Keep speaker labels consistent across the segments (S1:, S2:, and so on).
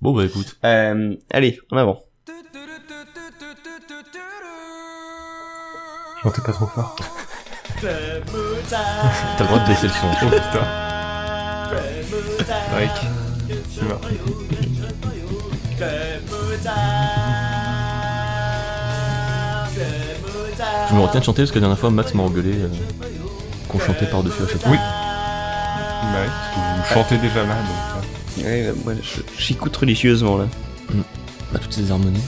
S1: Bon bah écoute.
S2: Euh, allez, en avant.
S3: Chantez pas trop fort.
S1: T'as le droit de baisser le son.
S3: Oh putain. Rick, tu meurs.
S1: Je me retiens de chanter parce que la dernière fois Max m'a engueulé euh, qu'on chantait par-dessus à chaque fois.
S3: Oui. Bah oui, parce que vous chantez déjà mal, donc. euh,
S2: Ouais, bah, moi, je- j'écoute religieusement là.
S1: Bah, toutes ces harmonies.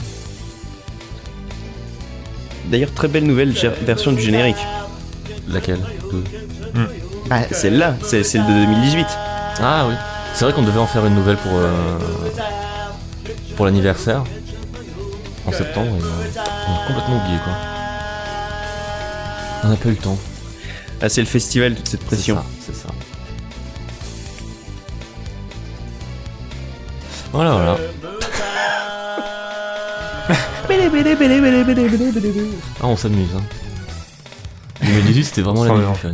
S2: D'ailleurs, très belle nouvelle gé- version du générique.
S1: Laquelle De-
S2: Bah, celle-là, c'est celle de 2018.
S1: Ah oui. C'est vrai qu'on devait en faire une nouvelle pour, euh, pour l'anniversaire en septembre et euh, on a complètement oublié quoi. On n'a pas eu le temps.
S2: Ah, c'est le festival, toute cette
S1: C'est
S2: pression.
S1: ça, c'est ça. Voilà, voilà. Ah, on s'amuse. Hein. 2018, c'était vraiment
S3: Sans
S1: l'année
S3: raison.
S1: du fun.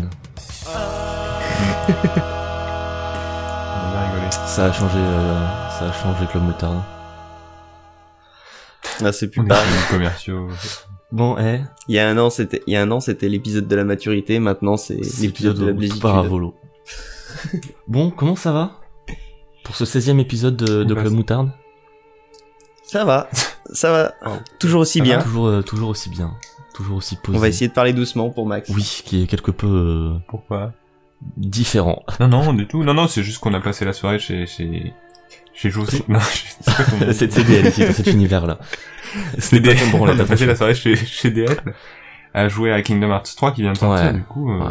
S3: On a bien rigolé.
S1: Ça a changé, euh, ça a changé Club Motard.
S2: Ah, c'est plus
S3: On est
S2: pareil.
S3: devenus commerciaux.
S1: Bon, eh,
S2: Il y a un an, c'était, il y a un an, c'était l'épisode de la maturité. Maintenant, c'est l'épisode de la
S1: tout
S2: blésitude.
S1: part à volo. bon, comment ça va Pour ce 16 e épisode de, de
S3: Bah,
S1: Club
S3: ça-
S1: Moutarde
S2: Ça va, ça va.
S1: Oh,
S3: Pardon.
S2: Toujours aussi
S3: Ça
S2: bien.
S1: toujours, euh, toujours aussi bien. Toujours aussi posé.
S2: On va essayer de parler doucement pour Max.
S1: Oui, qui est quelque peu euh,
S3: Pourquoi
S1: différent.
S3: Non, non, du tout. Non, non, c'est juste qu'on a passé la soirée chez. chez... Chez José. Non, chez- c'est quoi son nom
S1: C'est DL qui est dans cet univers-là.
S3: C'est
S1: pas
S3: DL.
S1: comme branlette,
S3: On a passé
S1: attention.
S3: la soirée chez, chez DL à jouer à Kingdom Hearts 3 qui vient de sortir.
S1: Ouais.
S3: Du coup, euh,
S1: Ouais.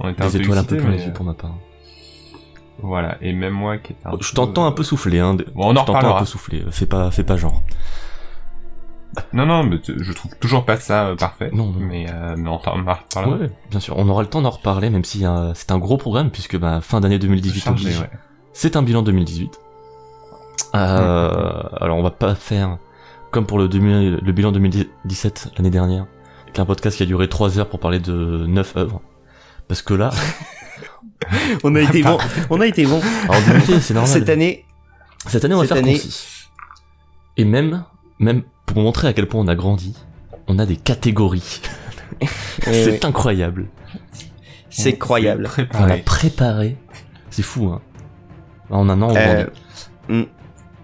S3: on était un
S1: Des
S3: peu
S1: étoiles un peu
S3: excités,
S1: plein
S3: mais,
S1: les yeux pour ma part.
S3: euh, Voilà. Et même moi qui étais. un
S1: Oh, Je
S3: peu- euh,
S1: t'entends un peu souffler, hein. de-
S3: Bon, on en
S1: je t'entends un
S3: reparlera.
S1: peu souffler. euh, Fais pas, fais pas genre.
S3: Non, non, mais tu- je trouve toujours pas ça euh, parfait.
S1: Non, non.
S3: Mais, euh, mais on t'en remarque par là.
S1: Ouais, bien sûr. On aura le temps d'en reparler, même si euh, c'est un gros programme, puisque bah, fin d'année 2018
S3: Chargé,
S1: oblige.
S3: ouais.
S1: C'est un bilan 2018. Euh,
S3: Mm.
S1: alors on va pas faire comme pour le, 2000 le bilan 2017 l'année dernière, qu'un podcast qui a duré 3 heures pour parler de 9 œuvres. Parce que là,
S2: On a été bon. On a été bon.
S1: alors en vérité, c'est normal.
S2: Cette année,
S1: Cette année, on va
S2: cette
S1: faire
S2: année-
S1: concis. Et même, même pour montrer à quel point on a grandi, on a des catégories.
S2: eh oui,
S1: c'est incroyable.
S3: On
S2: c'est
S3: s'est
S1: On
S2: croyable.
S1: a
S3: préparé. préparé.
S1: préparé. C'est fou, hein. En un an, on
S2: Euh,
S1: grandit.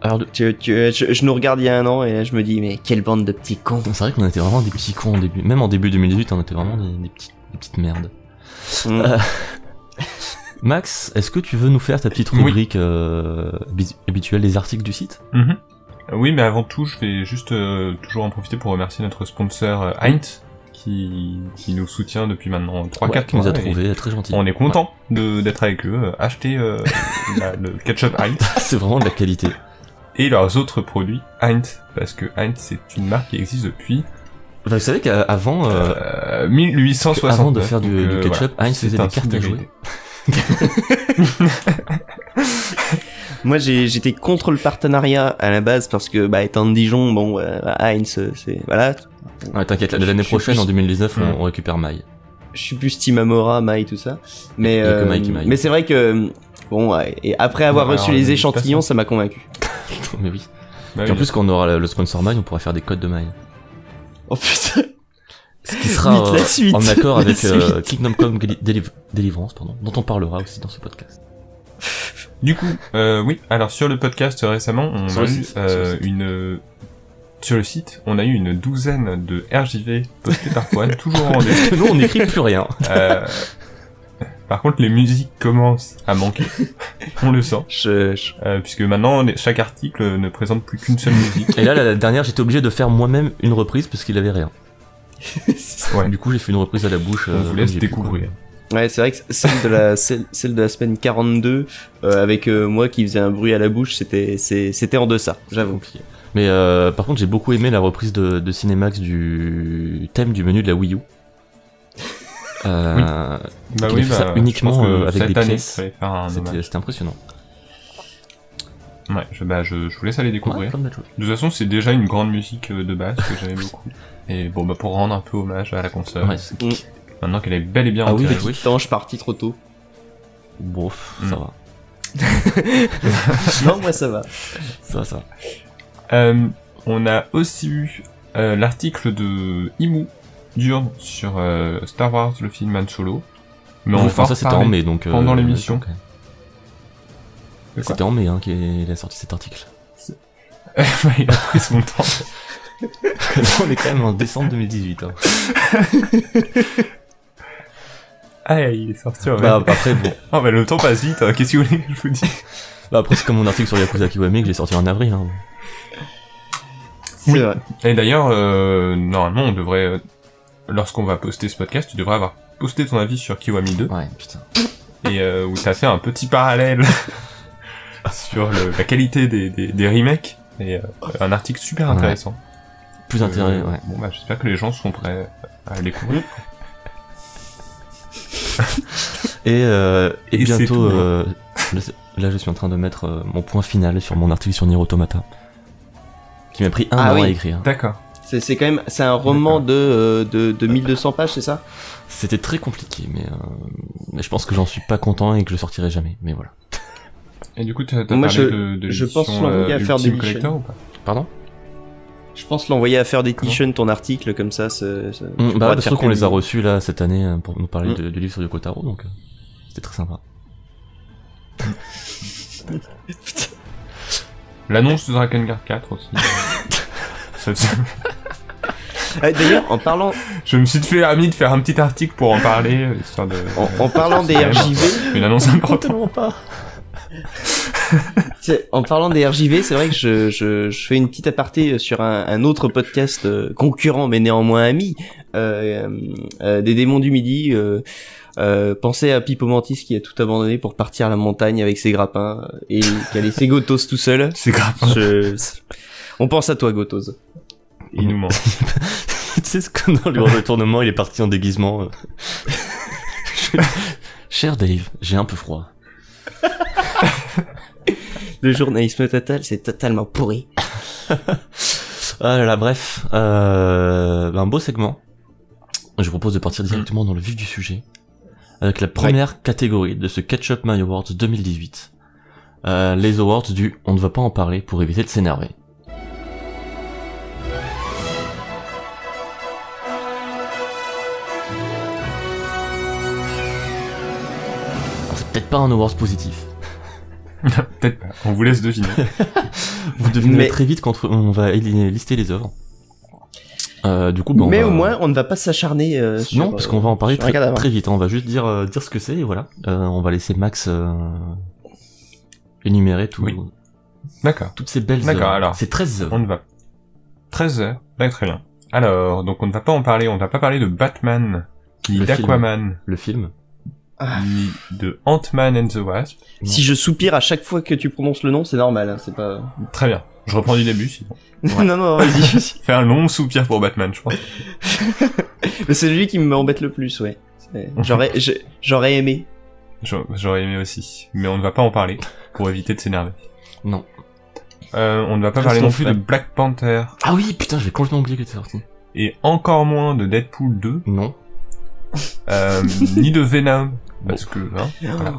S1: Alors, de-
S2: Tu, tu- je, je nous regarde il y a un an et là je me dis mais quelle bande de petits cons.
S1: c'est vrai qu'on était vraiment des petits cons au début. Même en début 2018, on était vraiment des, des petits- des petites merdes.
S2: Mm.
S1: Euh, Max, est-ce que tu veux nous faire ta petite
S3: Oui.
S1: rubrique euh, habi- habituelle des articles du site
S3: Mhm. Oui, mais avant tout, je vais juste euh, toujours en profiter pour remercier notre sponsor euh, Heinz qui, qui nous soutient depuis maintenant 3-4
S1: Ouais,
S3: mois.
S1: qui nous a
S3: et
S1: trouvé très gentil.
S3: On est content de d'être avec eux. euh, Achetez euh, la- le ketchup Heinz
S1: C'est vraiment de la qualité.
S3: et leurs autres produits Heinz parce que Heinz c'est une marque qui existe depuis
S1: Bah, vous savez qu'avant, euh,
S3: euh, 1869.
S1: avant de faire du,
S3: donc,
S1: du
S3: euh,
S1: ketchup,
S3: voilà.
S1: Heinz faisait
S3: C'est
S1: des
S3: un
S1: cartes
S3: signe
S1: à
S3: de
S1: jouer.
S3: qualité.
S2: Moi j'ai- j'étais contre le partenariat à la base parce que bah étant de Dijon bon euh, Heinz euh, c'est voilà
S1: Ouais, T'inquiète, l'année
S2: Je suis
S1: prochaine,
S2: plus-
S1: en 2019, on-
S3: Mm.
S1: on, récupère Maï.
S2: je suis plus Team Amora, Mai, tout ça. Mais,
S1: Y a que
S2: euh,
S1: Mai qui m'aille.
S2: mais c'est vrai que, bon, ouais, et après avoir
S3: Ouais,
S2: reçu
S3: alors,
S2: les
S3: de
S2: échantillons,
S3: toute
S2: ça m'a convaincu.
S1: Mais oui.
S3: Bah
S1: Puis en
S3: oui,
S1: plus, quand on aura le, le sponsor Maï, on pourra faire des codes de Maï.
S2: Oh putain,
S1: Ce qui sera
S2: Vite, la
S1: euh,
S2: suite.
S1: en accord
S2: La
S1: avec euh,
S2: suite.
S1: Kingdom Come Deli- Deliv- Deliverance, pardon, dont on parlera aussi dans ce podcast.
S3: Du coup, euh, oui, alors sur le podcast euh, récemment, on
S1: Sur
S3: a
S1: le
S3: eu
S1: site,
S3: euh,
S1: sur le site.
S3: une... euh, Sur le site, on a eu une douzaine de RJV postés par Juan, toujours en rendez
S1: Nous, on n'écrit plus rien.
S3: euh, Par contre, les musiques commencent à manquer, on le sent,
S2: Je, je-
S3: euh, puisque maintenant, les- chaque article ne présente plus qu'une seule musique.
S1: Et là, la la dernière, j'étais obligé de faire moi-même une reprise parce qu'il avait rien.
S3: Ouais.
S1: Du coup, j'ai fait une reprise à la bouche.
S3: On
S1: euh,
S3: vous
S1: comme
S3: laisse
S1: j'ai pu,
S3: découvrir.
S2: Ouais, c'est vrai que celle de la, celle, celle de la semaine 42, euh, avec euh, moi qui faisais un bruit à la bouche, c'était, c'est- c'était en deçà,
S1: quoi.
S2: j'avoue.
S1: Compliqué. Mais euh, par contre, j'ai beaucoup aimé la reprise de, de Cinemax du thème du menu de la Wii U. Euh,
S3: Bah
S1: il a fait ça uniquement,
S3: je pense que
S1: euh, avec
S3: cette
S1: des
S3: année,
S1: pièces.
S3: il fallait faire un
S1: C'était
S3: hommage.
S1: c'était impressionnant.
S3: Ouais, je, bah, je, je vous laisse aller
S1: Ouais,
S3: découvrir.
S1: plein de belles choses.
S3: De toute façon, c'est déjà une grande musique euh, de base que j'aimais beaucoup. Et bon, bah, pour rendre un peu hommage à la console,
S1: Ouais, c'est-
S2: Mm.
S3: maintenant qu'elle est bel et bien
S1: Ah oui,
S3: enterrée.
S1: oui.
S2: Tant, je suis parti trop tôt.
S1: Bof,
S3: Mm.
S1: ça va.
S2: non, moi ça va.
S1: Ça, ça.
S3: Euh, on a aussi eu euh, l'article de Imu Durne sur euh, Star Wars, le film Han Solo. Mais on
S1: enfin,
S3: va
S1: ça,
S3: en
S1: c'était en
S3: parler.
S1: mai, donc. euh,
S3: pendant l'émission.
S1: donc, euh,
S3: De quoi
S1: C'était en mai hein, qu'il a sorti cet article.
S3: Il a pris son temps.
S1: on est quand même en décembre 2018. Hein.
S3: Ah, il est sorti en
S1: Bah, après, bon.
S3: Ah, bah, le temps passe vite, hein. qu'est-ce que vous voulez que je vous dise
S1: Bah, après, c'est comme mon article sur Yakuza Kiwami que j'ai sorti en avril. Hein.
S2: C'est vrai.
S3: Et d'ailleurs, euh, normalement, on devrait, euh, lorsqu'on va poster ce podcast, tu devrais avoir posté ton avis sur Kiwami 2,
S1: Ouais, putain.
S3: et euh, où t'as fait un petit parallèle sur le- la qualité des, des, des remakes, et euh, un article super
S1: Ouais.
S3: intéressant.
S1: Plus intérêt,
S3: Euh,
S1: ouais. Mm.
S3: Bon, bah, j'espère que les gens sont prêts à le découvrir.
S1: Et, euh, et,
S3: Et c'est
S1: bientôt,
S3: tout, hein.
S1: euh, le- là je suis en train de mettre euh, mon point final sur mon article sur Nier Automata. Qui m'a pris un
S2: Ah
S1: an à
S2: oui.
S1: écrire.
S3: D'accord.
S2: C'est c'est quand même, c'est un roman de, euh, de, de 1200 pages, c'est ça
S1: C'était très compliqué, mais, euh, mais je pense que j'en suis pas content et que je le sortirai jamais. Mais voilà.
S3: Et du coup, t'as t'as
S2: Moi,
S3: parlé
S2: je-
S3: de, de
S2: je
S3: l'édition,
S2: pense l'envoyer
S3: euh,
S2: à faire des
S3: Ultimate
S2: missions.
S3: Collector ou pas
S1: Pardon
S2: Je pense l'envoyer à faire des t-shirts, ton article, comme ça, c'est... c'est- tu
S1: Bah,
S2: pourras
S1: parce
S2: te faire
S1: qu'on les a
S2: publier.
S1: reçus là cette année euh, pour nous parler
S2: Mm.
S1: de- du livre sur Yoko Taro, donc euh, c'était très sympa.
S3: L'annonce de Dragon Guard 4 aussi. Ça- ça-
S2: Ah, D'ailleurs, en parlant,
S3: Je me suis fait l'ami de faire un petit article pour en parler, euh, histoire de.
S2: en, en parlant des RJV,
S3: Une annonce importante.
S1: Tellement pas
S2: Tiens, En parlant des RJV, c'est vrai que je, je, je fais une petite aparté euh, sur un, un autre podcast euh, concurrent mais néanmoins ami, euh, euh, des démons du midi. Euh, euh, pensez à Pipo Mantis qui a tout abandonné pour partir à la montagne avec ses grappins euh, et qui a laissé Gotos tout seul.
S3: C'est grave. hein.
S2: Je- On pense à toi Gotos.
S3: Il nous manque.
S1: Tu sais ce que dans le grand retournement, il est parti en déguisement. euh. Cher Dave, j'ai un peu froid.
S2: Le journalisme total, c'est totalement pourri.
S1: Ah là là, bref, euh, ben, un beau segment. Je vous propose de partir directement dans le vif du sujet avec la première catégorie de ce Catch Up My Awards 2018. Euh, les awards du on ne va pas en parler pour éviter de s'énerver. Alors, C'est peut-être pas un awards positif.
S3: Peut-être pas. On vous laisse deviner.
S1: Vous devinerez
S2: Mais-
S1: très vite quand on va éli- lister les œuvres. Euh, du coup, ben, on
S3: bah,
S2: mais
S1: va-
S2: au moins, on ne va pas s'acharner. euh, sur,
S1: non, parce qu'on va en parler
S2: sur un
S1: très,
S2: cadavre.
S1: très vite. hein. On va juste dire, euh, dire ce que c'est et voilà. Euh, on va laisser Max euh, énumérer tout-
S3: Oui. D'accord.
S1: toutes ces belles
S3: D'accord,
S1: œuvres.
S3: alors.
S1: C'est 13 œuvres.
S3: On y va. 13 heures. D'accord, très bien. Alors, donc on ne va pas en parler. On ne va pas parler de Batman, ni
S1: Le film.
S3: d'Aquaman,
S1: Le film.
S2: Ah.
S3: ni de Ant-Man and the Wasp.
S2: Si je soupire à chaque fois que tu prononces le nom, c'est normal. hein, c'est pas.
S3: Très bien. Je reprends du début, sinon.
S2: non, non, vas-y.
S3: Fais un long soupir pour Batman, je pense.
S2: Mais c'est lui qui m'embête le plus, ouais. C'est- J'aurais, je- j'aurais aimé.
S3: J'a- J'aurais aimé aussi. Mais on ne va pas en parler, pour éviter de s'énerver.
S1: Non.
S3: Euh, on ne va pas
S2: Très
S3: parler non plus
S2: sombre.
S3: de Black Panther,
S1: Ah oui, putain, j'avais complètement oublié que c'était sorti.
S3: et encore moins de Deadpool 2,
S1: Non.
S3: euh, ni de Venom, parce que, hein, voilà.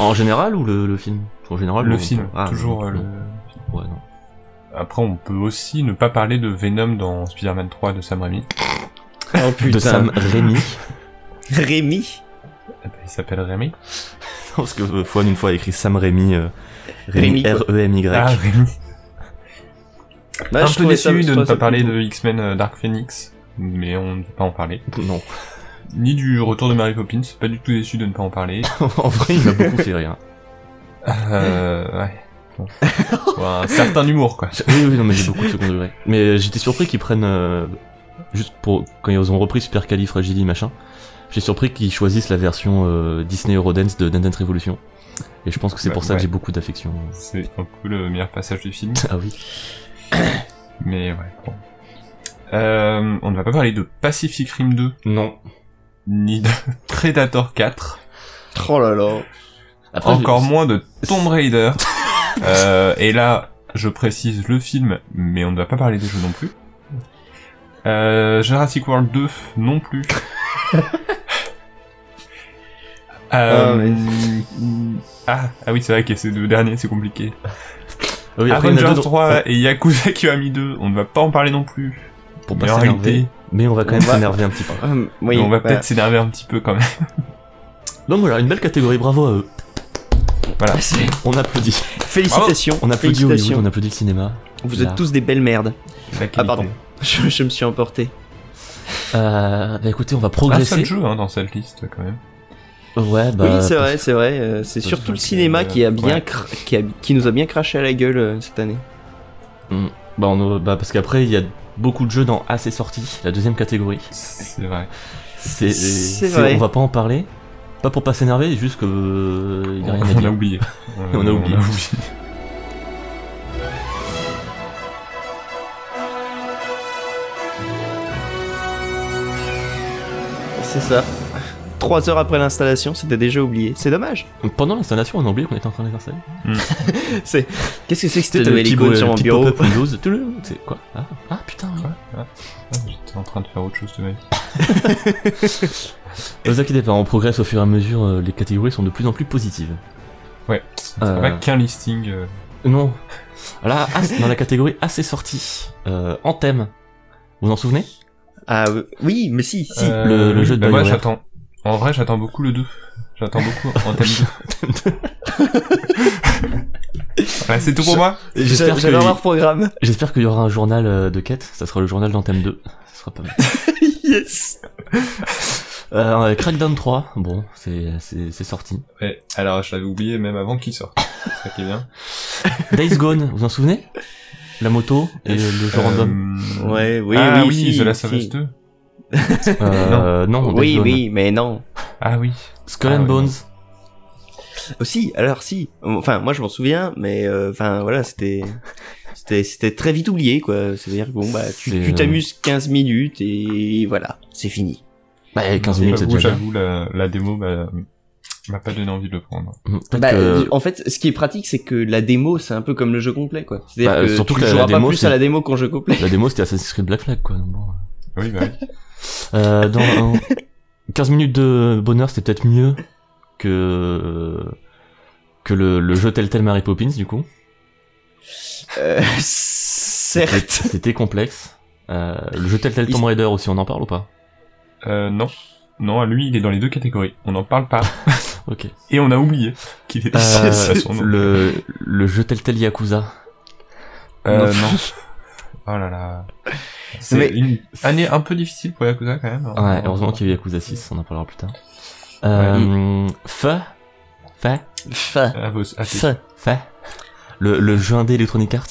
S1: En général ou le, le film En général.
S3: le
S1: on-
S3: film,
S1: Ah,
S3: toujours
S1: non,
S3: euh,
S1: non.
S3: le...
S1: Ouais, non.
S3: Après, on peut aussi ne pas parler de Venom dans Spider-Man 3 de Sam Raimi.
S2: Oh putain.
S1: De Sam Raimi.
S2: Rémi.
S3: Eh ben, Il s'appelle Raimi.
S1: Parce que euh, Fouane, une fois, a écrit Sam Raimi. euh,
S2: Raimi,
S1: Raimi, E
S2: quoi.
S1: R-E-M-Y.
S3: Ah, Raimi.
S2: Bah,
S3: un
S2: je
S3: peu
S2: trouvais ça-
S3: déçu
S2: je
S3: de ne
S2: trouvais ça
S3: pas parler
S2: plutôt-
S3: de X-Men euh, Dark Phoenix, mais on ne peut pas en parler.
S1: Non.
S3: Ni du retour de Mary Poppins, pas du tout déçu de ne pas en parler.
S1: en vrai, il m'a beaucoup fait rire.
S3: Euh, ouais. Bon. Faut un certain humour, quoi.
S1: Oui, oui, non, mais j'ai beaucoup de second degré. Mais j'étais surpris qu'ils prennent. euh, juste pour. Quand ils ont repris Super machin, j'ai surpris qu'ils choisissent la version euh, Disney Eurodance de Dance Dance Revolution. Et je pense que c'est
S3: Bah,
S1: pour ça
S3: ouais.
S1: que j'ai beaucoup d'affection.
S3: C'est un peu le meilleur passage du film,
S1: Ah oui.
S3: mais ouais. bon. Euh, on ne va pas parler de Pacific Rim 2,
S1: Non.
S3: ni de Predator 4.
S2: Oh là là.
S1: Après,
S3: encore
S1: je-
S3: moins de Tomb Raider. Euh, et là, je précise le film, mais on ne va pas parler des jeux non plus. Euh, Jurassic World 2 non plus. Euh,
S2: Ah, mais-
S3: mm, ah, ah oui, c'est vrai que ces deux derniers, c'est compliqué.
S1: Ah oui, après, il y en a
S3: Avengers
S1: deux dont-
S3: 3 et Yakuza Kiwami 2, on ne va pas en parler non plus.
S1: pour
S3: Mais
S1: pas
S3: en
S1: s'énerver.
S3: réalité,
S1: Mais on va quand même
S2: On va-
S1: s'énerver un petit peu.
S2: Ah, oui,
S3: on va
S2: voilà.
S3: peut-être s'énerver un petit peu quand
S1: Ah,
S3: même.
S1: Donc voilà, une belle catégorie, bravo à eux.
S3: Voilà.
S1: On applaudit.
S2: Félicitations.
S1: On applaudit Hollywood,
S2: Félicitations.
S1: on applaudit le cinéma.
S2: Vous êtes
S1: Là.
S2: tous des belles merdes.
S3: La qualité.
S2: Ah pardon, je, je me suis emporté.
S1: Euh, bah écoutez, on va
S3: Un
S1: progresser.
S3: seul jeu hein, dans cette liste quand même.
S1: Ouais, bah.
S2: oui, c'est vrai, c'est vrai. euh, C'est surtout le
S3: que,
S2: cinéma
S3: euh,
S2: qui a bien
S3: ouais.
S2: cra- qui, a- qui nous a bien craché à la gueule euh, cette année.
S1: Bah, on- bah, parce qu'après, il y a beaucoup de jeux dans Assez sorti, la deuxième catégorie.
S3: C'est vrai.
S1: C'est,
S2: C'est vrai.
S1: On va pas en parler. Pas pour pas s'énerver, juste que. euh, il y a rien à
S3: On a
S1: dire.
S3: oublié.
S1: On a oublié.
S2: C'est ça. Trois heures après l'installation, c'était déjà oublié. C'est dommage.
S1: Pendant l'installation, on a oublié qu'on était en train d'installer.
S2: C'est. Qu'est-ce que c'est que
S1: C'était
S2: c'était T'avais l'icône sur mon bureau
S1: pop-up Windows. Touloulou, C'est quoi ah, ah, putain. oui.
S3: Ah, J'étais en train de faire autre chose de ma vie.
S1: Ne vous inquiétez pas, on progresse au fur et à mesure. euh, Les catégories sont de plus en plus positives.
S3: Ouais.
S1: Euh,
S3: C'est pas qu'un listing. euh,
S1: non. Là, as- dans la catégorie assez sortie, euh, en thème. Vous vous en souvenez
S2: Ah oui, mais si, si.
S3: euh,
S1: le- le
S3: oui,
S1: jeu de
S3: bah, moi,
S1: Bioware.
S3: j'attends. En vrai, j'attends beaucoup le 2. J'attends beaucoup en thème 2. voilà, c'est tout pour
S2: Je-
S3: moi.
S1: J'espère
S2: J'avais un
S1: que-
S2: programme.
S1: J'espère qu'il y aura un journal euh, de quête. Ça sera le journal dans thème 2. Ça sera pas mal.
S2: yes.
S1: Euh, Crackdown 3, bon, c'est c'est- c'est sorti.
S3: Ouais, alors je l'avais oublié même avant qu'il sorte. C'est ça qui est bien.
S1: Days Gone, vous vous en souvenez La moto et le jeu random.
S3: Euh,
S2: Ouais, oui,
S3: ah oui,
S2: si,
S3: The Last of
S2: si.
S3: Us 2.
S1: Euh, non, Days
S2: Oui,
S1: Gone.
S2: oui, mais non.
S3: Ah oui.
S1: Skull
S3: Ah,
S1: and
S3: oui.
S1: Bones.
S2: Aussi, alors Euh, si. Enfin, moi je m'en souviens, mais euh, enfin voilà, c'était c'était c'était très vite oublié quoi. C'est-à-dire que, bon bah tu
S1: C'est,
S2: tu
S1: euh,
S2: t'amuses 15 minutes et voilà, c'est fini.
S1: Bah, 15 minutes, c'est
S3: J'avoue,
S1: déjà bien.
S3: j'avoue, la, la démo m'a m'a pas donné envie de le prendre.
S1: Mmh. Peut-être
S2: Bah,
S1: que-
S2: En fait, ce qui est pratique, c'est que la démo, c'est un peu comme le jeu complet quoi. C'est-à-dire
S1: Bah,
S2: que
S1: surtout
S2: tu
S1: que la-
S2: joueras
S1: la démo,
S2: pas plus
S1: c'est-
S2: à la démo qu'en jeu complet.
S1: La démo, c'était Assassin's Creed Black Flag, quoi. donc bon.
S3: Oui, bah oui.
S1: Euh, dans, en- 15 minutes de bonheur, c'était peut-être mieux que que le, le jeu tel tel Mary Poppins, du coup.
S2: Euh, certes.
S1: C'était complexe. Euh, le jeu tel tel
S2: Il-
S1: Tomb Raider aussi, on en parle ou pas
S3: Euh, non. Non, lui, il est dans les deux catégories. On n'en parle pas.
S1: Ok.
S3: Et on a oublié qu'il était
S1: Euh,
S3: de toute façon, donc.
S1: le, le jeu tel tel Yakuza.
S3: Euh, non. Oh là là. C'est
S2: Mais-
S3: une année un peu difficile pour Yakuza quand même. hein.
S1: Ouais, heureusement qu'il y a eu Yakuza 6, on en parlera plus tard. Euh, Fa, Fa,
S2: Fa.
S3: Ah, vos- ah, c'est-
S2: Fa.
S1: Fa, le, le jeu indé Electronic Arts.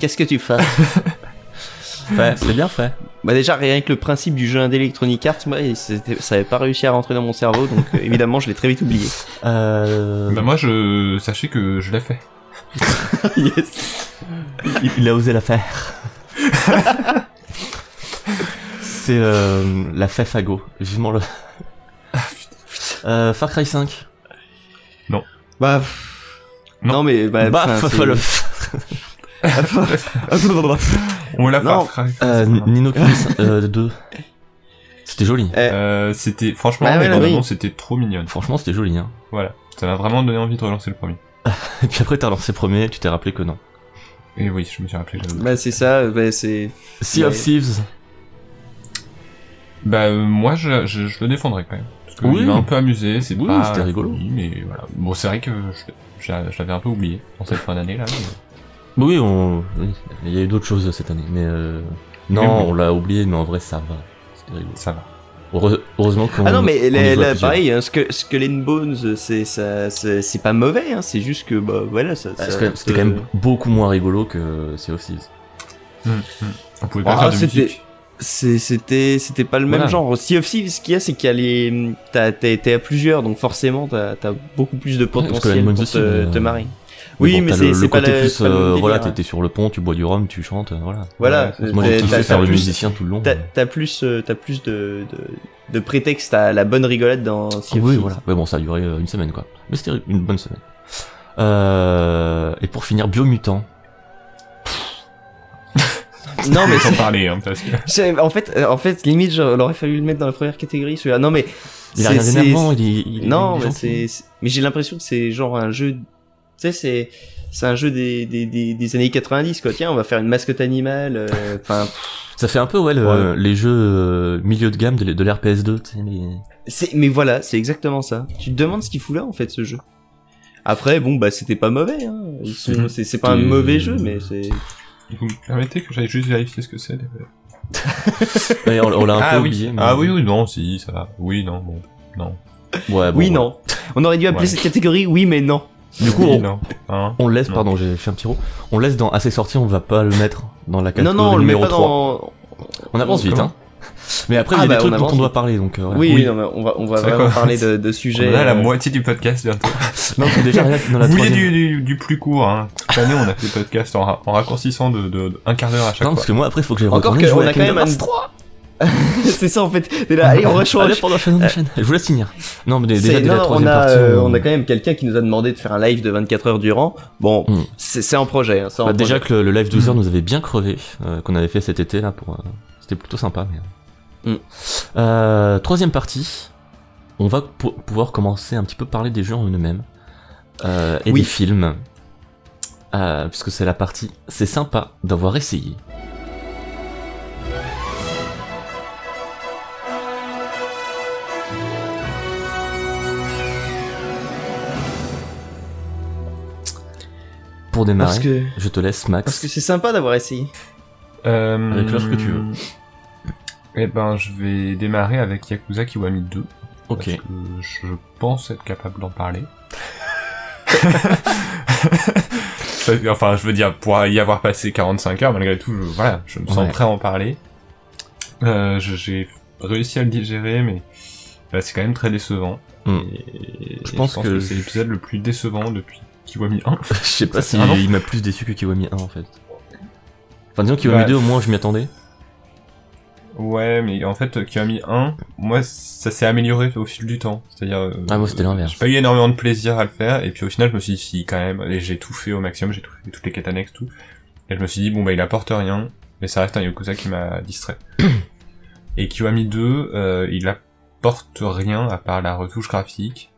S2: Qu'est-ce que tu fais
S1: Fa, c'est bien Fa.
S2: Bah déjà rien que le principe du jeu indé Electronic Arts, moi il- c'était- ça avait pas réussi à rentrer dans mon cerveau, donc euh, évidemment je l'ai très vite oublié.
S1: Euh,
S3: Bah moi je sachez que je l'ai fait.
S2: yes.
S1: il, il a osé la faire. c'est euh, la Fa Fago, vivement le. Euh, Far Cry 5.
S2: Bah. Non.
S3: Non.
S2: mais bah,
S1: bah,
S2: enfin,
S1: fa-
S2: c'est-
S1: fa- le fa-
S3: On l'a
S2: Non.
S3: fait.
S1: Euh, Nino Kuni euh, 2. C'était joli.
S3: Euh, c'était franchement
S2: Bah ouais,
S3: les
S2: là,
S3: bandes
S2: oui.
S3: annonces, c'était trop mignonne.
S1: Franchement, c'était joli. Hein.
S3: Voilà, ça m'a vraiment donné envie de relancer le premier.
S1: Et puis après, t'as lancé le premier, tu t'es rappelé que non.
S3: Et oui, je me suis rappelé. j'avoue.
S2: Bah c'est ça, bah, c'est.
S1: Sea of
S2: Ouais.
S1: Thieves.
S3: Bah euh, moi je, je, je le défendrai quand même. Parce que
S1: Oui.
S3: il m'a un peu amusé, c'est
S1: Oui,
S3: pas.
S1: c'était rigolo.
S3: Oui, mais voilà. Bon c'est vrai que je, je- je l'avais un peu oublié en cette fin d'année là. mais-
S1: Bah Oui, on... oui, il y a eu d'autres choses cette année, mais euh... non,
S3: Mais bon.
S1: on l'a oublié, mais en vrai ça va. C'était rigolo.
S3: Ça va.
S1: Heureux- Heureusement qu'on.
S2: Ah non mais
S1: qu'on
S2: la-
S1: y joue à
S2: la-
S1: plusieurs.
S2: pareil, hein, Ske- Skull and Bones, c'est ça, c'est c'est pas mauvais, hein, c'est juste que bah voilà ça.
S1: Parce
S2: ça-
S1: que C'était quand même
S2: euh,
S1: beaucoup moins rigolo que Sea of Thieves.
S3: On pouvait pas
S2: Ah,
S3: faire de
S2: c'était-
S3: musique.
S2: c'est- C'était c'était pas le même
S1: Voilà.
S2: genre. Sea of Thieves, ce qu'il y a, c'est qu'il y a les t'as t'as été à plusieurs, donc forcément t'as t'as beaucoup plus de
S1: parce que
S2: potentiel
S1: Skull and Bones
S2: pour
S1: aussi,
S2: te,
S1: mais,
S2: te
S1: euh,
S2: marrer. Oui,
S1: bon,
S2: mais
S1: t'as
S2: c'est
S1: le,
S2: c'est
S1: le
S2: pas
S1: côté
S2: la-
S1: plus.
S2: c'est pas le même
S1: euh,
S2: délire,
S1: voilà,
S2: hein.
S1: t'étais sur le pont, tu bois du rhum, tu chantes, euh, voilà.
S2: Voilà.
S3: Ouais,
S1: Moi j'ai
S2: t'as-
S1: kiffé
S2: t'as-
S1: faire
S2: t'as
S1: le
S2: plus,
S1: musicien tout le long.
S2: t'as-
S1: mais-
S2: t'as plus, euh, t'as plus de, de, de prétexte à la bonne rigolade dans Sea of
S1: Oui,
S2: Thieves.
S1: voilà. Ouais, bon, ça a duré euh, une semaine quoi. Mais c'était une bonne semaine. Euh... Et pour finir, Biomutant.
S2: Non mais
S3: Sans parler hein, parce que.
S2: c'est- en fait, euh, en fait, limite, j'aurais fallu le mettre dans la première catégorie celui-là. Non mais
S1: Il a rien
S2: C'est-
S1: d'énervant, il est. il est-
S2: Non,
S1: il est
S2: mais
S1: gentil.
S2: c'est. c'est- Mais j'ai l'impression que c'est genre un jeu. Tu sais, c'est. C'est un jeu des, des, des, des années 90, quoi. Tiens, on va faire une mascotte animale. euh, Enfin,
S1: Ça fait un peu, ouais, le- les jeux euh, milieu de gamme de, de l'RPS2, tu sais, les-
S2: c'est- mais voilà, c'est exactement ça. Tu te demandes ce qu'il fout là, en fait, ce jeu. Après, bon, bah, c'était pas mauvais, hein. Ils sont-
S1: Hmm.
S3: Mhm.
S2: C'est c'est pas un
S1: Et-
S2: mauvais jeu, mais c'est.
S3: Vous me permettez que j'aille juste vérifier ce que c'est. les-
S1: Ouais, on, on l'a un peu
S3: oui.
S1: oublié. mais-
S3: ah oui, oui, non, si, ça va. Oui, non, bon. Non.
S1: Ouais, Ah bon,
S2: oui,
S1: ouais.
S2: non. On aurait dû appeler
S3: Ouais.
S2: cette catégorie oui, mais non.
S1: Du coup,
S3: Oui,
S1: on,
S3: non. Hein
S1: on le laisse,
S3: Non.
S1: pardon, j'ai fait un petit roux. On le laisse dans assez sorti, on va pas le mettre dans la
S2: Non,
S1: catégorie
S2: non, on le met
S1: numéro
S2: pas
S1: 3.
S2: dans.
S1: On avance vite, hein. Mais après, il
S2: Ah
S1: y a
S2: bah,
S1: des
S2: on
S1: trucs dont
S2: avance
S1: on
S2: vite.
S1: doit parler, donc. euh, ouais.
S2: Oui,
S3: Oui.
S2: non, mais on va, on va
S3: C'est vrai
S2: vraiment
S3: qu'on-
S2: parler de, de sujets.
S3: On a la
S2: euh,
S3: moitié du podcast bientôt.
S1: Non, c'est déjà rien dans la
S3: Vous voulez
S1: troisième.
S3: du, du, du plus court, hein. Cette année, on a fait le podcast en, ra- en raccourcissant de, de, de un quart d'heure à chaque
S1: Non,
S3: fois.
S1: parce que moi, après, faut que j'aille
S2: Encore
S1: retourner
S2: que
S1: jouer
S2: on
S1: à
S2: a quand
S1: Kingdom
S2: même un-
S1: Hearts 3
S2: c'est ça en fait. T'es là, allez, on
S1: Allez,
S2: rechange.
S1: pendant la chaîne, on enchaîne. Je vous laisse finir. Non, mais
S2: C'est-
S1: déjà, déjà,
S2: non,
S1: la
S2: on
S1: troisième
S2: a,
S1: partie.
S2: euh,
S1: on-
S2: on a quand même quelqu'un qui nous a demandé de faire un live de 24 heures durant. Bon,
S1: Hmm.
S2: c'est c'est en projet. hein, c'est en
S1: Bah, déjà
S2: projet. Mm.
S1: que le, le live 12 heures
S3: Mhm.
S1: nous avait bien crevé, euh, qu'on avait fait cet été là pour. euh, C'était plutôt sympa. Mais...
S2: Mhm.
S1: Euh, troisième partie, on va pou- pouvoir commencer un petit peu parler des jeux en eux-mêmes euh, et
S2: Oui.
S1: des films, Euh, puisque c'est la partie. C'est sympa d'avoir essayé. Pour démarrer.
S2: parce que
S1: Je te laisse, Max.
S2: parce que c'est sympa d'avoir essayé.
S3: Euh,
S1: Avec l'heure que tu veux.
S3: Eh ben, je vais démarrer avec Yakuza Kiwami 2.
S1: ok.
S3: Parce que je pense être capable d'en parler. enfin, je veux dire, pour y avoir passé 45 heures, malgré tout, je, voilà, je me sens
S1: Ouais.
S3: prêt à en parler. Euh, je- J'ai réussi à le digérer, mais bah, c'est quand même très décevant.
S1: Hmm.
S3: Et-
S1: Je
S3: et
S1: pense que-
S3: c'est l'épisode le plus décevant depuis Kiwami 1.
S1: Je sais pas si
S3: Ah non.
S1: il m'a plus déçu que Kiwami 1 en fait. Enfin disons Kiwami
S3: Ouais.
S1: 2 au moins je m'y attendais.
S3: Ouais, mais en fait, euh, Kiwami 1, moi, ça s'est amélioré au fil du temps. C'est-à-dire. euh,
S1: Ah, moi, c'était l'inverse.
S3: J'ai pas eu énormément de plaisir à le faire, et puis au final, je me suis dit, si, quand même, et j'ai tout fait au maximum, j'ai tout fait, toutes les quêtes annexes, tout. Et je me suis dit, bon, bah, il apporte rien, mais ça reste un Yokuza qui m'a distrait. et Kiwami 2, euh, il apporte rien à part la retouche graphique,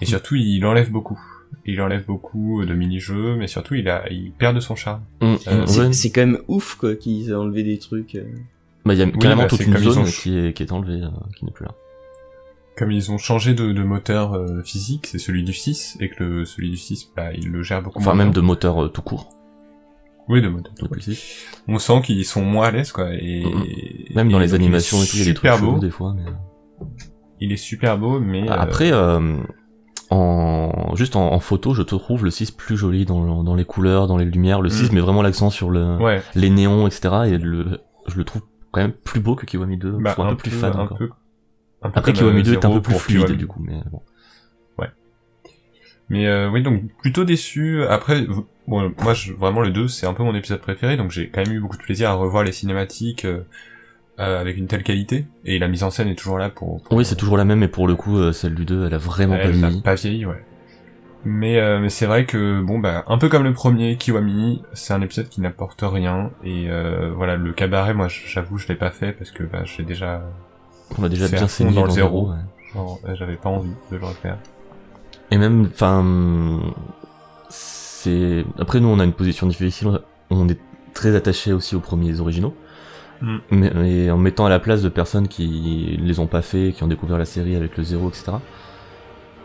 S3: et
S1: Mm.
S3: surtout, il enlève beaucoup. Il enlève beaucoup de mini-jeux, mais surtout, il, a, il perd de son charme.
S1: Hum,
S3: Euh,
S1: hum, ouais.
S2: C'est c'est quand même ouf quoi qu'ils aient enlevé des trucs. euh.
S1: Bah il y a
S3: Oui,
S1: carrément
S3: bah,
S1: toute
S3: c'est
S1: une
S3: comme ils
S1: zone
S3: ont-
S1: qui est qui est enlevée, euh, qui n'est plus là.
S3: comme ils ont changé de, de moteur euh, physique, c'est celui du 6, et que le, celui du 6, bah, il le gère beaucoup
S1: Enfin
S3: moins
S1: même de
S3: bien.
S1: moteur euh, tout court.
S3: Oui, de moteur.
S1: Donc,
S3: Oui.
S1: c'est-
S3: On sent qu'ils sont moins à l'aise, quoi. Et,
S1: Mhm. Même dans
S3: et
S1: les
S3: donc, il est
S1: animations et tout, il y a des trucs
S3: super beau.
S1: chelous des fois. mais-
S3: Il est super beau, mais... euh,
S1: Après euh, en juste en, en photo je te trouve le 6 plus joli dans, le- dans les couleurs, dans les lumières. Le 6
S3: Mm.
S1: met vraiment l'accent sur le
S3: ouais,
S1: les néons etc. Et le je le trouve quand même plus beau que Kiwami 2. je
S3: bah,
S1: trouve un, peu plus fade
S3: un
S1: encore.
S3: peu, un peu
S1: Après
S3: comme,
S1: Kiwami
S3: euh,
S1: 2 est un
S3: Zero
S1: peu plus
S3: pour
S1: fluide
S3: Kiwami.
S1: du coup mais bon.
S3: Mais euh, oui, donc plutôt déçu. Après, v- bon, moi, je, vraiment, le 2, c'est un peu mon épisode préféré, donc j'ai quand même eu beaucoup de plaisir à revoir les cinématiques euh, euh, avec une telle qualité. Et la mise en scène est toujours là pour... pour
S1: Oui, c'est toujours la même, mais pour le coup, euh, celle du 2, elle a vraiment pas
S3: Elle n'a
S1: vieilli.
S3: pas vieilli, ouais. Mais, euh, mais c'est vrai que, bon, bah, un peu comme le premier, Kiwami, c'est un épisode qui n'apporte rien. Et euh, voilà, le cabaret, moi, j'avoue, je l'ai pas fait parce que bah, j'ai déjà.
S1: On a déjà
S3: C'est à
S1: bien
S3: fond
S1: saigné
S3: dans le
S1: zéro.
S3: zéro. genre, euh, J'avais pas envie de le refaire.
S1: Et même, enfin, hum, c'est. Après, nous, on a une position difficile. On est très attaché aussi aux premiers originaux.
S3: Mm.
S1: Mais, mais en mettant à la place de personnes qui les ont pas fait, qui ont découvert la série avec le zéro, etc.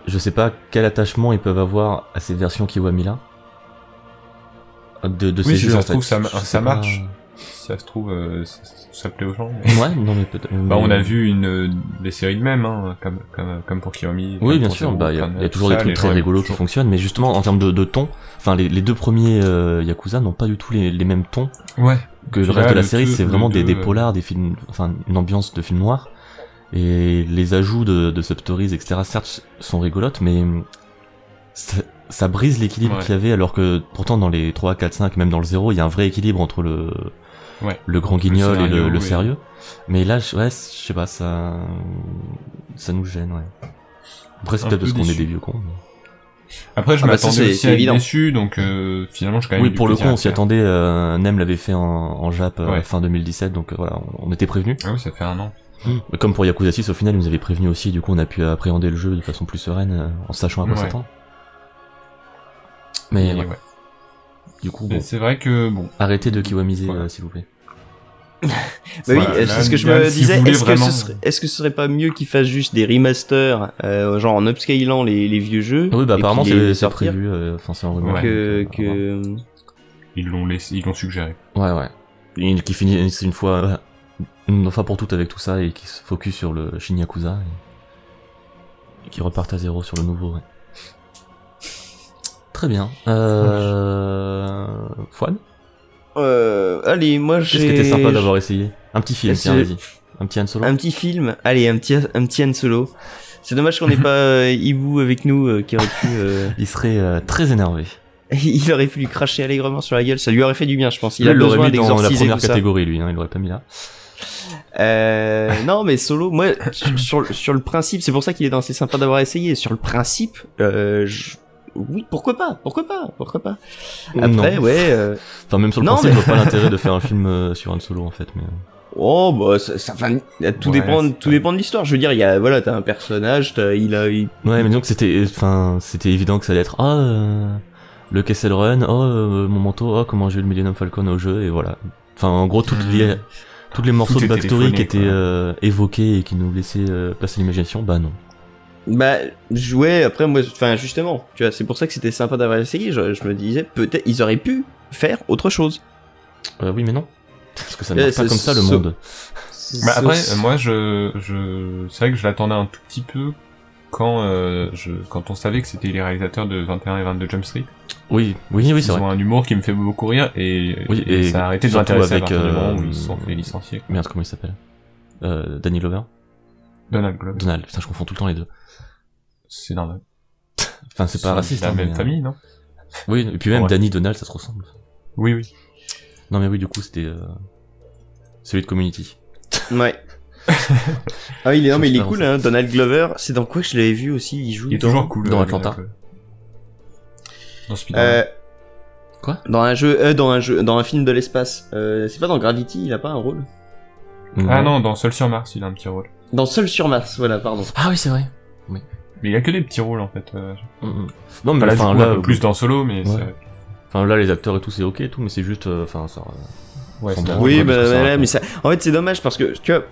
S1: Je sais pas quel attachement ils peuvent avoir à ces versions Kiwami là. De, de
S3: Oui,
S1: ces
S3: si
S1: jeux,
S3: ça
S1: en
S3: se
S1: fait.
S3: trouve, ça-
S1: Je
S3: ça
S1: sais pas.
S3: marche. Si ça se trouve, euh, ça, ça- ça plaît aux gens. mais-
S1: Ouais, non, mais peut-être.
S3: Bah, on a
S1: mais-
S3: vu une, euh, des séries de mêmes, hein, comme, comme, comme pour Kiwami.
S1: Oui,
S3: comme
S1: bien
S3: pour
S1: sûr,
S3: Zero,
S1: bah, il y, a-
S3: comme,
S1: y a
S3: euh,
S1: toujours
S3: tout
S1: des
S3: ça,
S1: trucs
S3: les
S1: très
S3: gens aiment
S1: rigolos qui
S3: toujours.
S1: fonctionnent, mais justement, en termes de, de ton, enfin, les, les deux premiers euh, Yakuza n'ont pas du tout les, les mêmes tons
S3: Ouais,
S1: que le
S3: Puis
S1: reste
S3: là,
S1: de la
S3: le
S1: série,
S3: deux-
S1: c'est
S3: le
S1: vraiment des,
S3: deux,
S1: des
S3: euh,
S1: polars, des films, enfin, une ambiance de film noir. Et les ajouts de, de Substories, etc., certes, sont rigolotes, mais ça, ça brise l'équilibre
S3: Ouais.
S1: qu'il y avait, alors que pourtant, dans les 3, 4, 5, même dans le 0, il y a un vrai équilibre entre le,
S3: Ouais.
S1: le grand
S3: Entre le
S1: guignol et le,
S3: scénario
S1: le
S3: et-
S1: sérieux. Mais là, je- ouais, je sais pas, ça, ça nous gêne, ouais. Après, c'est
S3: Un
S1: peut-être
S3: peu
S1: parce qu'on est
S3: déçu.
S1: des vieux cons. mais-
S3: Après, je
S2: Ah bah, ça,
S3: m'attendais
S2: c'est-
S3: aussi
S2: c'est
S3: à
S2: évident.
S3: être déçu, donc euh, finalement, je suis quand même.
S1: Oui,
S3: du
S1: pour le coup,
S3: plaisir à
S1: on s'y
S3: faire.
S1: attendait. Euh, Nem l'avait fait en, en Jap euh,
S3: Ouais.
S1: fin 2017, donc euh, voilà, on, on était prévenus.
S3: Ah oui, ça fait un an.
S1: Mais Mm. Comme pour Yakuza 6, au final, ils nous avaient prévenu aussi, et du coup, on a pu appréhender le jeu de façon plus sereine, euh, en sachant à quoi
S3: Ouais.
S1: s'attendre. Mais
S3: Et
S1: ouais,
S3: ouais.
S1: du coup,
S3: Et
S1: bon,
S3: C'est vrai que bon.
S1: arrêtez de kiwamiser,
S3: Voilà.
S1: euh, s'il vous plaît.
S2: Bah oui,
S3: Voilà,
S2: c'est
S3: là,
S2: ce que je
S3: Milan,
S2: me
S3: si
S2: disais.
S3: vous voulez
S2: Est-ce que,
S3: vraiment-
S2: ce serait- est-ce que ce serait pas mieux qu'ils fassent juste des remasters, euh, genre en upscalant les, les vieux jeux
S1: Oui, bah
S2: et
S1: apparemment,
S2: puis les
S1: c'est c'est
S2: sortir
S1: prévu, euh, enfin, c'est en euh,
S3: Ouais.
S1: remarque.
S2: Que, que...
S3: Ils l'ont laissé, ils l'ont suggéré.
S1: Ouais, ouais. Et qui finissent une fois, euh, une fois pour toutes avec tout ça et qui se focus sur le Shin Yakuza et, et qui repartent à zéro sur le nouveau, ouais. Très bien. Euh... Fouane
S2: Euh, allez, moi j'ai.
S1: Qu'est-ce qui était sympa d'avoir essayé Un petit film,
S2: Est-ce
S1: tiens,
S2: que-
S1: vas-y. Un petit Han Solo
S2: Un petit film. Allez, un petit, un petit Han Solo. C'est dommage qu'on n'ait pas euh, Ibu avec nous euh, qui aurait pu. euh,
S1: Il serait euh, très énervé.
S2: il aurait pu lui cracher allègrement sur la gueule. Ça lui aurait fait du bien, je pense. Il a
S1: Lui, l'aurait
S2: besoin
S1: mis dans la
S2: d'exorciser
S1: première
S2: tout ça.
S1: catégorie, lui, hein, il l'aurait pas mis là.
S2: Euh, non, mais solo, moi, sur- sur, le- sur le principe, c'est pour ça qu'il est assez sympa d'avoir essayé. Sur le principe, euh, je- oui, pourquoi pas, pourquoi pas, pourquoi pas. Après,
S1: Non.
S2: ouais, euh,
S1: Enfin, même sur le
S2: Non,
S1: principe,
S2: mais-
S1: je vois pas l'intérêt de faire un film euh, sur Han Solo, en fait. Mais... euh.
S2: oh, bah, ça, ça- enfin, tout
S3: Ouais,
S2: dépend,
S3: c'est
S2: tout
S3: pas-
S2: dépend de l'histoire. Je veux dire, il y a, voilà, t'as un personnage, t'as- il a, il-
S1: Ouais, mais disons que c'était, enfin, c'était évident que ça allait être ah euh, le Kessel Run, oh euh, mon manteau, oh comment j'ai eu le Millennium Falcon au jeu et voilà. Enfin, en gros toutes les tous les morceaux
S3: Tout
S1: de
S3: est
S1: backstory qui
S3: téléphoné,
S1: étaient
S3: quoi.
S1: euh, évoqués et qui nous laissaient euh, placer l'imagination, bah non.
S2: bah, jouer. Après, moi, enfin, justement, tu vois, c'est pour ça que c'était sympa d'avoir essayé. Je, je me disais, peut-être, ils auraient pu faire autre chose.
S1: Euh, oui, mais non. Parce que ça
S2: Eh,
S1: ne marche pas
S2: c'est-
S1: comme ça le
S2: ce-
S1: monde.
S3: Bah après,
S2: Ça-
S3: euh, moi, je, je, c'est vrai que je l'attendais un tout petit peu quand, euh, je, quand on savait que c'était les réalisateurs de 21 et 22 Jump Street.
S1: Oui, oui, oui,
S3: Ils
S1: c'est vrai.
S3: ont un humour qui me fait beaucoup rire et,
S1: Oui,
S3: et
S1: et
S3: ça a arrêté de
S1: surtout
S3: m'intéresser à
S1: avec,
S3: partir du moment
S1: euh,
S3: où ils se sont fait licencier.
S1: Merde, comment il s'appelle euh, Danny Glover,
S3: Donald Glover,
S1: Donald. Putain, je confonds tout le temps les deux.
S3: c'est normal.
S1: Enfin, c'est pas raciste.
S3: la
S1: hein,
S3: même
S1: mais, euh,
S3: famille, non
S1: Oui, et puis même
S3: Ouais.
S1: Danny Donald, ça se ressemble.
S3: Oui, oui.
S1: Non, mais oui, du coup, c'était euh, celui de Community.
S2: Ouais. ah, il est, non, mais il est
S1: J'espère,
S2: cool,
S1: en fait.
S2: hein. Donald Glover, c'est dans quoi que je l'avais vu aussi, il joue
S3: Il est
S2: dans...
S3: toujours cool.
S1: dans
S3: euh,
S1: Atlanta.
S3: Donald Glover. Dans Spider-Man.
S2: Euh,
S1: Quoi
S2: Dans un jeu, euh, dans un jeu, dans un film de l'espace. Euh, c'est pas dans Gravity, il a pas un rôle.
S1: Mhm. Mm.
S3: Ah non, dans Seul sur Mars, il a un petit rôle.
S2: Dans Seul sur Mars, voilà, pardon.
S1: Ah oui, c'est vrai.
S3: Mais il a que des petits rôles, en fait. euh,
S1: Mm, mm. Non, mais
S3: Enfin, là,
S1: enfin
S3: du coup, un
S1: là,
S3: peu plus dans Solo, mais
S1: Ouais.
S3: c'est-
S1: enfin là, les acteurs et tout, c'est ok et tout, mais c'est juste, euh, enfin, ça. euh,
S3: Ah, ouais,
S1: Sans
S3: c'est-
S1: doute.
S2: Oui,
S1: Ouais,
S2: bah,
S1: parce que ça
S2: voilà,
S1: raconte.
S2: mais ça, en fait, c'est dommage parce que tu vois,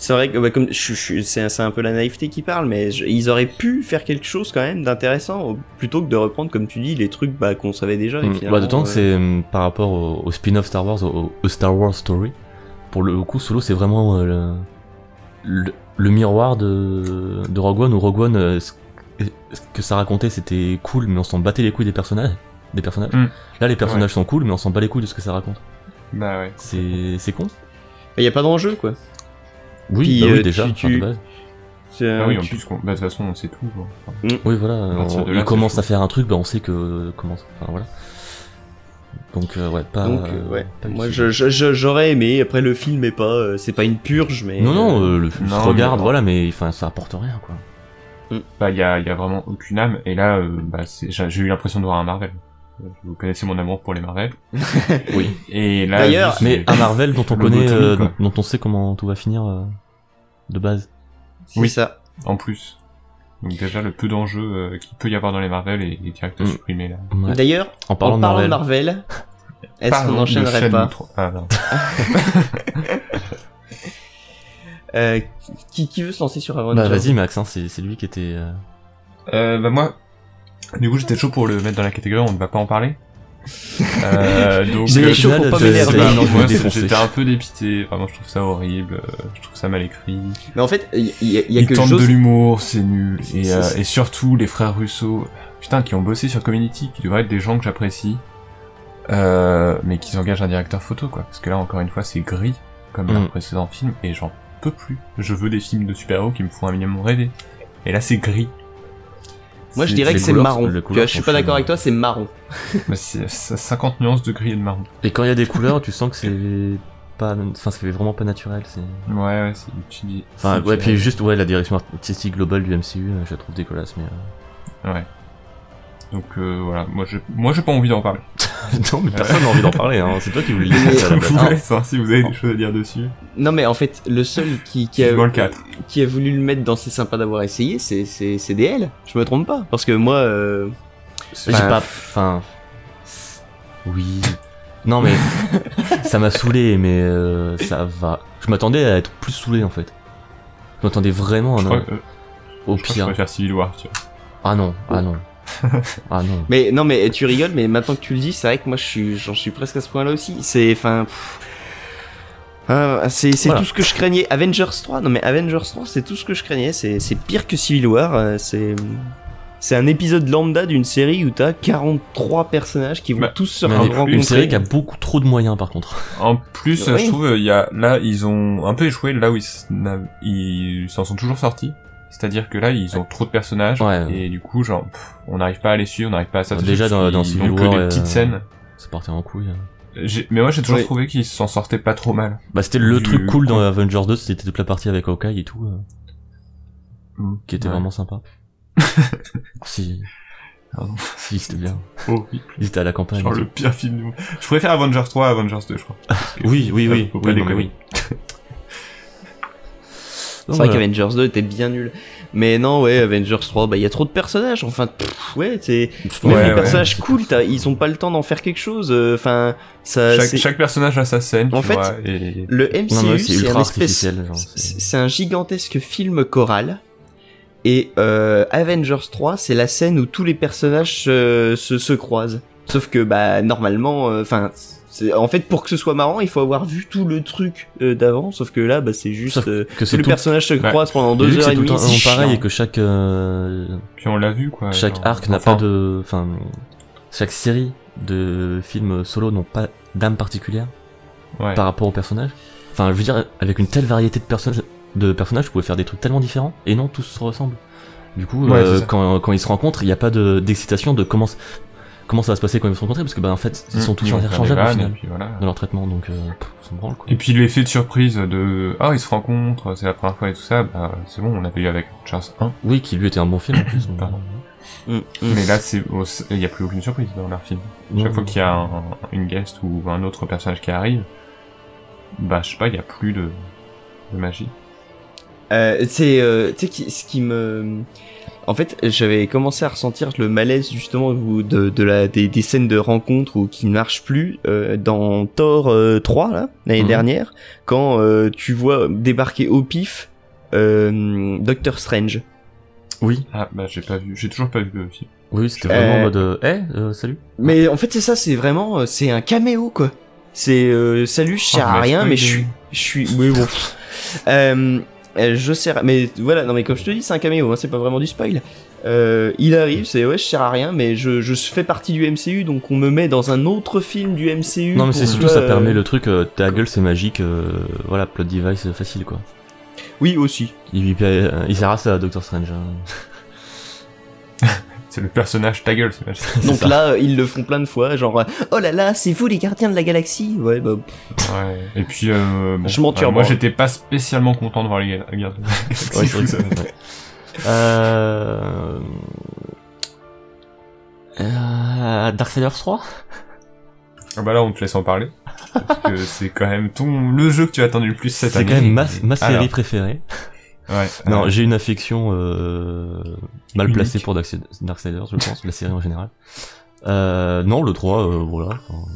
S2: c'est vrai que bah, comme je, je- c'est, un- c'est un peu la naïveté qui parle, mais je- ils auraient pu faire quelque chose quand même d'intéressant au- plutôt que de reprendre, comme tu dis, les trucs bah, qu'on savait déjà. Et
S1: bah, d'autant que
S2: euh,
S1: c'est euh, par rapport au, au spin-off Star Wars, au, au Star Wars Story. Pour le coup, Solo, c'est vraiment euh, le, le, le miroir de, de Rogue One. Où Rogue One, euh, ce ce que ça racontait, c'était cool, mais on s'en battait les couilles des personnages. Des personnages.
S3: Mm.
S1: Là, les personnages sont cool, mais on s'en bat les couilles de ce que ça raconte.
S3: Bah ouais.
S1: C'est c'est con.
S2: Il y a pas d'enjeu, quoi.
S1: Oui,
S2: Puis,
S1: bah oui,
S2: euh,
S1: déjà.
S2: tu-
S1: enfin,
S2: tu-
S1: de base.
S2: C'est,
S3: Ah
S2: euh,
S3: oui, en
S2: tu-
S3: plus, qu'on- bah, de toute façon, on sait tout. quoi. Enfin,
S1: Oui, voilà,
S3: partir
S1: on-
S3: de là,
S1: il
S3: c'est
S1: commence
S3: chaud.
S1: à faire un truc, bah on sait que comment. Enfin voilà. Donc euh, ouais, pas.
S2: Donc euh, ouais,
S1: pas
S2: moi
S1: utile.
S2: je- je- je- j'aurais aimé. Après le film est pas, euh, c'est pas une purge, mais
S1: Non non,
S2: euh,
S1: euh, le film
S3: non,
S1: se regarde,
S3: mais-
S1: voilà, mais enfin ça apporte rien quoi.
S3: Bah, il y a, il y a vraiment aucune âme, et là, euh, bah, c'est- j'ai j'ai eu l'impression de voir un Marvel. Euh, Vous connaissez mon amour pour les Marvel.
S1: Oui.
S3: Et là,
S2: D'ailleurs-
S3: juste,
S1: Mais
S3: euh,
S1: un Marvel dont on
S3: le
S1: connaît,
S3: Botany,
S1: euh,
S3: quoi.
S1: dont on sait comment tout va finir euh, de base.
S2: c'est
S3: oui.
S2: ça.
S3: en plus. Donc déjà, le peu d'enjeux euh, qu'il peut y avoir dans les Marvel est, est direct
S1: Mm.
S3: supprimé là.
S1: Ouais.
S2: D'ailleurs,
S1: En
S2: en
S1: parlant de
S2: parlant
S1: Marvel,
S2: de Marvel, est-ce qu'on
S3: Parlons de
S2: n'enchaînerait
S3: Shen
S2: pas
S3: Mitro- Ah, non.
S2: euh, qui, qui veut se lancer sur Avenger
S1: bah vas-y Max, hein, c'est c'est lui qui était. euh,
S3: Euh, bah moi, du coup, j'étais chaud pour le mettre dans la catégorie, on ne va pas en parler. Euh, donc,
S2: J'étais
S1: au
S2: chaud
S1: final,
S2: pour pas
S1: je-
S2: m'énerver.
S1: bah, non,
S3: Moi,
S1: je vais le défoncer.
S3: J'étais un peu dépité, vraiment je trouve ça horrible, euh, je trouve ça mal écrit.
S2: Mais en fait, il y, y a- y a
S3: Ils
S2: quelque
S3: tentent
S2: chose.
S3: de l'humour, c'est nul. Et,
S2: C'est-
S3: euh,
S2: c'est-
S3: et surtout, les frères Russo, putain, qui ont bossé sur Community, qui devraient être des gens que j'apprécie, euh, mais qui engagent un directeur photo, quoi. Parce que là, encore une fois, c'est gris, comme dans
S1: Mm.
S3: le précédent film, et j'en peux plus. Je veux des films de super-héros qui me font un minimum rêver. Et là, c'est gris.
S2: Moi, je
S3: C'est-
S2: dirais
S1: les
S2: que c'est
S1: couleurs
S2: marron.
S1: sont- les
S2: Tu
S1: couleurs
S2: vois, je suis
S1: sont
S2: pas d'accord
S1: chouettes.
S2: avec toi, c'est marron.
S3: Bah, c'est c'est 50 nuances de gris et de marron.
S1: Et quand il y a des couleurs, tu sens que c'est pas, enfin c'est vraiment pas naturel. C'est.
S3: Ouais, ouais, c'est utile.
S1: Enfin ouais, puis juste ouais la direction artistique globale du MCU, euh, je la trouve dégueulasse, mais. euh,
S3: Ouais. Donc euh, voilà, moi je, moi j'ai pas envie d'en parler.
S1: non, mais personne n'a envie d'en parler, hein. c'est toi qui voulais
S2: Mais-
S1: laisser ça à la
S3: Je
S1: place.
S3: voulais savoir si vous avez des choses à dire dessus.
S2: Non mais en fait, le seul qui, qui, a,
S3: Vivement le 4.
S2: qui a voulu le mettre dans C'est sympa d'avoir essayé, c'est- c'est c'est DL. Je me trompe pas. Parce que moi, euh,
S1: J'ai
S2: Enfin,
S1: pas. Enfin. Oui. Non, mais. ça m'a saoulé, mais euh, ça va. Je m'attendais à être plus saoulé en fait. Je m'attendais vraiment à
S3: je
S1: non,
S3: crois que, euh,
S1: au
S3: je crois que je
S1: pire.
S3: pourrais faire Civil War, tu vois.
S1: Ah non, ah non. ah non.
S2: Mais non, mais tu rigoles, mais maintenant que tu le dis, c'est vrai que moi je suis, j'en suis presque à ce point-là aussi. C'est, enfin, pff. Ah, c'est c'est
S1: Voilà.
S2: tout ce que je craignais. Avengers 3, non mais Avengers 3, c'est tout ce que je craignais. C'est c'est pire que Civil War. euh, C'est c'est un épisode lambda d'une série où t'as 43 personnages qui vont
S3: Bah,
S2: tous se
S1: Mais
S3: un
S2: rencontrer.
S1: une série qui a beaucoup trop de moyens par contre.
S3: En plus,
S2: Oui.
S3: je trouve, euh, il y a, là, ils ont un peu échoué là où ils s'en- ils s'en sont toujours sortis. C'est-à-dire que là, ils ont trop de personnages.
S1: Ouais.
S3: Et du coup, genre, pff, on n'arrive pas à les suivre, on n'arrive pas à s'attacher.
S1: Déjà,
S3: parce
S1: dans-
S3: qu'ils
S1: dans Civil
S3: n'ont que
S1: War,
S3: des
S1: euh,
S3: petites scènes.
S1: Ça partait en couille. hein.
S3: J'ai- Mais moi, j'ai toujours
S2: Oui.
S3: trouvé qu'ils s'en sortaient pas trop mal.
S1: Bah, c'était le
S3: Du
S1: truc cool
S3: coup-
S1: dans Avengers 2, c'était toute la partie avec Hawkeye et tout, euh,
S3: Mm.
S1: qui était
S3: Ouais.
S1: vraiment sympa. si.
S3: Pardon.
S1: Si, c'était bien.
S3: Oh, oui.
S1: Ils étaient à la campagne.
S3: Genre le pire film du monde. Je préfère Avengers 3 à Avengers 2, je crois.
S1: Oui, oui, oui.
S3: Faut pas
S1: Oui, non, mais
S3: déconner.
S1: oui.
S2: C'est vrai qu'Avengers 2 était bien nul. Mais non, ouais, Avengers 3, bah il y a trop de personnages. Enfin, pff, ouais, c'est même
S3: Ouais,
S2: les
S3: ouais.
S2: personnages cool, t'as- ils ont pas le temps d'en faire quelque chose. euh, Enfin, ça.
S3: chaque,
S2: c'est-
S3: chaque personnage a sa scène, tu
S2: En fait,
S3: vois, et...
S2: Le MCU,
S1: Non, mais c'est
S2: c'est
S1: ultra
S2: un espèce
S1: artificiel. genre,
S2: C'est
S1: c'est-
S2: c'est un gigantesque film choral. Et euh, Avengers 3, c'est la scène où tous les personnages se, se, se croisent. Sauf que, bah, normalement, enfin, en fait, pour que ce soit marrant, il faut avoir vu tout le truc euh, d'avant. Sauf que là, bah, c'est
S1: Sauf
S2: juste.
S1: que
S2: euh, tous
S1: c'est
S2: les
S1: tout-
S2: personnages se
S3: Ouais.
S2: croisent pendant
S1: Vu
S2: deux
S1: que
S2: heures
S1: c'est
S2: et
S1: tout
S2: demie.
S1: le temps
S2: c'est
S1: pareil
S2: chiant.
S1: et que chaque euh,
S3: puis on l'a vu, quoi.
S1: chaque
S3: genre.
S1: arc n'a
S3: Enfin,
S1: pas de, enfin, chaque série de films solo n'ont pas d'âme particulière
S3: Ouais.
S1: par rapport aux personnages. Enfin, je veux dire, avec une telle variété de personnages, de personnages, vous pouvez faire des trucs tellement différents et non tous se ressemblent. Du coup,
S3: Ouais,
S1: euh,
S3: c'est ça.
S1: quand, quand ils se rencontrent, il n'y a pas de- d'excitation de, comment s- comment ça va se passer quand ils vont se rencontrer parce que bah en fait ils sont
S3: Mm.
S1: tous
S3: vont faire des
S1: interchangeables au
S3: vannes,
S1: final
S3: Et puis, voilà.
S1: dans leur traitement donc euh, pff, on s'en branle quoi.
S3: Et puis l'effet de surprise de ah ils se rencontrent c'est la première fois et tout ça bah c'est bon on l'avait eu avec Charles 1
S1: Oui, qui lui était un bon film en plus. donc,
S3: Pardon.
S2: Mm, mm.
S3: mais là c'est oh, c'est- il y a plus aucune surprise dans leur film
S1: non,
S3: chaque fois qu'il y a un- une guest ou un autre personnage qui arrive bah je sais pas il y a plus de, de magie
S2: Euh, c'est euh, tu sais qui- ce qui me en fait j'avais commencé à ressentir le malaise justement où de, de la des, des scènes de rencontre ou qui ne marchent plus euh, dans Thor euh, 3 là l'année
S1: Mhm.
S2: dernière quand euh, tu vois débarquer au pif euh, Doctor Strange
S1: Oui,
S3: ah bah j'ai pas vu j'ai toujours pas vu le film
S1: oui, c'était vraiment
S2: Euh,
S1: en mode euh, Eh, euh, salut.
S2: mais en fait c'est ça c'est vraiment euh, c'est un caméo quoi c'est euh, salut je sers
S3: Ah,
S2: à
S3: mais
S2: rien
S3: spoil.
S2: mais je suis je suis oui bon Euh, euh, je sers, mais voilà, non mais comme je te dis, c'est un caméo, hein, c'est pas vraiment du spoil. Euh, il arrive, c'est ouais, je sers à rien, mais je, je fais partie du MCU, donc on me met dans un autre film du MCU.
S1: Non, mais
S2: pour,
S1: c'est
S2: tu
S1: surtout
S2: vois,
S1: ça
S2: euh,
S1: permet le truc, euh, ta gueule c'est magique, euh, voilà, plot device euh, facile quoi.
S2: Oui aussi.
S1: Il, il, euh, il sert à ça, Doctor Strange. hein.
S3: c'est le personnage ta gueule c'est magique
S1: C'est
S2: Donc
S1: ça.
S2: là, euh, ils le font plein de fois, genre euh, oh là là, c'est vous les gardiens de la galaxie. Ouais, bah
S1: Euh,
S2: pff,
S3: Ouais. Et puis, euh, bon,
S2: Je m'en tire,
S3: moi,
S2: moi.
S3: j'étais pas spécialement content de voir les gars- les gars.
S1: Ouais, c'est vrai que ça- ouais. Euh... euh, Darksiders 3
S3: Ah bah là, on te laisse en parler. Parce que c'est quand même ton le jeu que tu as attendu le plus cette
S1: C'est
S3: année.
S1: quand même ma, ma série
S3: Alors.
S1: préférée.
S3: Ouais.
S1: Non,
S3: euh,
S1: j'ai une affection euh, mal placée
S3: Unique.
S1: pour Darksid- Darksiders, je pense, la série en général. Euh, non, le 3, euh, voilà. enfin,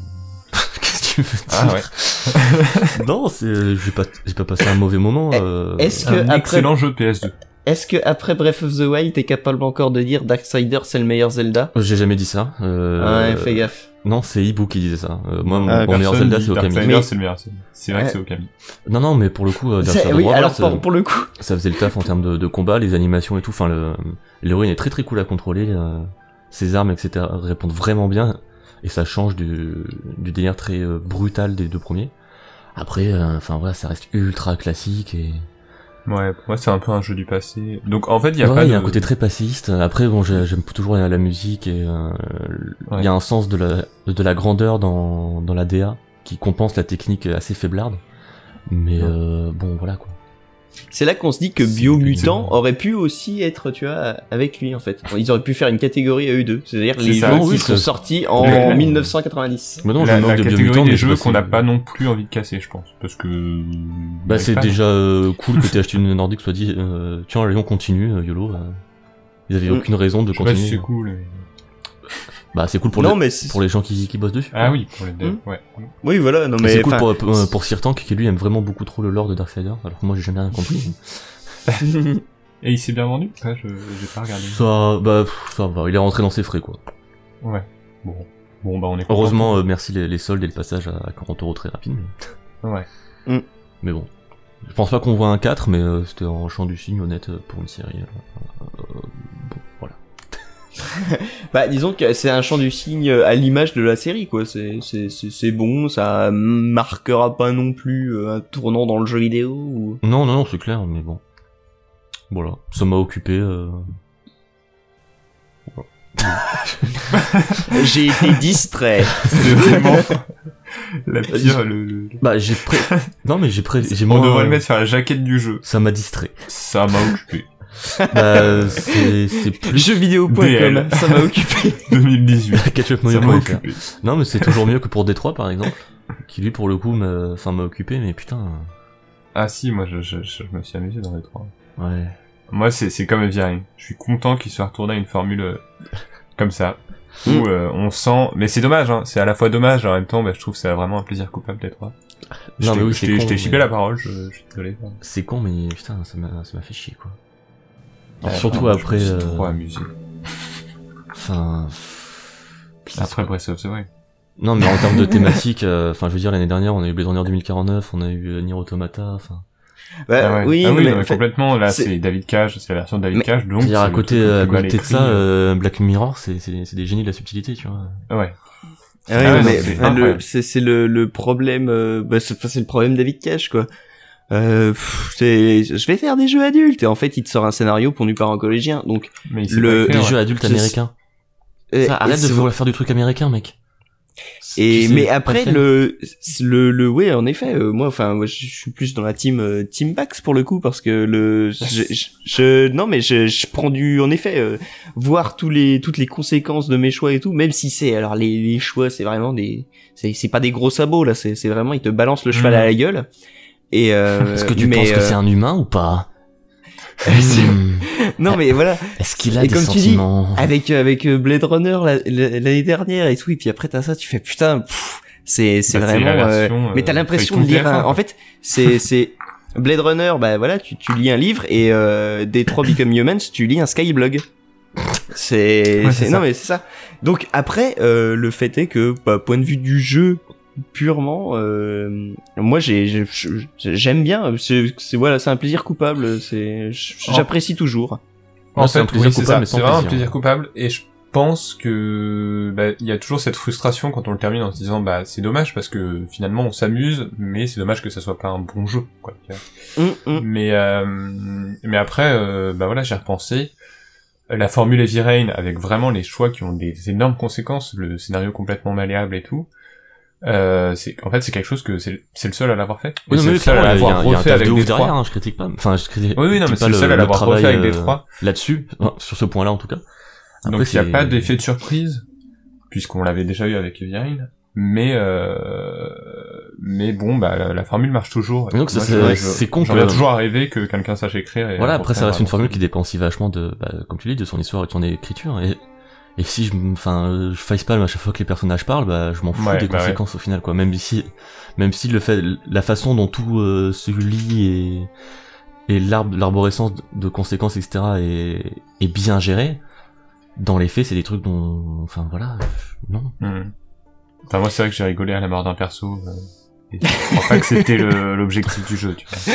S1: Qu'est-ce que tu veux dire
S3: ah ouais.
S1: Non, c'est, euh, j'ai pas, j'ai pas passé un mauvais moment.
S2: Eh,
S1: euh,
S2: Est-ce que
S3: Un
S2: après,
S3: excellent jeu de PS2.
S2: est-ce que après Breath of the Wild, t'es capable encore de dire Darksider c'est le meilleur Zelda
S1: J'ai jamais dit ça. euh,
S2: Ah, Ouais, fais gaffe.
S1: non, c'est Ibu qui disait ça. Euh, moi, mon,
S2: Ah,
S1: mon meilleur
S3: Personne
S1: Zelda,
S3: dit
S1: c'est Okami.
S3: Darksiders,
S2: Mais-
S3: c'est le meilleur. c'est- C'est vrai que
S2: Ouais.
S3: c'est Okami.
S1: Non, non, mais pour le coup, euh,
S2: C'est-
S1: Darksiders,
S2: oui,
S1: voilà,
S2: alors
S1: ça,
S2: pour, pour le coup,
S1: ça faisait le taf en termes de, de combat, les animations et tout. Enfin, le- l'héroïne est très très cool à contrôler. euh, ses armes, etc. répondent vraiment bien. Et ça change du, du délire très euh, brutal des deux premiers. Après, euh, enfin voilà, ça reste ultra classique et...
S3: Ouais, pour moi, c'est un peu un jeu du passé. Donc, en fait, il y a
S1: ouais,
S3: pas
S1: il
S3: de.
S1: y a un côté très passiste. Après, bon, j'ai- j'aime toujours la, la musique et euh, il
S3: Ouais.
S1: y a un sens de la, de la grandeur dans, dans la DA qui compense la technique assez faiblarde. Mais
S3: Ouais.
S1: euh, bon, voilà quoi.
S2: C'est là qu'on se dit que
S3: C'est
S2: Biomutant
S3: exactement.
S2: aurait pu aussi être, tu vois, avec lui en fait. Ils auraient pu faire une catégorie à eux deux. C'est-à-dire
S3: C'est
S2: les
S3: ça,
S2: gens
S1: oui,
S2: qui
S1: c'est-
S2: sont sortis en
S3: Mais-
S2: 1990.
S1: Maintenant, je
S3: la,
S1: me
S3: la
S1: manque de
S3: catégorie
S1: Biomutant, mais
S3: des
S1: je sais
S3: jeux
S1: pas
S3: qu'on
S1: si-
S3: n'a pas non plus envie de casser, je pense, parce que.
S1: Bah, c'est
S3: pas.
S1: déjà euh, cool que t'aies acheté une Nordic, soit dit, euh, tiens, allez, on continue, euh, YOLO. euh. Ils avaient
S2: Mm.
S1: aucune raison de
S3: Je sais pas si
S1: continuer.
S3: c'est cool. mais-
S1: Bah, c'est cool pour,
S2: non
S1: les,
S2: mais c'est-
S1: pour les gens qui, qui bossent dessus.
S3: Ah oui, pour les devs,
S2: Hmm.
S3: ouais.
S2: oui voilà non mais
S1: c'est cool
S2: enfin,
S1: pour, pour, pour Sirtank qui lui aime vraiment beaucoup trop le lore de Darksider, alors que moi j'ai jamais rien compris.
S3: Et il s'est bien vendu Ça, je j'ai pas regardé.
S1: ça, bah, pff, ça va, il est rentré dans ses frais quoi.
S3: Ouais. Bon. Bon, bah, on est content.
S1: Heureusement, euh, merci les, les soldes et le passage à 40 euros très rapide.
S3: Ouais.
S2: Mm.
S1: Mais bon. Je pense pas qu'on voit un 4, mais euh, c'était en champ du signe honnête euh, pour une série. euh, euh, bon, voilà.
S2: bah disons que c'est un champ du signe à l'image de la série quoi. C'est c'est c'est c'est bon, ça marquera pas non plus euh, un tournant dans le jeu vidéo ou.
S1: Non, non, non, c'est clair, mais bon. Voilà. Ça m'a occupé. euh,
S2: J'ai été distrait.
S3: C'est vraiment. la pire, le. le-
S1: Bah, j'ai pré. non, mais j'ai pré. J'ai
S3: On
S1: moins,
S3: devrait
S1: euh,
S3: le mettre sur la jaquette du jeu.
S1: Ça m'a distrait.
S3: Ça m'a occupé.
S1: bah, c'est c'est plus.
S2: Jeuxvideo.com,
S3: DL.
S2: ça m'a occupé.
S3: Ah 2018.
S1: Catch up
S3: Ça
S1: Moyo
S3: m'a
S1: Point,
S3: occupé.
S1: ça. Non, mais c'est toujours mieux que pour Détroit, par exemple. Qui lui, pour le coup, m'a enfin, m'a occupé, mais putain.
S3: Ah si, moi je, je, je me suis amusé dans les trois.
S1: Ouais.
S3: Moi c'est c'est comme Eviring. Je suis content qu'il soit retourné à une formule euh, comme ça. Où
S2: Mm.
S3: euh, on sent... Mais c'est dommage, hein. c'est à la fois dommage, et en même temps bah, je trouve que c'est vraiment un plaisir coupable des trois. Je
S1: Non,
S3: t'ai-
S1: mais oui,
S3: je
S1: c'est
S3: t'ai-
S1: con,
S3: je t'ai
S1: mais-
S3: chipé la parole, je, je suis désolé.
S1: C'est con, mais putain, ça m'a ça m'a fait chier, quoi.
S3: Ah,
S1: Surtout
S3: vraiment,
S1: après.
S3: Je me
S1: euh,
S3: suis trop amusé.
S1: Enfin.
S3: Après Breath of the Wild.
S1: Non, mais en termes de thématique, euh, enfin, je veux dire, l'année dernière, on a eu Blade Runner 2049, on a eu euh, Nier Automata, enfin.
S2: Bah,
S3: Ah ouais.
S2: Oui,
S3: Ah
S2: non, mais
S3: non, mais
S2: en fait,
S3: complètement, là
S2: c'est-
S3: c'est David Cage, c'est la version de David
S2: Mais-
S3: Cage, donc...
S1: Je veux dire,
S3: c'est
S1: à
S3: le
S1: côté,
S3: truc le
S1: à
S3: plus bas
S1: côté de
S3: les
S1: ça,
S3: prix.
S1: euh, Black Mirror, c'est c'est- c'est des génies de la subtilité, tu vois.
S3: euh, Ouais.
S2: Ah ouais,
S3: Ah
S2: non,
S3: non,
S2: mais
S3: c'est
S2: enfin, le-
S3: incroyable.
S2: c'est c'est le, le problème. euh, bah, c'est enfin, c'est le problème David Cage, quoi. Euh, pff, c'est- je vais faire des jeux adultes et en fait il te sort un scénario pondu par un collégien donc
S3: Mais il sait
S2: le-
S3: pas hein.
S1: Des
S3: écrire,
S1: jeux adultes
S2: C'est-
S1: américains.
S2: euh,
S1: Ça,
S2: et
S1: arrête de
S2: c'est-
S1: vouloir faire du truc américain, mec.
S2: et
S1: Tu sais
S2: mais
S1: pas
S2: après
S1: faire.
S2: le le le ouais en effet euh, moi enfin moi je suis plus dans la team euh, team Bax pour le coup parce que le
S1: Ah,
S2: je, je- je- non mais je, je prends du en effet euh, voir tous les toutes les conséquences de mes choix et tout même si c'est alors les, les choix c'est vraiment des c'est c'est pas des gros sabots là c'est c'est vraiment ils te balancent le cheval
S3: Mhm.
S2: à la gueule et euh,
S1: Mm. Est-ce que tu
S2: mais,
S1: penses que
S2: euh,
S1: c'est un humain ou pas
S2: c'est-
S1: Hmm.
S2: non mais voilà
S1: Est-ce qu'il a
S2: Et
S1: des
S2: comme tu dis,
S1: sentiments
S3: ah,
S2: avec euh, avec euh, Blade Runner la- la- l'année dernière et tout et puis après t'as ça tu fais putain pff, c'est c'est
S3: Bah, c'est
S2: vraiment
S3: la
S2: euh,
S3: version, euh,
S2: mais t'as l'impression de
S3: feuilleton
S2: lire un,
S3: TF1,
S2: en fait c'est c'est Blade Runner bah voilà tu, tu lis un livre et euh, Detroit Become Humans tu lis un skyblog c'est c'est-
S3: Ouais, c'est
S2: non
S3: ça.
S2: mais c'est ça donc après euh, le fait est que bah, point de vue du jeu purement euh, moi j'ai j'ai- j'aime bien c'est c'est- voilà c'est un plaisir coupable c'est j'apprécie toujours
S1: Non,
S3: En
S1: c'est
S3: fait,
S1: un plaisir
S3: oui, c'est
S1: coupable,
S3: ça.
S1: mais sans
S3: C'est vraiment un
S1: plaisir.
S3: plaisir coupable, et je pense que bah, il y a toujours cette frustration quand on le termine en se disant bah c'est dommage parce que finalement on s'amuse, mais c'est dommage que ça soit pas un bon jeu. Quoi, tu vois.
S2: Hum, hum.
S3: Mais euh, mais après euh, bah voilà j'ai repensé la formule Heavy Rain avec vraiment les choix qui ont des énormes conséquences, le scénario complètement malléable et tout. Euh, c'est en fait c'est quelque chose que c'est c'est le seul à l'avoir fait.
S1: Oui, non,
S3: c'est
S1: mais
S3: le
S1: oui,
S3: seul
S1: clairement,
S3: à
S1: il y a
S3: l'avoir
S1: un- il y a un
S3: refait
S1: taf
S3: avec
S1: de
S3: des
S1: ouf
S3: trois.
S1: derrière, hein, je critique pas. Enfin, je critique
S3: Oui, oui, non, mais
S1: critique
S3: c'est
S1: pas
S3: le seul à l'avoir
S1: travail,
S3: refait avec des
S1: euh,
S3: trois.
S1: Là-dessus, enfin, sur ce point-là en tout cas. Après,
S3: Donc il n'y
S1: c'est-
S3: a pas d'effet de surprise, puisqu'on l'avait déjà eu avec Evirine, mais euh... mais bon, bah la, la formule marche toujours.
S1: Mais donc, ça,
S3: Moi,
S1: c'est-
S3: je- je-
S1: c'est con
S3: J'en viens
S1: que-
S3: toujours à rêver que quelqu'un sache écrire. Et
S1: Voilà, après ça reste une
S3: vraiment.
S1: formule qui dépend aussi vachement de, bah, comme tu dis, de son histoire et de son écriture. Et, et si je, m- enfin, euh, je faille pas à chaque fois que les personnages parlent, bah, je m'en fous
S3: Ouais,
S1: des
S3: bah ouais.
S1: conséquences au final, quoi. Même si, même si le fait, la façon dont tout euh, se lie et, et l'arbre, l'arborescence de conséquences, etc., est, est bien gérée, dans les faits, c'est des trucs dont, enfin, voilà, je- non.
S3: Hmm. Enfin, moi c'est vrai que j'ai rigolé à la mort d'un perso. euh, et je crois pas que c'était le- l'objectif du jeu. Tu vois.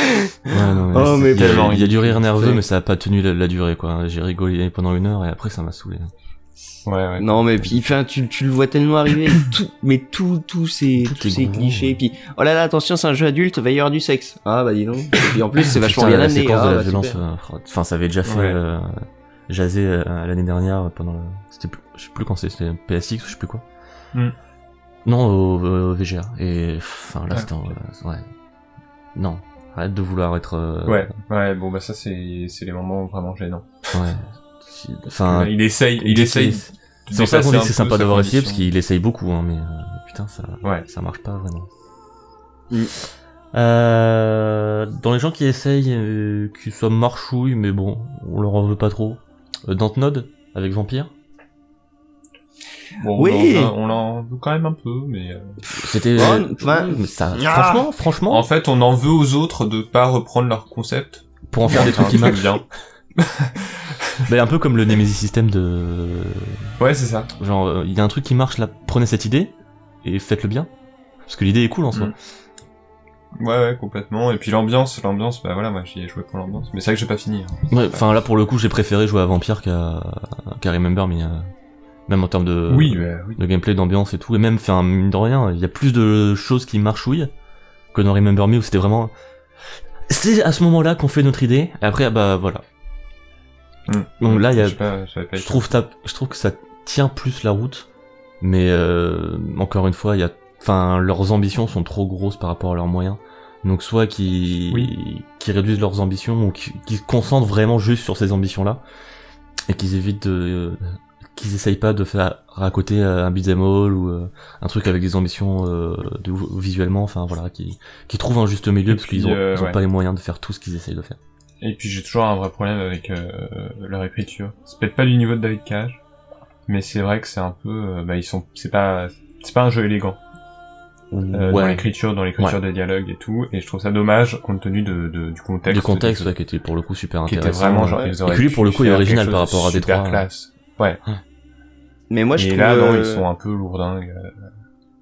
S1: Ouais, non,
S2: Oh,
S1: c'est-
S2: mais
S1: il, y a,
S3: tellement
S1: il y a du rire
S3: ridicule.
S1: nerveux, mais ça a pas tenu la, la durée, quoi. J'ai rigolé pendant une heure et après ça m'a saoulé.
S3: Ouais, ouais.
S2: Non mais puis enfin tu, tu le vois tellement arriver tout mais tout tous ces
S1: Tout
S2: tous
S1: est
S2: ces
S1: gros.
S2: clichés puis oh là là attention c'est un jeu adulte va y avoir du sexe ah bah dis donc et puis en plus c'est vachement
S1: Putain,
S2: bien
S1: la
S2: amené
S1: séquence
S2: ah,
S1: de la
S2: bah,
S1: violence,
S2: super.
S1: euh, fr- enfin, ça avait déjà fait
S3: Ouais.
S1: euh, jaser euh, l'année dernière pendant le. C'était plus... Je sais plus quand c'était, c'était PSX ou je sais plus quoi.
S2: Mm.
S3: Hmm.
S1: Non, au, au VGA. Et enfin là,
S3: Ah.
S1: c'était. en- ouais. Non. Arrête de vouloir être. euh,
S3: Ouais, ouais, bon bah ça c'est c'est les moments vraiment gênants.
S1: ouais. Si- Enfin,
S2: euh,
S3: il essaye, il
S1: tu-
S3: essaye.
S1: c'est- Ah. C'est pour ça qu'on dit que c'est sympa d'avoir essayé
S3: essayé
S1: parce qu'il essaye beaucoup, hein, mais euh, putain, ça,
S3: Ouais.
S1: ça marche pas vraiment.
S2: Mm.
S1: Euh, dans les gens qui essayent, euh, qu'ils soient marchouilles, mais bon, on leur en veut pas trop. Euh, Dontnod avec Vampire,
S3: Bon,
S2: Oui.
S3: on en- on l'en veut quand même un peu, mais euh,
S1: c'était.
S2: Oh, enfin,
S1: mais ça,
S3: ah.
S1: franchement, franchement,
S3: en fait on en veut aux autres de pas reprendre leur concept.
S1: pour en faire des
S3: Enfin,
S1: trucs qui
S3: un
S1: marchent.
S3: truc bien.
S1: Ben, un peu comme le Nemesis System de.
S3: Ouais c'est ça.
S1: Genre, euh, il y a un truc qui marche là, prenez cette idée et faites-le bien. Parce que l'idée est cool en soi.
S3: Mm. Ouais ouais complètement. Et puis l'ambiance, l'ambiance, bah voilà moi j'y ai joué pour l'ambiance, mais c'est vrai que j'ai pas fini. hein.
S1: Ouais, enfin là pour le coup j'ai préféré jouer à Vampire qu'à qu'à Remember, mais euh, même en termes de,
S3: oui, bah, oui.
S1: de gameplay, d'ambiance et tout, et même, enfin mine de rien, il y a plus de choses qui marchouillent que dans Remember Me où c'était vraiment. C'est à ce moment-là qu'on fait notre idée, et après ah bah voilà.
S3: Mm.
S1: Donc là il y a
S3: Je sais pas, je savais pas
S1: je
S3: été-
S1: trouve, ta- je trouve que ça tient plus la route, mais euh, encore une fois, il y a, enfin, leurs ambitions sont trop grosses par rapport à leurs moyens. Donc soit qui qui réduisent leurs ambitions ou qui qui se concentrent vraiment juste sur ces ambitions-là et qu'ils évitent de euh, qu'ils essayent pas de faire à côté euh, un beat'em all ou euh, un truc avec des ambitions euh, de, visuellement, enfin voilà, qui qui trouvent un juste milieu
S3: Et
S1: parce
S3: puis,
S1: qu'ils ont,
S3: euh,
S1: ils ont
S3: ouais.
S1: pas les moyens de faire tout ce qu'ils essayent de faire.
S3: Et puis j'ai toujours un vrai problème avec euh, leur écriture. C'est peut-être pas du niveau de David Cage, mais c'est vrai que c'est un peu, euh, bah ils sont, c'est pas, c'est pas un jeu élégant. euh, dans l'écriture, dans l'écriture des dialogues et tout, et je trouve ça dommage compte tenu de, de- du contexte.
S1: du contexte
S3: de-
S1: ouais, qui était pour le coup super
S3: qui
S1: intéressant. euh,
S3: était vraiment genre
S2: ouais.
S3: ils
S1: Et
S3: auraient
S1: puis lui,
S3: pu
S1: pour le coup, est
S3: faire
S1: original
S3: quelque
S1: par
S3: chose de
S1: rapport à
S3: super
S1: Détroit. hein.
S3: classe.
S2: Mais moi, je
S3: et
S2: trouve,
S3: là non,
S2: euh,
S3: ils sont un peu lourdingues. euh,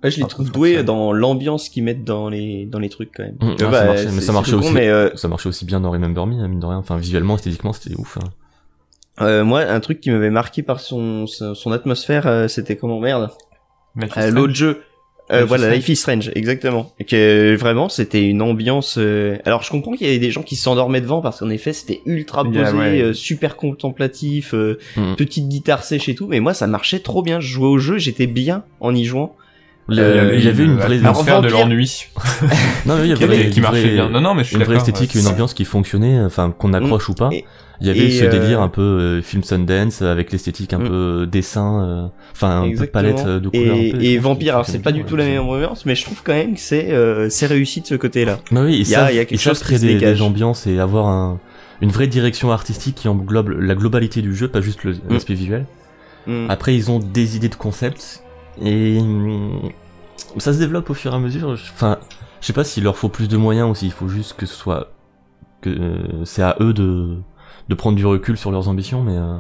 S2: moi, je les
S3: un peu
S2: trouve
S3: comme
S2: doués
S3: ça.
S2: dans l'ambiance qu'ils mettent dans les dans les trucs quand même.
S1: Mmh,
S2: Euh,
S1: ah, ça marchait, mais
S2: c'est-
S1: ça
S2: c'est
S1: marchait
S2: tout
S1: aussi.
S2: mais euh,
S1: Ça marchait aussi bien dans Remember Me, hein, mine de rien. Enfin, visuellement, esthétiquement, c'était ouf. hein.
S2: euh, moi, un truc qui m'avait marqué par son son, son atmosphère, euh, c'était comment merde.
S3: Matthew
S2: Euh,
S3: Strange.
S2: L'autre jeu. Euh,
S3: Life is
S2: voilà,
S3: Strange.
S2: Life is Strange, exactement. Et que euh, vraiment, c'était une ambiance. euh, Alors, je comprends qu'il y avait des gens qui s'endormaient devant parce qu'en effet, c'était ultra
S3: Il
S2: posé,
S3: y a- ouais.
S2: euh, super contemplatif, euh,
S1: Mhm.
S2: petite guitare sèche et tout. Mais moi, ça marchait trop bien. Je jouais au jeu, j'étais bien en y jouant.
S1: Le-
S2: euh,
S1: il y avait une vraie,
S2: Alors,
S3: atmosphère de
S2: vampire-
S3: l'ennui
S1: non, mais il y
S3: qui,
S1: avait une
S3: qui marchait
S1: vraie-
S3: bien. Non non mais je suis
S1: une vraie
S3: d'accord. euh,
S1: esthétique,
S3: ouais.
S1: une ambiance qui fonctionnait, enfin qu'on accroche ou pas.
S2: euh, Et-
S1: Il y avait
S2: et,
S1: ce délire
S2: euh,
S1: un peu euh, film Sundance avec l'esthétique un
S2: Mm.
S1: peu dessin, euh, enfin un peu de
S2: Exactement.
S1: palette euh, de couleurs. un peu
S2: et, et
S1: tout, qui
S2: Vampire, alors c'est
S1: fonctionnait
S2: pas
S1: bien,
S2: du tout
S1: ouais,
S2: la même
S1: c'est-
S2: ambiance, mais je trouve quand même que c'est euh, c'est réussi de ce côté-là.
S1: Bah oui, ils
S2: Il y a-
S1: savent,
S2: il y a quelque
S1: ils savent
S2: chose qui
S1: créer
S2: se
S1: des,
S2: dégage.
S1: des ambiances et avoir un- une vraie direction artistique qui englobe la globalité du jeu, pas juste le- l'aspect visuel.
S2: Mm.
S1: Après, ils ont des idées de concept et hum, ça se développe au fur et à mesure. Enfin, je sais pas s'il leur faut plus de moyens ou s'il faut juste que ce soit que euh, c'est à eux de de prendre du recul sur leurs ambitions, mais euh,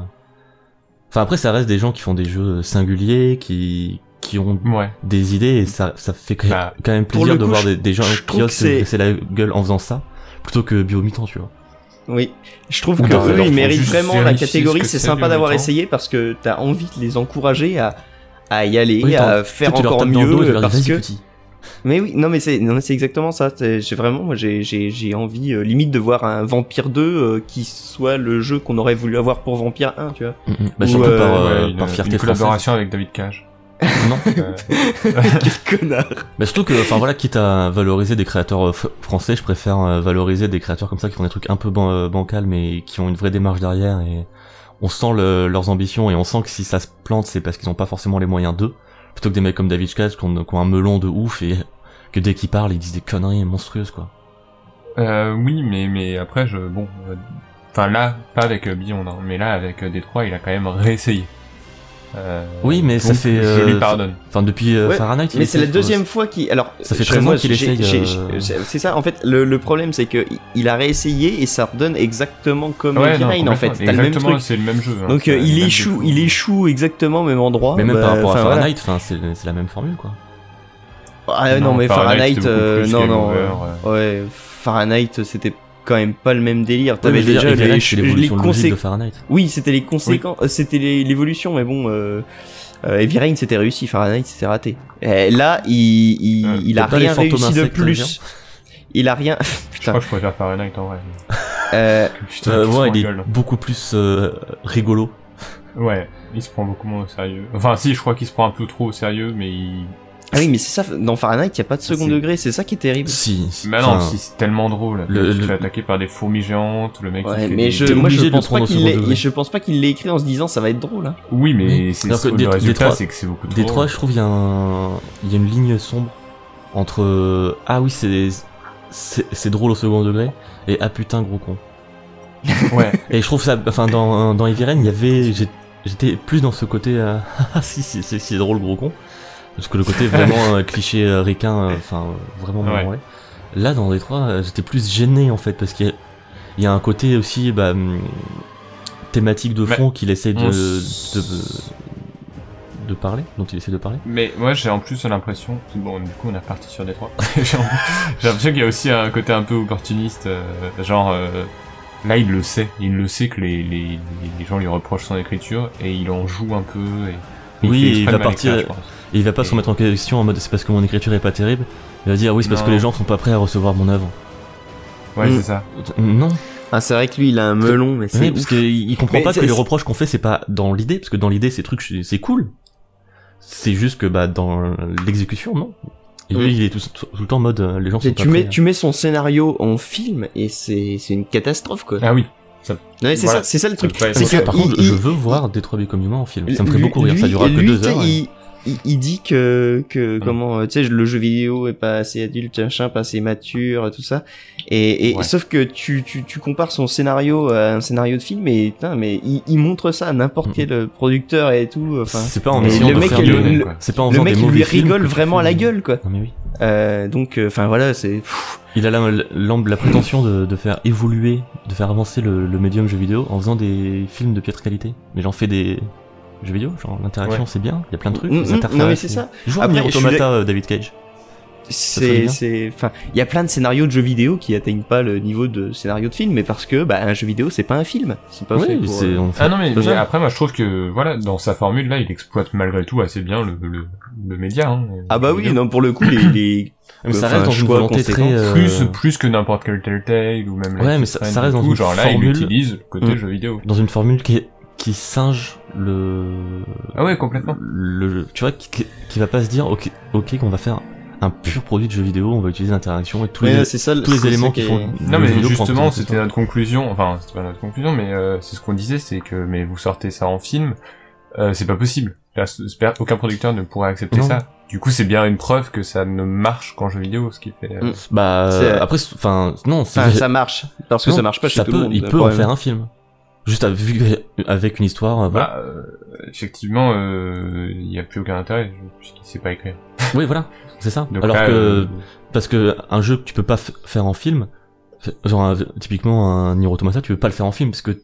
S1: enfin après, ça reste des gens qui font des jeux singuliers, qui qui ont
S3: Ouais.
S1: des idées et ça ça fait quand même,
S3: Bah,
S1: quand même
S2: pour
S1: plaisir
S2: le
S1: de
S2: coup,
S1: voir
S2: je-
S1: des, des gens
S2: je trouve
S1: qui
S2: que
S1: osent se
S2: c'est-
S1: casser la gueule en faisant ça plutôt que biomutant, tu vois.
S2: Oui, je trouve
S3: Ou
S2: que
S3: dans-
S2: eux,
S3: leur
S2: ils
S3: font
S2: méritent
S3: juste
S2: vraiment la
S3: vérifier ce
S2: catégorie.
S3: que
S2: C'est
S3: c'est
S2: sympa
S3: du
S2: d'avoir
S3: mutant.
S2: essayé parce que t'as envie de les encourager à à y aller,
S1: Oui, t'as-
S2: à faire
S1: Tu leur
S2: encore
S1: tapes dans le dos et tu
S2: mieux
S1: leur dis,
S2: parce
S1: Vas-y,
S2: que.
S1: petit.
S2: Mais oui, non mais c'est non mais c'est exactement ça. C'est- J'ai vraiment, moi j'ai j'ai j'ai envie euh, limite de voir un Vampire 2 euh, qui soit le jeu qu'on aurait voulu avoir pour Vampire 1, tu vois.
S1: Mm, mm. Bah,
S2: Ou,
S1: surtout
S2: euh,
S1: par, euh,
S3: ouais, une,
S1: par fierté
S3: une
S1: française.
S3: collaboration avec David Cage.
S1: Non.
S3: Euh,
S2: Quel connard.
S1: Bah surtout que, enfin voilà, quitte à valoriser des créateurs euh, f- français, je préfère euh, valoriser des créateurs comme ça qui font des trucs un peu ban euh, bancal mais qui ont une vraie démarche derrière et on sent le- leurs ambitions et on sent que si ça se plante c'est parce qu'ils n'ont pas forcément les moyens d'eux, plutôt que des mecs comme David Cage qui ont, qui ont un melon de ouf et que dès qu'ils parlent ils disent des conneries monstrueuses quoi.
S3: Euh, oui, mais mais après je bon, euh, enfin là pas avec euh, Beyond, hein, mais là avec euh, Détroit il a quand même réessayé. Euh,
S1: Oui, mais ça
S3: donc,
S1: fait,
S3: Je
S1: euh,
S3: lui pardonne.
S1: Enfin depuis euh,
S2: Ouais,
S1: Fahrenheit. il
S2: Mais c'est la
S1: essaye,
S2: deuxième fois qu'il. Alors,
S1: Ça fait
S2: je-
S1: 13 ans
S2: moi,
S1: qu'il
S2: j'ai-
S1: essaye,
S2: j'ai-
S1: euh,
S2: j'ai- C'est c'est ça, en fait, le, le problème, c'est que i- il a réessayé et ça redonne exactement comme
S3: Ouais, non,
S2: Pirine, en fait.
S3: complètement.
S2: T'as le même
S3: Exactement,
S2: truc.
S3: c'est le même jeu. hein,
S2: Donc,
S3: c'est
S2: euh,
S3: le
S2: il
S3: même
S2: échoue,
S3: jeu.
S2: il échoue exactement au même endroit.
S1: Mais même
S2: bah,
S1: par rapport à
S2: enfin, voilà.
S1: Fahrenheit, enfin c'est c'est la même formule quoi.
S2: Ah non, mais Fahrenheit,
S3: Fahrenheit, c'était beaucoup
S2: euh,
S3: plus
S2: non,
S3: Game
S2: non.
S3: Over,
S2: euh, Ouais, Fahrenheit, c'était quand même pas le même délire. T'avais
S1: mais je veux dire,
S2: déjà
S1: Everest,
S2: les,
S1: c'est
S2: les
S1: l'évolution logique
S2: conséquences.
S1: de Fahrenheit.
S2: Oui, c'était les conséquences, euh, c'était les- l'évolution, mais bon, euh, euh, Heavy Rain c'était réussi, Fahrenheit c'était raté. Et là, il, il,
S3: Euh,
S2: il a
S1: y a pas les
S2: rien
S1: fantômes
S2: réussi de
S1: insectes, hein
S2: plus. Il a rien.
S3: Je
S2: Putain.
S3: crois que je préfère Fahrenheit en vrai. mais-
S2: Euh,
S3: Putain,
S1: Euh,
S3: il se
S1: ouais,
S3: prend
S1: il
S3: la
S1: est
S3: gueule.
S1: beaucoup plus euh, rigolo.
S3: Ouais, il se prend beaucoup moins au sérieux. Enfin si, je crois qu'il se prend un peu trop au sérieux, mais il,
S2: Ah oui, mais c'est ça, dans Fahrenheit, il n'y a pas de second
S3: C'est-
S2: degré, c'est ça qui est terrible.
S1: Si. si.
S3: Mais non,
S1: Enfin,
S3: si c'est tellement drôle.
S1: le-
S3: Le, tu te
S1: le-
S3: fais attaquer par des fourmis géantes, le mec. qui
S2: Ouais,
S3: fait
S2: mais
S3: des-
S2: je,
S1: t'es
S2: moi, je
S1: obligé de
S2: pense,
S1: prendre
S2: pas
S1: au
S2: qu'il
S1: second
S2: l'ait-
S1: degré.
S2: je pense pas qu'il l'ait écrit en se disant ça va être drôle. hein.
S3: Oui, mais
S1: Oui.
S3: c'est
S1: Alors que
S3: le
S1: Dét-
S3: résultat,
S1: Détroit-
S3: c'est que c'est beaucoup trop.
S1: Détroit,
S3: drôle.
S1: je trouve, il y, a un- il y a une ligne sombre entre. Ah oui, c'est. C'est c'est drôle au second degré et ah putain gros con.
S3: Ouais.
S1: Et je trouve ça, enfin dans dans Heavy Rain, il y avait, j'ai- j'étais plus dans ce côté, euh, ah si si si c'est drôle gros con, parce que le côté vraiment euh, cliché euh, ricain, euh, enfin euh, vraiment
S3: Ouais.
S1: ouais. Là dans Détroit, euh, j'étais plus gêné en fait parce qu'il y a- il y a un côté aussi bah, hum, thématique de
S3: Mais
S1: fond qu'il essaie de,
S3: on s-
S1: de de parler, dont il essaie de parler.
S3: Mais moi j'ai en plus l'impression, bon du coup on est reparti sur Détroit, j'ai l'impression qu'il y a aussi un côté un peu opportuniste, euh, genre euh, là il le sait, il le sait que les, les, les- les gens lui reprochent son écriture et il en joue un peu et...
S1: Oui,
S3: fait
S1: et il
S3: exprès
S1: va
S3: de mal
S1: partir-
S3: écrire, je pense.
S1: Et il va pas se remettre en question en mode c'est parce que mon écriture est pas terrible. Il va dire oui c'est parce que
S3: Non.
S1: les gens sont pas prêts à recevoir mon œuvre.
S3: Ouais,
S2: Mm.
S3: c'est ça.
S1: Non.
S2: Ah, c'est vrai que lui, il a un melon, mais
S1: Oui,
S2: c'est
S1: parce
S2: ouf.
S1: qu'il il comprend
S2: Mais
S1: pas
S2: c'est-
S1: que les
S2: c'est-
S1: reproches qu'on fait, c'est pas dans l'idée, parce que dans l'idée, ces trucs, c'est c'est cool. C'est juste que bah dans l'exécution, non. Et lui,
S2: Mm.
S1: il est tout, tout- tout le temps en mode, euh, les gens sont
S2: Et
S1: pas
S2: tu mets,
S1: prêts.
S2: tu mets son scénario en film et c'est c'est une catastrophe quoi.
S3: Ah oui,
S2: Non, mais c'est
S3: voilà.
S2: ça, c'est ça le truc.
S3: Ça peut pas être
S2: c'est
S1: Donc,
S2: que
S1: par
S2: il-
S1: contre,
S2: il-
S1: je veux voir Détroit Become Human en film. Ça me ferait
S2: Lui-
S1: beaucoup rire. Ça
S2: lui-
S1: durera que
S2: lui,
S1: deux
S2: tu sais,
S1: heures. hein.
S2: Il, il- il dit que, que
S1: Mm.
S2: comment, euh, tu sais, le jeu vidéo est pas assez adulte, machin, pas assez mature, tout ça. Et, et
S3: Ouais.
S2: sauf que tu, tu, tu compares son scénario à un scénario de film et putain, mais il, il montre ça à n'importe
S1: Mm.
S2: quel producteur et tout. Enfin,
S1: C'est pas en
S2: mais
S1: essayant
S2: le
S1: de
S2: mec,
S1: faire
S2: le-
S1: des-
S2: le-
S3: quoi.
S1: c'est pas en
S2: le
S1: faisant
S2: mec
S1: des
S2: il
S1: mauvais
S2: lui
S1: films que
S2: rigole
S1: tu
S2: vraiment à la
S1: fais-
S2: gueule quoi.
S1: Non mais oui.
S2: Euh, donc, enfin voilà, c'est.
S1: Il a la, la, la prétention de, de faire évoluer, de faire avancer le, le médium jeu vidéo en faisant des films de piètre qualité. Mais j'en fais des jeux vidéo, genre l'interaction
S3: Ouais.
S1: c'est bien, il y a plein de trucs.
S2: Mm,
S1: les
S2: mm,
S1: interfaces,
S2: non, mais c'est ça.
S1: Joue à
S2: Après,
S1: Nier
S2: je suis
S1: Automata, euh, David Cage. te fait
S2: c'est
S1: bien.
S2: c'est enfin il y a plein de scénarios de jeux vidéo qui atteignent pas le niveau de scénario de film mais parce que bah un jeu vidéo c'est pas un film c'est pas fait
S1: Oui,
S2: pour,
S1: c'est
S2: euh,
S1: on fait
S3: Ah non mais,
S2: C'est
S3: mais
S2: ça.
S3: après moi je trouve que voilà dans sa formule là il exploite malgré tout assez bien le, le, le média. hein,
S2: ah bah
S3: le
S2: oui
S3: vidéo.
S2: non pour le coup les, les...
S1: Mais ça
S2: Enfin,
S1: reste dans
S2: je
S1: une
S2: vois
S1: volonté
S2: conséquent.
S1: très. euh,
S3: Plus, plus que n'importe quel Telltale ou même.
S1: Ouais,
S3: Life
S1: mais
S3: is
S1: ça-
S3: Strange
S1: ça reste
S3: et
S1: dans
S3: tout,
S1: une
S3: Genre là,
S1: formule-
S3: il utilise le côté
S1: Mm.
S3: jeu vidéo.
S1: Dans une formule qui, est- qui singe le.
S3: Ah ouais, complètement.
S1: le tu vois, qui, qui- qui va pas se dire, ok, ok, qu'on va faire un pur produit de jeu vidéo, on va utiliser l'interaction et tous
S2: ouais,
S1: les,
S2: c'est ça
S1: tous
S2: c'est
S1: les
S2: ça
S1: éléments
S2: qui
S1: qui
S2: est-
S1: font. le
S3: Non mais
S1: jeu vidéo prend en
S3: justement,
S1: compte.
S3: c'était notre conclusion. Enfin, c'était pas notre conclusion, mais euh, c'est ce qu'on disait, c'est que mais vous sortez ça en film, euh, c'est pas possible. J'espère aucun producteur ne pourrait accepter
S1: Non.
S3: ça. Du coup, c'est bien une preuve que ça ne marche qu'en jeu vidéo, ce qui fait. euh,
S2: Mm.
S1: Bah, euh,
S2: C'est-
S1: après, c'est- enfin, non, c'est.
S2: enfin, ça marche parce que
S1: non,
S2: ça marche pas chez
S1: ça
S2: tout
S1: peut-
S2: le monde euh,
S1: Il peut en faire un film. Juste à- vu que- avec une histoire, euh, voilà.
S3: Bah, euh, effectivement, euh, il n'y a plus aucun intérêt puisqu'il sait pas écrire.
S2: Bah.
S1: Oui, voilà, c'est ça.
S3: Donc
S1: Alors
S3: là,
S1: que.
S3: euh,
S1: Parce que un jeu que tu peux pas f- faire en film, c'est- genre un- typiquement un Nier Automata, tu peux pas le faire en film parce que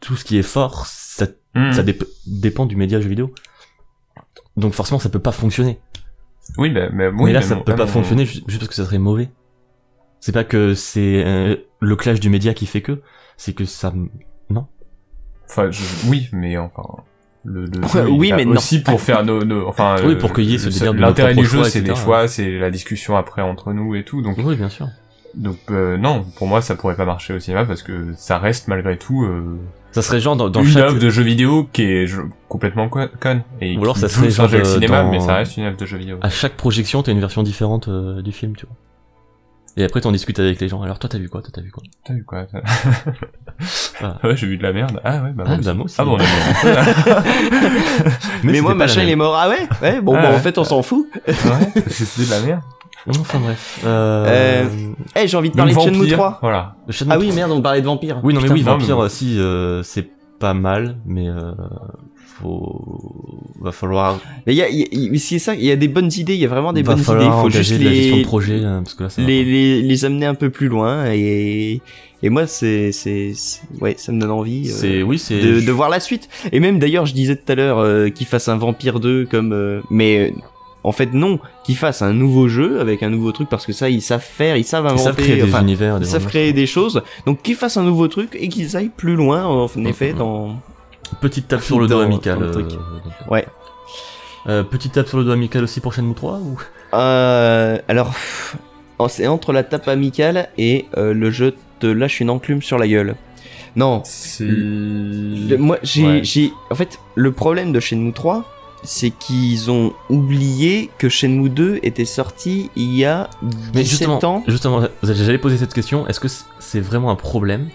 S1: tout ce qui est fort, ça,
S3: mm.
S1: ça dép- dépend du média jeu vidéo. Donc forcément, ça peut pas fonctionner.
S3: oui, bah, mais, oui,
S1: mais là,
S3: mais
S1: ça
S3: non,
S1: peut
S3: ah,
S1: pas
S3: non.
S1: fonctionner ju- juste parce que ça serait mauvais. C'est pas que c'est euh, le clash du média qui fait que, c'est que ça.
S3: Enfin, je- oui, mais enfin. Le, le
S2: Ouais,
S3: jeu,
S2: oui,
S3: il est
S2: mais
S3: là
S2: non.
S3: aussi pour faire nos, nos- enfin
S1: Oui,
S3: euh,
S1: pour qu'il y ait ce
S3: le-
S1: délire de
S3: l'intérêt
S1: nos
S3: du
S1: propres
S3: jeu
S1: choix,
S3: c'est les
S1: etc.
S3: choix c'est la discussion après entre nous et tout donc
S1: Oui, bien sûr.
S3: donc euh, non pour moi ça pourrait pas marcher au cinéma parce que ça reste malgré tout euh,
S1: Ça serait genre dans, dans
S3: une
S1: chaque.
S3: œuvre de jeu vidéo qui est je- complètement co- conne et
S1: Ou alors
S3: qui
S1: ça
S3: joue
S1: serait
S3: sur
S1: genre
S3: le
S1: de-
S3: cinéma
S1: dans- Ah.
S3: mais ça reste une œuvre de jeu vidéo
S1: À chaque projection, t'as une version différente euh, du film, tu vois. Et après, t'en discutes avec les gens. Alors toi, t'as vu quoi Toi, t'as vu quoi
S3: t'as vu quoi ça
S1: Ah.
S3: ouais j'ai vu de la merde ah ouais bah, moi
S1: Ah,
S3: aussi.
S1: bah, moi aussi.
S3: ah bon d'accord.
S2: mais,
S1: c'était
S2: moi
S1: pas la
S2: machin
S1: même.
S2: il est mort ah ouais ouais bon
S3: Ah
S2: bah, en
S3: ouais.
S2: fait on s'en fout
S3: ouais c'était de la merde
S1: Enfin bref. Euh...
S2: Euh, eh j'ai envie de
S3: Donc,
S2: parler de Shenmue
S3: Vampire,
S2: 3
S3: voilà
S1: le Shadow
S2: ah oui merde on parlait de vampire
S1: Oui, non, mais oui,
S3: non,
S1: Vampire,
S3: mais-
S1: euh, si, euh, c'est pas mal, mais euh, faut... va falloir,
S2: mais il y a, il y a- il- c'est ça il y a des bonnes idées il y a vraiment des
S1: va
S2: bonnes idées
S1: falloir
S2: il faut
S1: engager
S2: juste
S1: de la gestion
S2: les
S1: de projet, euh, parce que là, ça va
S2: les,
S1: pas.
S2: les, les amener un peu plus loin et, et moi c'est c'est c'est- ouais ça me donne envie euh,
S1: c'est, oui, c'est,
S2: de, de voir la suite et même d'ailleurs je disais tout à l'heure euh, qu'il fasse un Vampire 2 comme euh, mais euh, en fait non qu'il fasse un nouveau jeu avec un nouveau truc parce que ça ils savent faire ils savent
S1: ils savent créer
S2: inventer
S1: des
S2: enfin,
S1: univers,
S2: ils
S1: des
S2: savent
S1: univers.
S2: créer des choses donc qu'ils fassent un nouveau truc et qu'ils aillent plus loin en effet dans
S1: Petite tape sur le
S2: dans-
S1: doigt
S2: dans
S1: amical.
S2: le truc.
S1: euh, donc.
S2: Ouais.
S1: Euh, petite tape sur le doigt amical aussi pour Shenmue 3 ou
S2: euh, alors pff, c'est entre la tape amicale et euh, le jeu te lâche une enclume sur la gueule non
S3: c'est
S2: Le- moi, j'ai,
S3: Ouais.
S2: j'ai, en fait, le problème de Shenmue 3, c'est qu'ils ont oublié que Shenmue 2 était sorti il y a 17
S1: Mais justement,
S2: ans.
S1: justement, j'allais poser cette question. Est-ce que c'est vraiment un problème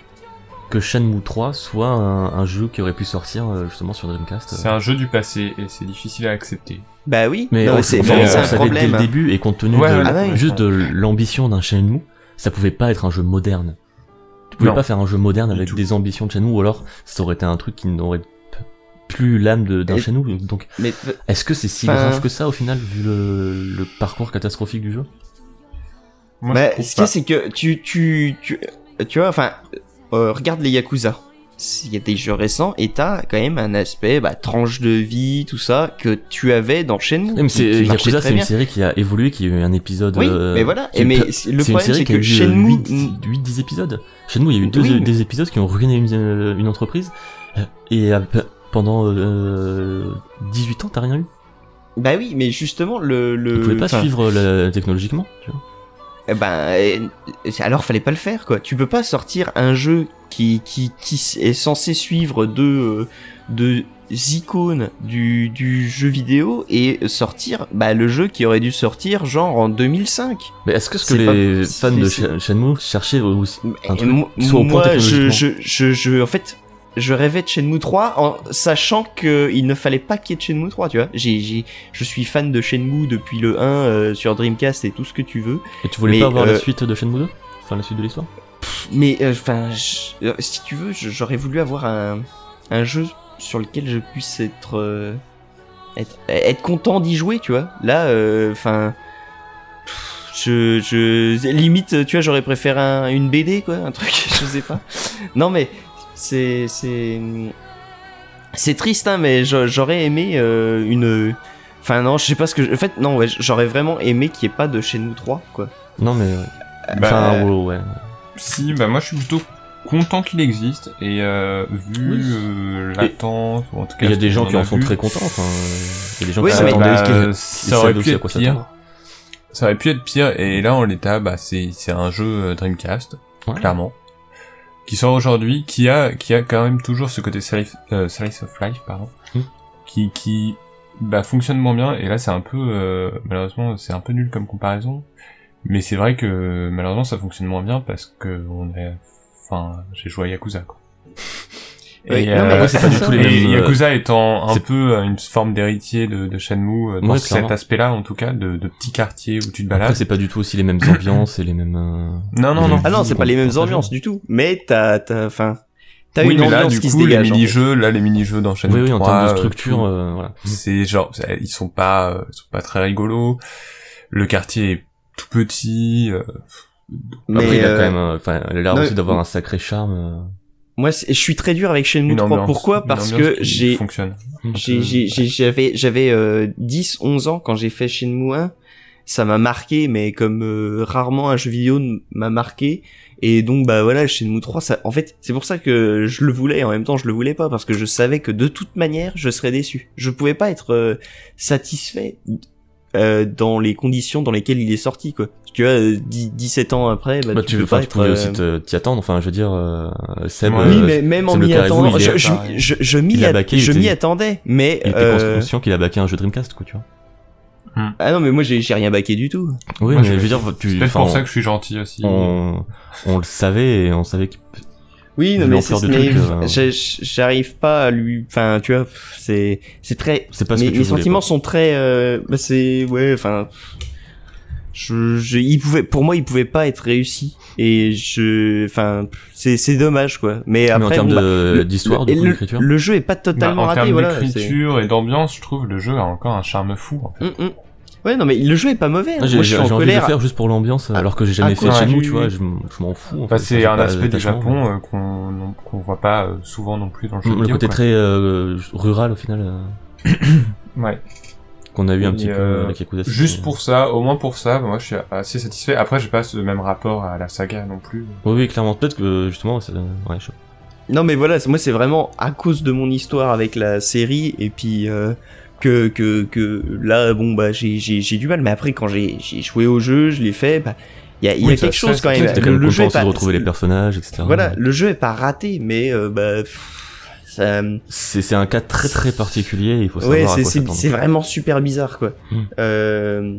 S1: que Shenmue 3 soit un, un jeu qui aurait pu sortir euh, justement sur Dreamcast euh,
S3: C'est un jeu du passé et c'est difficile à accepter.
S2: Bah oui,
S1: Mais
S2: non,
S1: on,
S2: c'est
S1: enfin,
S3: mais,
S1: on
S2: c'est
S1: savait
S2: un
S1: dès
S2: problème.
S1: le début et compte tenu
S3: Ouais,
S1: de-
S3: ouais,
S2: ouais.
S1: juste de l'ambition d'un Shenmue, ça pouvait pas être un jeu moderne. Tu pouvais
S3: Non.
S1: pas faire un jeu moderne
S3: Du
S1: avec
S3: tout.
S1: des ambitions de Shenmue, ou alors ça aurait été un truc qui n'aurait p- plus l'âme de- d'un
S2: Et-
S1: Shenmue. Donc,
S2: Mais
S1: est-ce que c'est si
S2: Enfin-
S1: grave que ça au final vu le, le parcours catastrophique du jeu
S3: Moi, je
S2: bah,
S3: trouve
S2: ce qui
S3: pas.
S2: est, c'est que tu, tu, tu, tu vois, enfin, euh, regarde les Yakuza. Il y a des jeux récents et t'as quand même un aspect, bah, tranche de vie, tout ça, que tu avais dans Shenmue.
S1: Même
S2: qui-
S1: c'est
S2: qui marchait
S1: Yakuza,
S2: très
S1: c'est une
S2: bien.
S1: série qui a évolué, qui a eu un épisode.
S2: Oui,
S1: euh,
S2: mais voilà.
S1: c'est
S2: Et
S1: une-
S2: mais c'est- le
S1: C'est une
S2: problème,
S1: série
S2: c'est
S1: qui a eu euh,
S2: que Shenmue.
S1: 8-10 épisodes. Shenmue, il y a eu deux, euh,
S2: Oui, mais-
S1: des épisodes qui ont ruiné une, euh, une entreprise. Euh, Et euh, pe- pendant euh, 18 ans, t'as rien eu.
S2: Bah oui, mais justement, le. le
S1: Ils pouvaient pas
S2: enfin,
S1: suivre euh, technologiquement. Tu vois.
S2: Eh ben, euh, alors fallait pas le faire quoi. Tu peux pas sortir un jeu qui qui, qui s- est censé suivre deux euh, deux icônes du, du jeu vidéo et sortir bah, le jeu qui aurait dû sortir genre en 2005.
S1: Mais est-ce que ce que
S2: C'est pas-
S1: les
S2: si,
S1: fans de
S2: si.
S1: Shen- Shenmue cherchaient aussi un
S2: Et
S1: truc
S2: mo-
S1: qui soit au point
S2: moi, je,
S1: technologiquement.
S2: je, je, je- en fait, je rêvais de Shenmue 3 en sachant que il ne fallait pas qu'il y ait de Shenmue 3, tu vois. J'ai, j'ai, je suis fan de Shenmue depuis le 1 euh, sur Dreamcast et tout ce que tu veux.
S1: Et tu voulais
S2: Mais,
S1: pas avoir
S2: euh,
S1: la suite de Shenmue 2 Enfin, la suite de l'histoire
S2: Mais euh, enfin, euh, si tu veux, je- j'aurais voulu avoir un, un jeu sur lequel je puisse être euh, être, être content d'y jouer, tu vois. Là, euh, enfin, je, je limite, tu vois, j'aurais préféré un- une BD, quoi, un truc, je sais pas. Non, mais c'est c'est c'est triste, hein, mais j'a- j'aurais aimé euh, une. Enfin non, je sais pas ce que. je- En fait, non, ouais, j'aurais vraiment aimé qu'il n'y ait pas de chez nous 3, quoi.
S1: Non, mais. euh, ouais.
S2: Euh,
S3: Bah,
S1: Enfin, ouais, ouais.
S3: Si, bah moi je suis plutôt content qu'il existe et euh, vu
S1: Oui.
S3: euh, l'attente, ou en tout cas.
S1: Il y a
S3: ce
S1: des
S3: qu'on
S1: gens qui
S3: a
S1: en sont
S3: vu,
S1: très contents. Enfin, euh, il y a des gens
S2: Oui,
S1: qui
S2: mais-
S1: s'attendaient à ce
S3: bah,
S1: qu'il y ait-
S3: ça
S1: ils
S3: aurait
S1: savaient
S3: pu
S1: aussi à
S3: être
S1: quoi
S3: pire.
S1: s'attendre.
S3: Ça aurait pu être pire et là en l'état, bah c'est c'est un jeu euh, Dreamcast
S1: Ouais.
S3: clairement qui sort aujourd'hui, qui a qui a quand même toujours ce côté slice, euh, slice of life pardon,
S1: Mm.
S3: qui qui bah fonctionne moins bien et là c'est un peu euh, malheureusement c'est un peu nul comme comparaison, mais c'est vrai que malheureusement ça fonctionne moins bien parce que on est enfin j'ai joué à Yakuza quoi.
S2: Ouais, non,
S3: euh,
S2: mais
S1: Après, c'est pas du tout les
S3: et
S1: mêmes, euh,
S3: Yakuza étant un
S1: c'est-
S3: peu euh, une forme d'héritier de, de Shenmue euh, dans
S1: Ouais,
S3: cet
S1: clairement.
S3: aspect-là en tout cas de, de petits quartiers où
S2: Bah,
S3: tu te
S1: Après,
S3: balades.
S1: c'est pas du tout aussi les mêmes ambiances et les mêmes. euh,
S3: Non
S1: les
S3: non non.
S1: mêmes
S2: Ah non,
S1: vies
S2: c'est pas
S1: qu'on
S2: les mêmes
S1: partageait.
S2: ambiances du tout. Mais t'as, t'as, enfin, t'as
S3: oui,
S2: une
S3: mais
S2: ambiance
S3: là, du
S2: qui
S3: coup,
S2: se
S3: les
S2: dégage. en fait.
S3: mini-jeux, là, les mini-jeux dans Shenmue
S1: Oui, oui, en
S3: 3,
S1: termes de
S3: euh,
S1: structure,
S3: tout,
S1: euh, voilà.
S3: c'est genre, ça- ils sont pas, euh, ils sont pas très rigolos. Le quartier est tout petit. euh,
S2: Mais
S1: Après, il a
S2: euh,
S1: quand même, euh, enfin, elle a l'air
S2: non,
S1: aussi d'avoir
S2: mais-
S1: un sacré charme. euh,
S2: moi, c'est- je suis très dur avec Shenmue
S3: une
S2: 3.
S3: ambiance,
S2: Pourquoi
S3: une
S2: Parce
S3: ambiance
S2: que
S3: qui
S2: j'ai,
S3: fonctionne.
S1: euh,
S2: j'ai, j'ai- j'ai- j'avais, j'avais euh, 10, 11 ans quand j'ai fait Shenmue 1. Ça m'a marqué, mais comme euh, rarement un jeu vidéo ne m'a marqué. Et donc, bah voilà, Shenmue 3, ça, en fait, c'est pour ça que je le voulais, et en même temps, je le voulais pas, parce que je savais que de toute manière, je serais déçu. Je pouvais pas être euh, satisfait euh, dans les conditions dans lesquelles il est sorti, quoi. Parce que, Tu vois, euh, dix- 17 ans après, bah,
S1: Bah,
S2: tu,
S1: tu,
S2: peux
S1: enfin,
S2: pas
S1: tu
S2: être...
S1: pouvais
S2: euh,
S1: aussi te- t'y attendre. Enfin, je veux dire, euh, Seb,
S3: Oui,
S2: Oui,
S1: euh,
S2: mais même en
S1: Seb le
S2: m'y
S1: Carrezou,
S2: attendant,
S1: il
S2: je,
S1: est-
S2: je,
S3: pareil.
S2: je, je m'y
S1: Il a
S2: att-
S1: baqué, il
S2: je m'y
S1: était-
S2: attendais, mais
S1: il était
S2: euh,
S1: conscient qu'il a baqué un jeu Dreamcast, quoi, tu vois.
S2: ah non, mais moi j'ai j'ai rien baqué du tout.
S1: Oui,
S3: Moi,
S1: mais
S3: je-
S1: je veux dire,
S3: C'est
S1: tu,
S3: peut-être
S1: enfin,
S3: pour ça que je suis gentil aussi.
S1: on, on le savait et on savait qu'il
S2: Oui, non,
S1: Il
S2: mais,
S1: en sort
S2: c'est-
S1: de
S2: mais
S1: trucs, euh,
S2: j'ai- j'arrive pas à lui. Enfin, tu vois, pff, c'est c'est très.
S1: c'est pas ce
S2: mes
S1: que tu
S2: mes
S1: voulais,
S2: sentiments
S1: quoi.
S2: sont très. euh, bah, c'est ouais, enfin. Je, je, il pouvait, pour moi, il pouvait pas être réussi. Et je, enfin, c'est c'est dommage quoi. Mais
S1: Mais en
S2: après,
S1: termes
S2: bon, bah,
S1: de-
S2: le-
S1: d'histoire,
S2: le-
S1: de coup,
S2: le-
S1: d'écriture.
S2: le jeu est pas
S3: Bah,
S2: totalement
S3: en
S2: raté.
S3: termes
S2: Voilà, c'est-
S3: d'écriture et d'ambiance, je trouve le jeu a encore un charme fou.
S1: Mm.
S3: en fait.
S2: Hum, hum. Ouais, non, mais le jeu est pas mauvais. hein.
S1: Ah, J'ai
S2: Moi, je
S1: j'ai
S2: suis en
S1: envie de le
S2: colère. Ah,
S1: faire juste pour l'ambiance, alors que j'ai
S2: à
S1: jamais fait
S2: cause
S1: chez
S3: du-
S1: nous, tu vois, je, m- je m'en fous. en
S2: Bah,
S3: Enfin,
S1: fait,
S3: c'est
S1: j'ai
S3: un
S1: pas
S3: aspect du
S1: d'attachement,
S3: Japon euh, qu'on qu'on voit pas euh, souvent non plus dans le jeu
S1: mais- Le
S3: vidéo,
S1: côté
S3: quoi.
S1: très euh, rural, au final, euh,
S3: Ouais.
S1: qu'on a eu un
S3: Et,
S1: petit peu
S3: euh,
S1: avec Yakuza. c'est-
S3: Juste pour ça, au moins pour ça, moi je suis assez satisfait. Après, j'ai pas ce même rapport à la saga non plus.
S1: Oui, oui, clairement, peut-être que, justement, ça- ouais,
S2: Euh,
S1: je-
S2: Non mais voilà, c'est- moi c'est vraiment à cause de mon histoire avec la série et puis euh, que, que, que là bon bah j'ai, j'ai, j'ai du mal mais après quand j'ai, j'ai joué au jeu, je l'ai fait, bah il y a, il y a
S3: Oui, ça-
S2: quelque
S3: ça,
S2: chose
S3: c'est
S2: quand
S3: clair,
S2: même.
S1: J'étais quand même content
S2: jeu est
S1: aussi de retrouver les personnages, etc.
S2: Voilà, le jeu est pas raté mais euh, bah pff, Ça,
S1: C'est c'est un cas très très particulier, il faut savoir
S2: ouais,
S1: à
S2: c'est-
S1: quoi
S2: c'est
S1: s'attendre.
S2: c'est vraiment super bizarre, quoi.
S1: Hmm.
S2: Euh,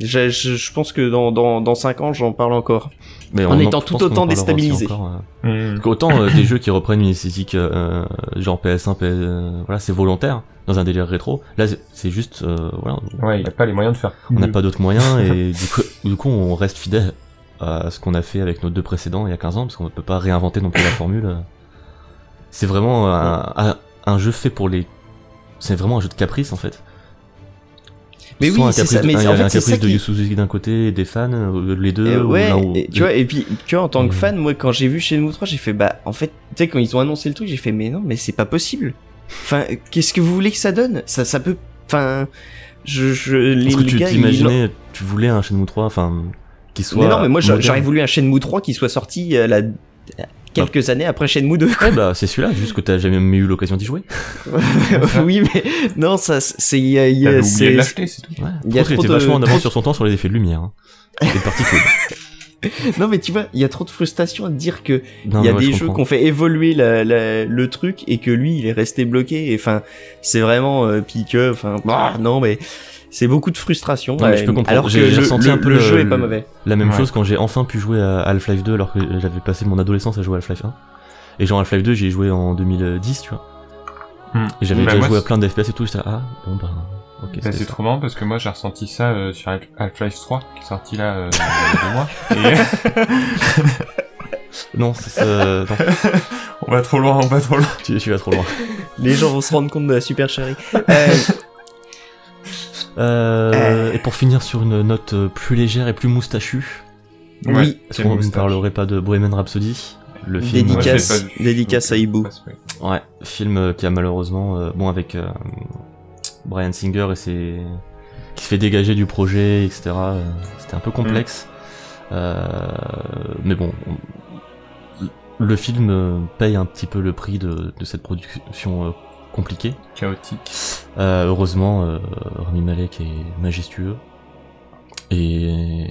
S2: j'ai- je, je pense que dans, dans, dans 5 ans, j'en parle encore.
S1: Mais
S2: en
S1: on
S2: étant
S1: je
S2: tout
S1: pense qu'on en
S2: autant
S1: parlera aussi
S2: déstabilisé.
S1: encore, euh.
S3: Hmm.
S1: Donc Autant euh, des jeux qui reprennent une esthétique euh, genre PS1, PS, euh, voilà, c'est volontaire dans un délire rétro. Là, c'est- c'est juste, euh, voilà,
S3: Ouais, il a pas les moyens de faire.
S1: on n'a
S2: Mm.
S3: mieux.
S1: pas d'autres moyens et du coup, du coup, on reste fidèle à ce qu'on a fait avec nos deux précédents il y a 15 ans parce qu'on ne peut pas réinventer non plus la formule. C'est vraiment un, un- un jeu fait pour les. C'est vraiment un jeu de caprice en fait.
S2: Mais
S1: Soit
S2: oui,
S1: un
S2: c'est
S1: caprice
S2: ça.
S1: de-
S2: Mais
S1: un-
S2: c'est-
S1: il y
S2: en
S1: avait
S2: fait,
S1: un
S2: c'est ça
S1: caprice de
S2: qui-
S1: Yu Suzuki d'un côté, des fans, euh, les deux.
S2: Euh,
S1: ou
S2: ouais,
S1: l'un ou-
S2: et, tu vois, et puis, tu vois, en tant que
S1: Mm.
S2: fan, moi, quand j'ai vu Shenmue 3, j'ai fait, bah, en fait, tu sais, quand ils ont annoncé le truc, j'ai fait, mais non, mais c'est pas possible. Enfin, qu'est-ce que vous voulez que ça donne Ça, ça peut, enfin, je, je, les,
S1: Est-ce que
S2: les
S1: tu
S2: gars, ils l'ont-
S1: t'imaginais, tu voulais un Shenmue 3, enfin, qui soit.
S2: Mais non, mais moi, j'a-
S1: moderne.
S2: j'aurais voulu un Shenmue 3 qui soit sorti euh, la- quelques
S1: Bah.
S2: années après Shenmue 2.
S1: Ouais, bah, c'est celui-là, juste que t'as jamais eu l'occasion d'y jouer.
S2: oui, mais non, ça, c'est, il y a, il y a-
S3: T'avais oublié
S2: c'est-
S3: de l'acheter, c'est tout.
S1: Ouais.
S2: Il y a
S1: Je trouve qu'il
S2: trop
S1: était
S2: de-
S1: vachement en avance sur son temps sur les effets de lumière. Hein. Et de particules.
S2: non, mais tu vois, il y a trop de frustration à te dire que
S1: Non,
S2: il y a
S1: mais ouais, je
S2: des jeux
S1: comprends.
S2: qu'on fait évoluer la- la- le truc et que lui il est resté bloqué et enfin c'est vraiment euh, piqueux enfin bah, non mais c'est beaucoup de frustration
S1: Non, mais je peux
S2: euh,
S1: comprendre.
S2: alors que
S1: J'ai- j'ai
S2: le,
S1: ressenti
S2: le-
S1: un peu
S2: le
S1: le-
S2: jeu est pas
S1: le-
S2: mauvais
S1: La même
S3: Ouais.
S1: chose quand j'ai enfin pu jouer à Half-Life 2 alors que j'avais passé mon adolescence à jouer à Half-Life 1. Et genre Half-Life 2, j'y ai joué en 2010, tu vois.
S3: Hmm.
S1: Et j'avais
S3: Bah,
S1: déjà
S3: moi,
S1: joué à
S3: c'est-
S1: plein d'FPS et tout, j'étais là, ah, bon bah, ok,
S3: bah,
S1: c'était
S3: c'est
S1: ça.
S3: trop marrant parce que moi j'ai ressenti ça euh, sur Half- Half-Life 3 qui est sorti là euh, il y a deux mois.
S1: Non, c'est ça- non,
S3: Et on va trop loin, on va trop loin.
S1: tu, tu vas trop loin.
S2: les gens vont se rendre compte de la super chérie
S1: Euh, et pour finir sur une note euh, plus légère et plus moustachue,
S2: Oui.
S3: Ouais,
S1: est-ce
S3: quel
S1: qu'on ne
S3: moustache.
S1: parlerai pas de Bohemian Rhapsody le film,
S3: Moi, je l'ai
S2: dédicace
S3: pas vu.
S2: dédicace à Ibu
S3: Parce que-
S1: Ouais, film euh, qui a malheureusement, euh, bon, avec euh, Brian Singer et ses. qui se fait dégager du projet, etc. euh, C'était un peu complexe. Euh, mais bon, on- le film euh, paye un petit peu le prix de, de cette production euh, compliquée.
S3: Chaotique.
S1: Euh, heureusement, euh, Rami Malek est majestueux. Et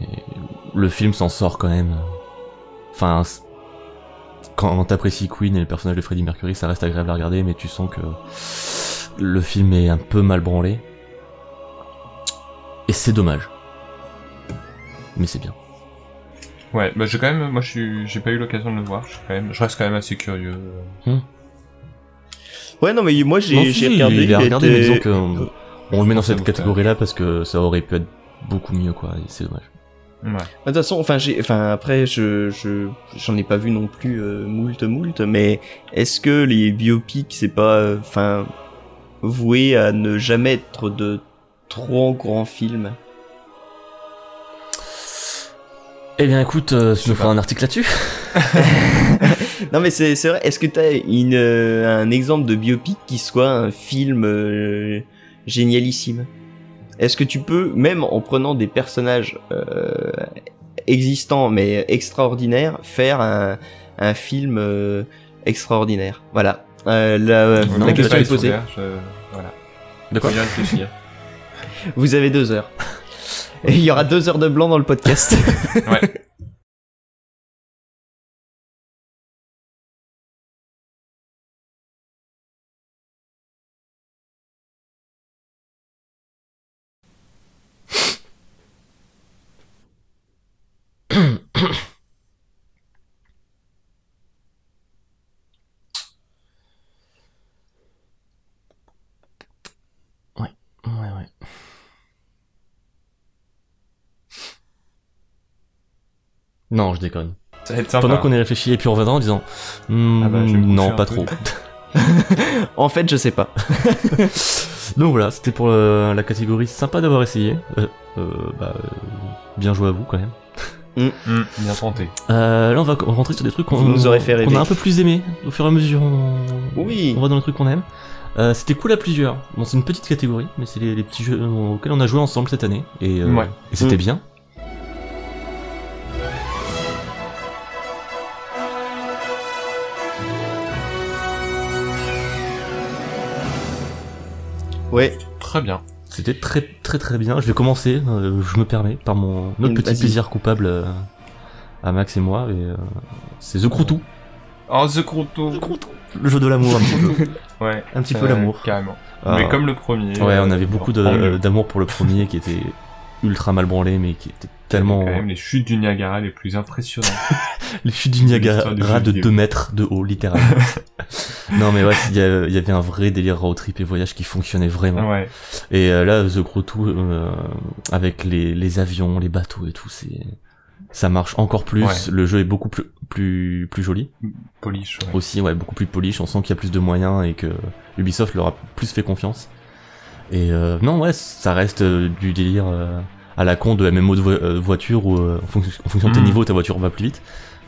S1: le film s'en sort quand même. Enfin, c- quand t'apprécies Queen et le personnage de Freddie Mercury, ça reste agréable à regarder, mais tu sens que le film est un peu mal branlé. Et c'est dommage. Mais c'est bien.
S3: Ouais, bah j'ai quand même, moi je suis- j'ai pas eu l'occasion de le voir. Je, suis quand même, je reste quand même assez curieux.
S2: ouais non mais moi
S1: Non, si,
S2: j'ai j'ai regardé
S1: il a
S2: il
S1: regardé, mais
S2: était-
S1: disons que on- on le met dans
S3: Ça
S1: cette
S3: vous fait-
S1: catégorie-là parce que ça aurait pu être beaucoup mieux, quoi. et C'est dommage.
S3: Ouais.
S2: De toute façon, enfin, j'ai, enfin, après, je, je, j'en ai pas vu non plus euh, moult, moult, mais est-ce que les biopics, c'est pas, euh, enfin, voué à ne jamais être de trop grands films
S1: Eh bien, écoute, euh, tu
S3: sais
S1: nous
S3: pas.
S1: feras un article là-dessus.
S2: Non, mais c'est, c'est vrai. Est-ce que t'as une, euh, un exemple de biopic qui soit un film euh, génialissime Est-ce que tu peux, même en prenant des personnages euh, existants mais extraordinaires, faire un, un film euh, extraordinaire Voilà. Euh, la,
S1: Non,
S2: la
S1: mais
S2: question
S1: pas
S2: est posée.
S3: Je... Voilà.
S1: De quoi
S3: Faut y réfléchir.
S2: Vous avez deux heures. Et il y aura deux heures de blanc dans le podcast.
S1: Ouais, ouais. Non, je déconne.
S3: Ça va être sympa.
S1: Pendant qu'on y réfléchit, et puis on reviendra en disant Hmm,
S3: Ah bah, je vais me coucher
S1: Non,
S3: un
S1: pas
S3: peu.
S1: trop.
S2: en fait, je sais pas.
S1: Donc voilà, c'était pour euh, la catégorie sympa d'avoir essayé. Euh, euh, bah, euh, bien joué à vous quand même.
S3: Hmm, bien tenté.
S1: Euh, là, on va co- rentrer sur des trucs qu'on
S2: Vous nous aurez fait rêver.
S1: qu'on a un peu plus aimé au fur et à mesure. On,
S2: Oui.
S1: on va dans les trucs qu'on aime. Euh, c'était cool à plusieurs. Bon, c'est une petite catégorie, mais c'est les, les petits jeux euh, auxquels on a joué ensemble cette année. Et, euh,
S3: Ouais.
S1: et c'était
S2: Mm.
S1: bien.
S2: Ouais.
S3: Très bien.
S1: C'était très très très bien. Je vais commencer, euh, je me permets, par mon
S3: Mm,
S1: notre petit
S2: Vas-y.
S1: plaisir coupable euh, à Max et moi. Et, euh, c'est The Croutou.
S3: Oh, The Croton
S1: Le jeu de l'amour, un petit peu.
S3: Ouais.
S1: Un petit peu
S3: euh,
S1: l'amour.
S3: Carrément.
S1: Ah.
S3: Mais comme le premier.
S1: Ouais, on
S3: euh,
S1: avait beaucoup de-
S3: en mieux.
S1: d'amour pour le premier qui était ultra mal branlé, mais qui était tellement.
S3: Quand même les chutes du Niagara les plus impressionnantes.
S1: Les chutes du Niagara
S3: L'histoire du jeu
S1: de
S3: vidéo.
S1: 2 mètres de haut, littéralement. non, mais ouais, il y, a- il y avait un vrai délire road trip et voyage qui fonctionnait vraiment.
S3: Ah ouais.
S1: Et euh, là, The Gros Tout, euh, avec les, les avions, les bateaux et tout, c'est ça marche encore plus.
S3: Ouais.
S1: Le jeu est beaucoup plus, plus, plus joli.
S3: Polish, ouais.
S1: Aussi, ouais, beaucoup plus polish. On sent qu'il y a plus de moyens et que Ubisoft leur a plus fait confiance. Et euh, non, ouais, ça reste euh, du délire euh, à la con de MMO de vo- euh, voiture où, euh, en, fonction, en fonction de tes
S3: Mm.
S1: niveaux, ta voiture va plus vite.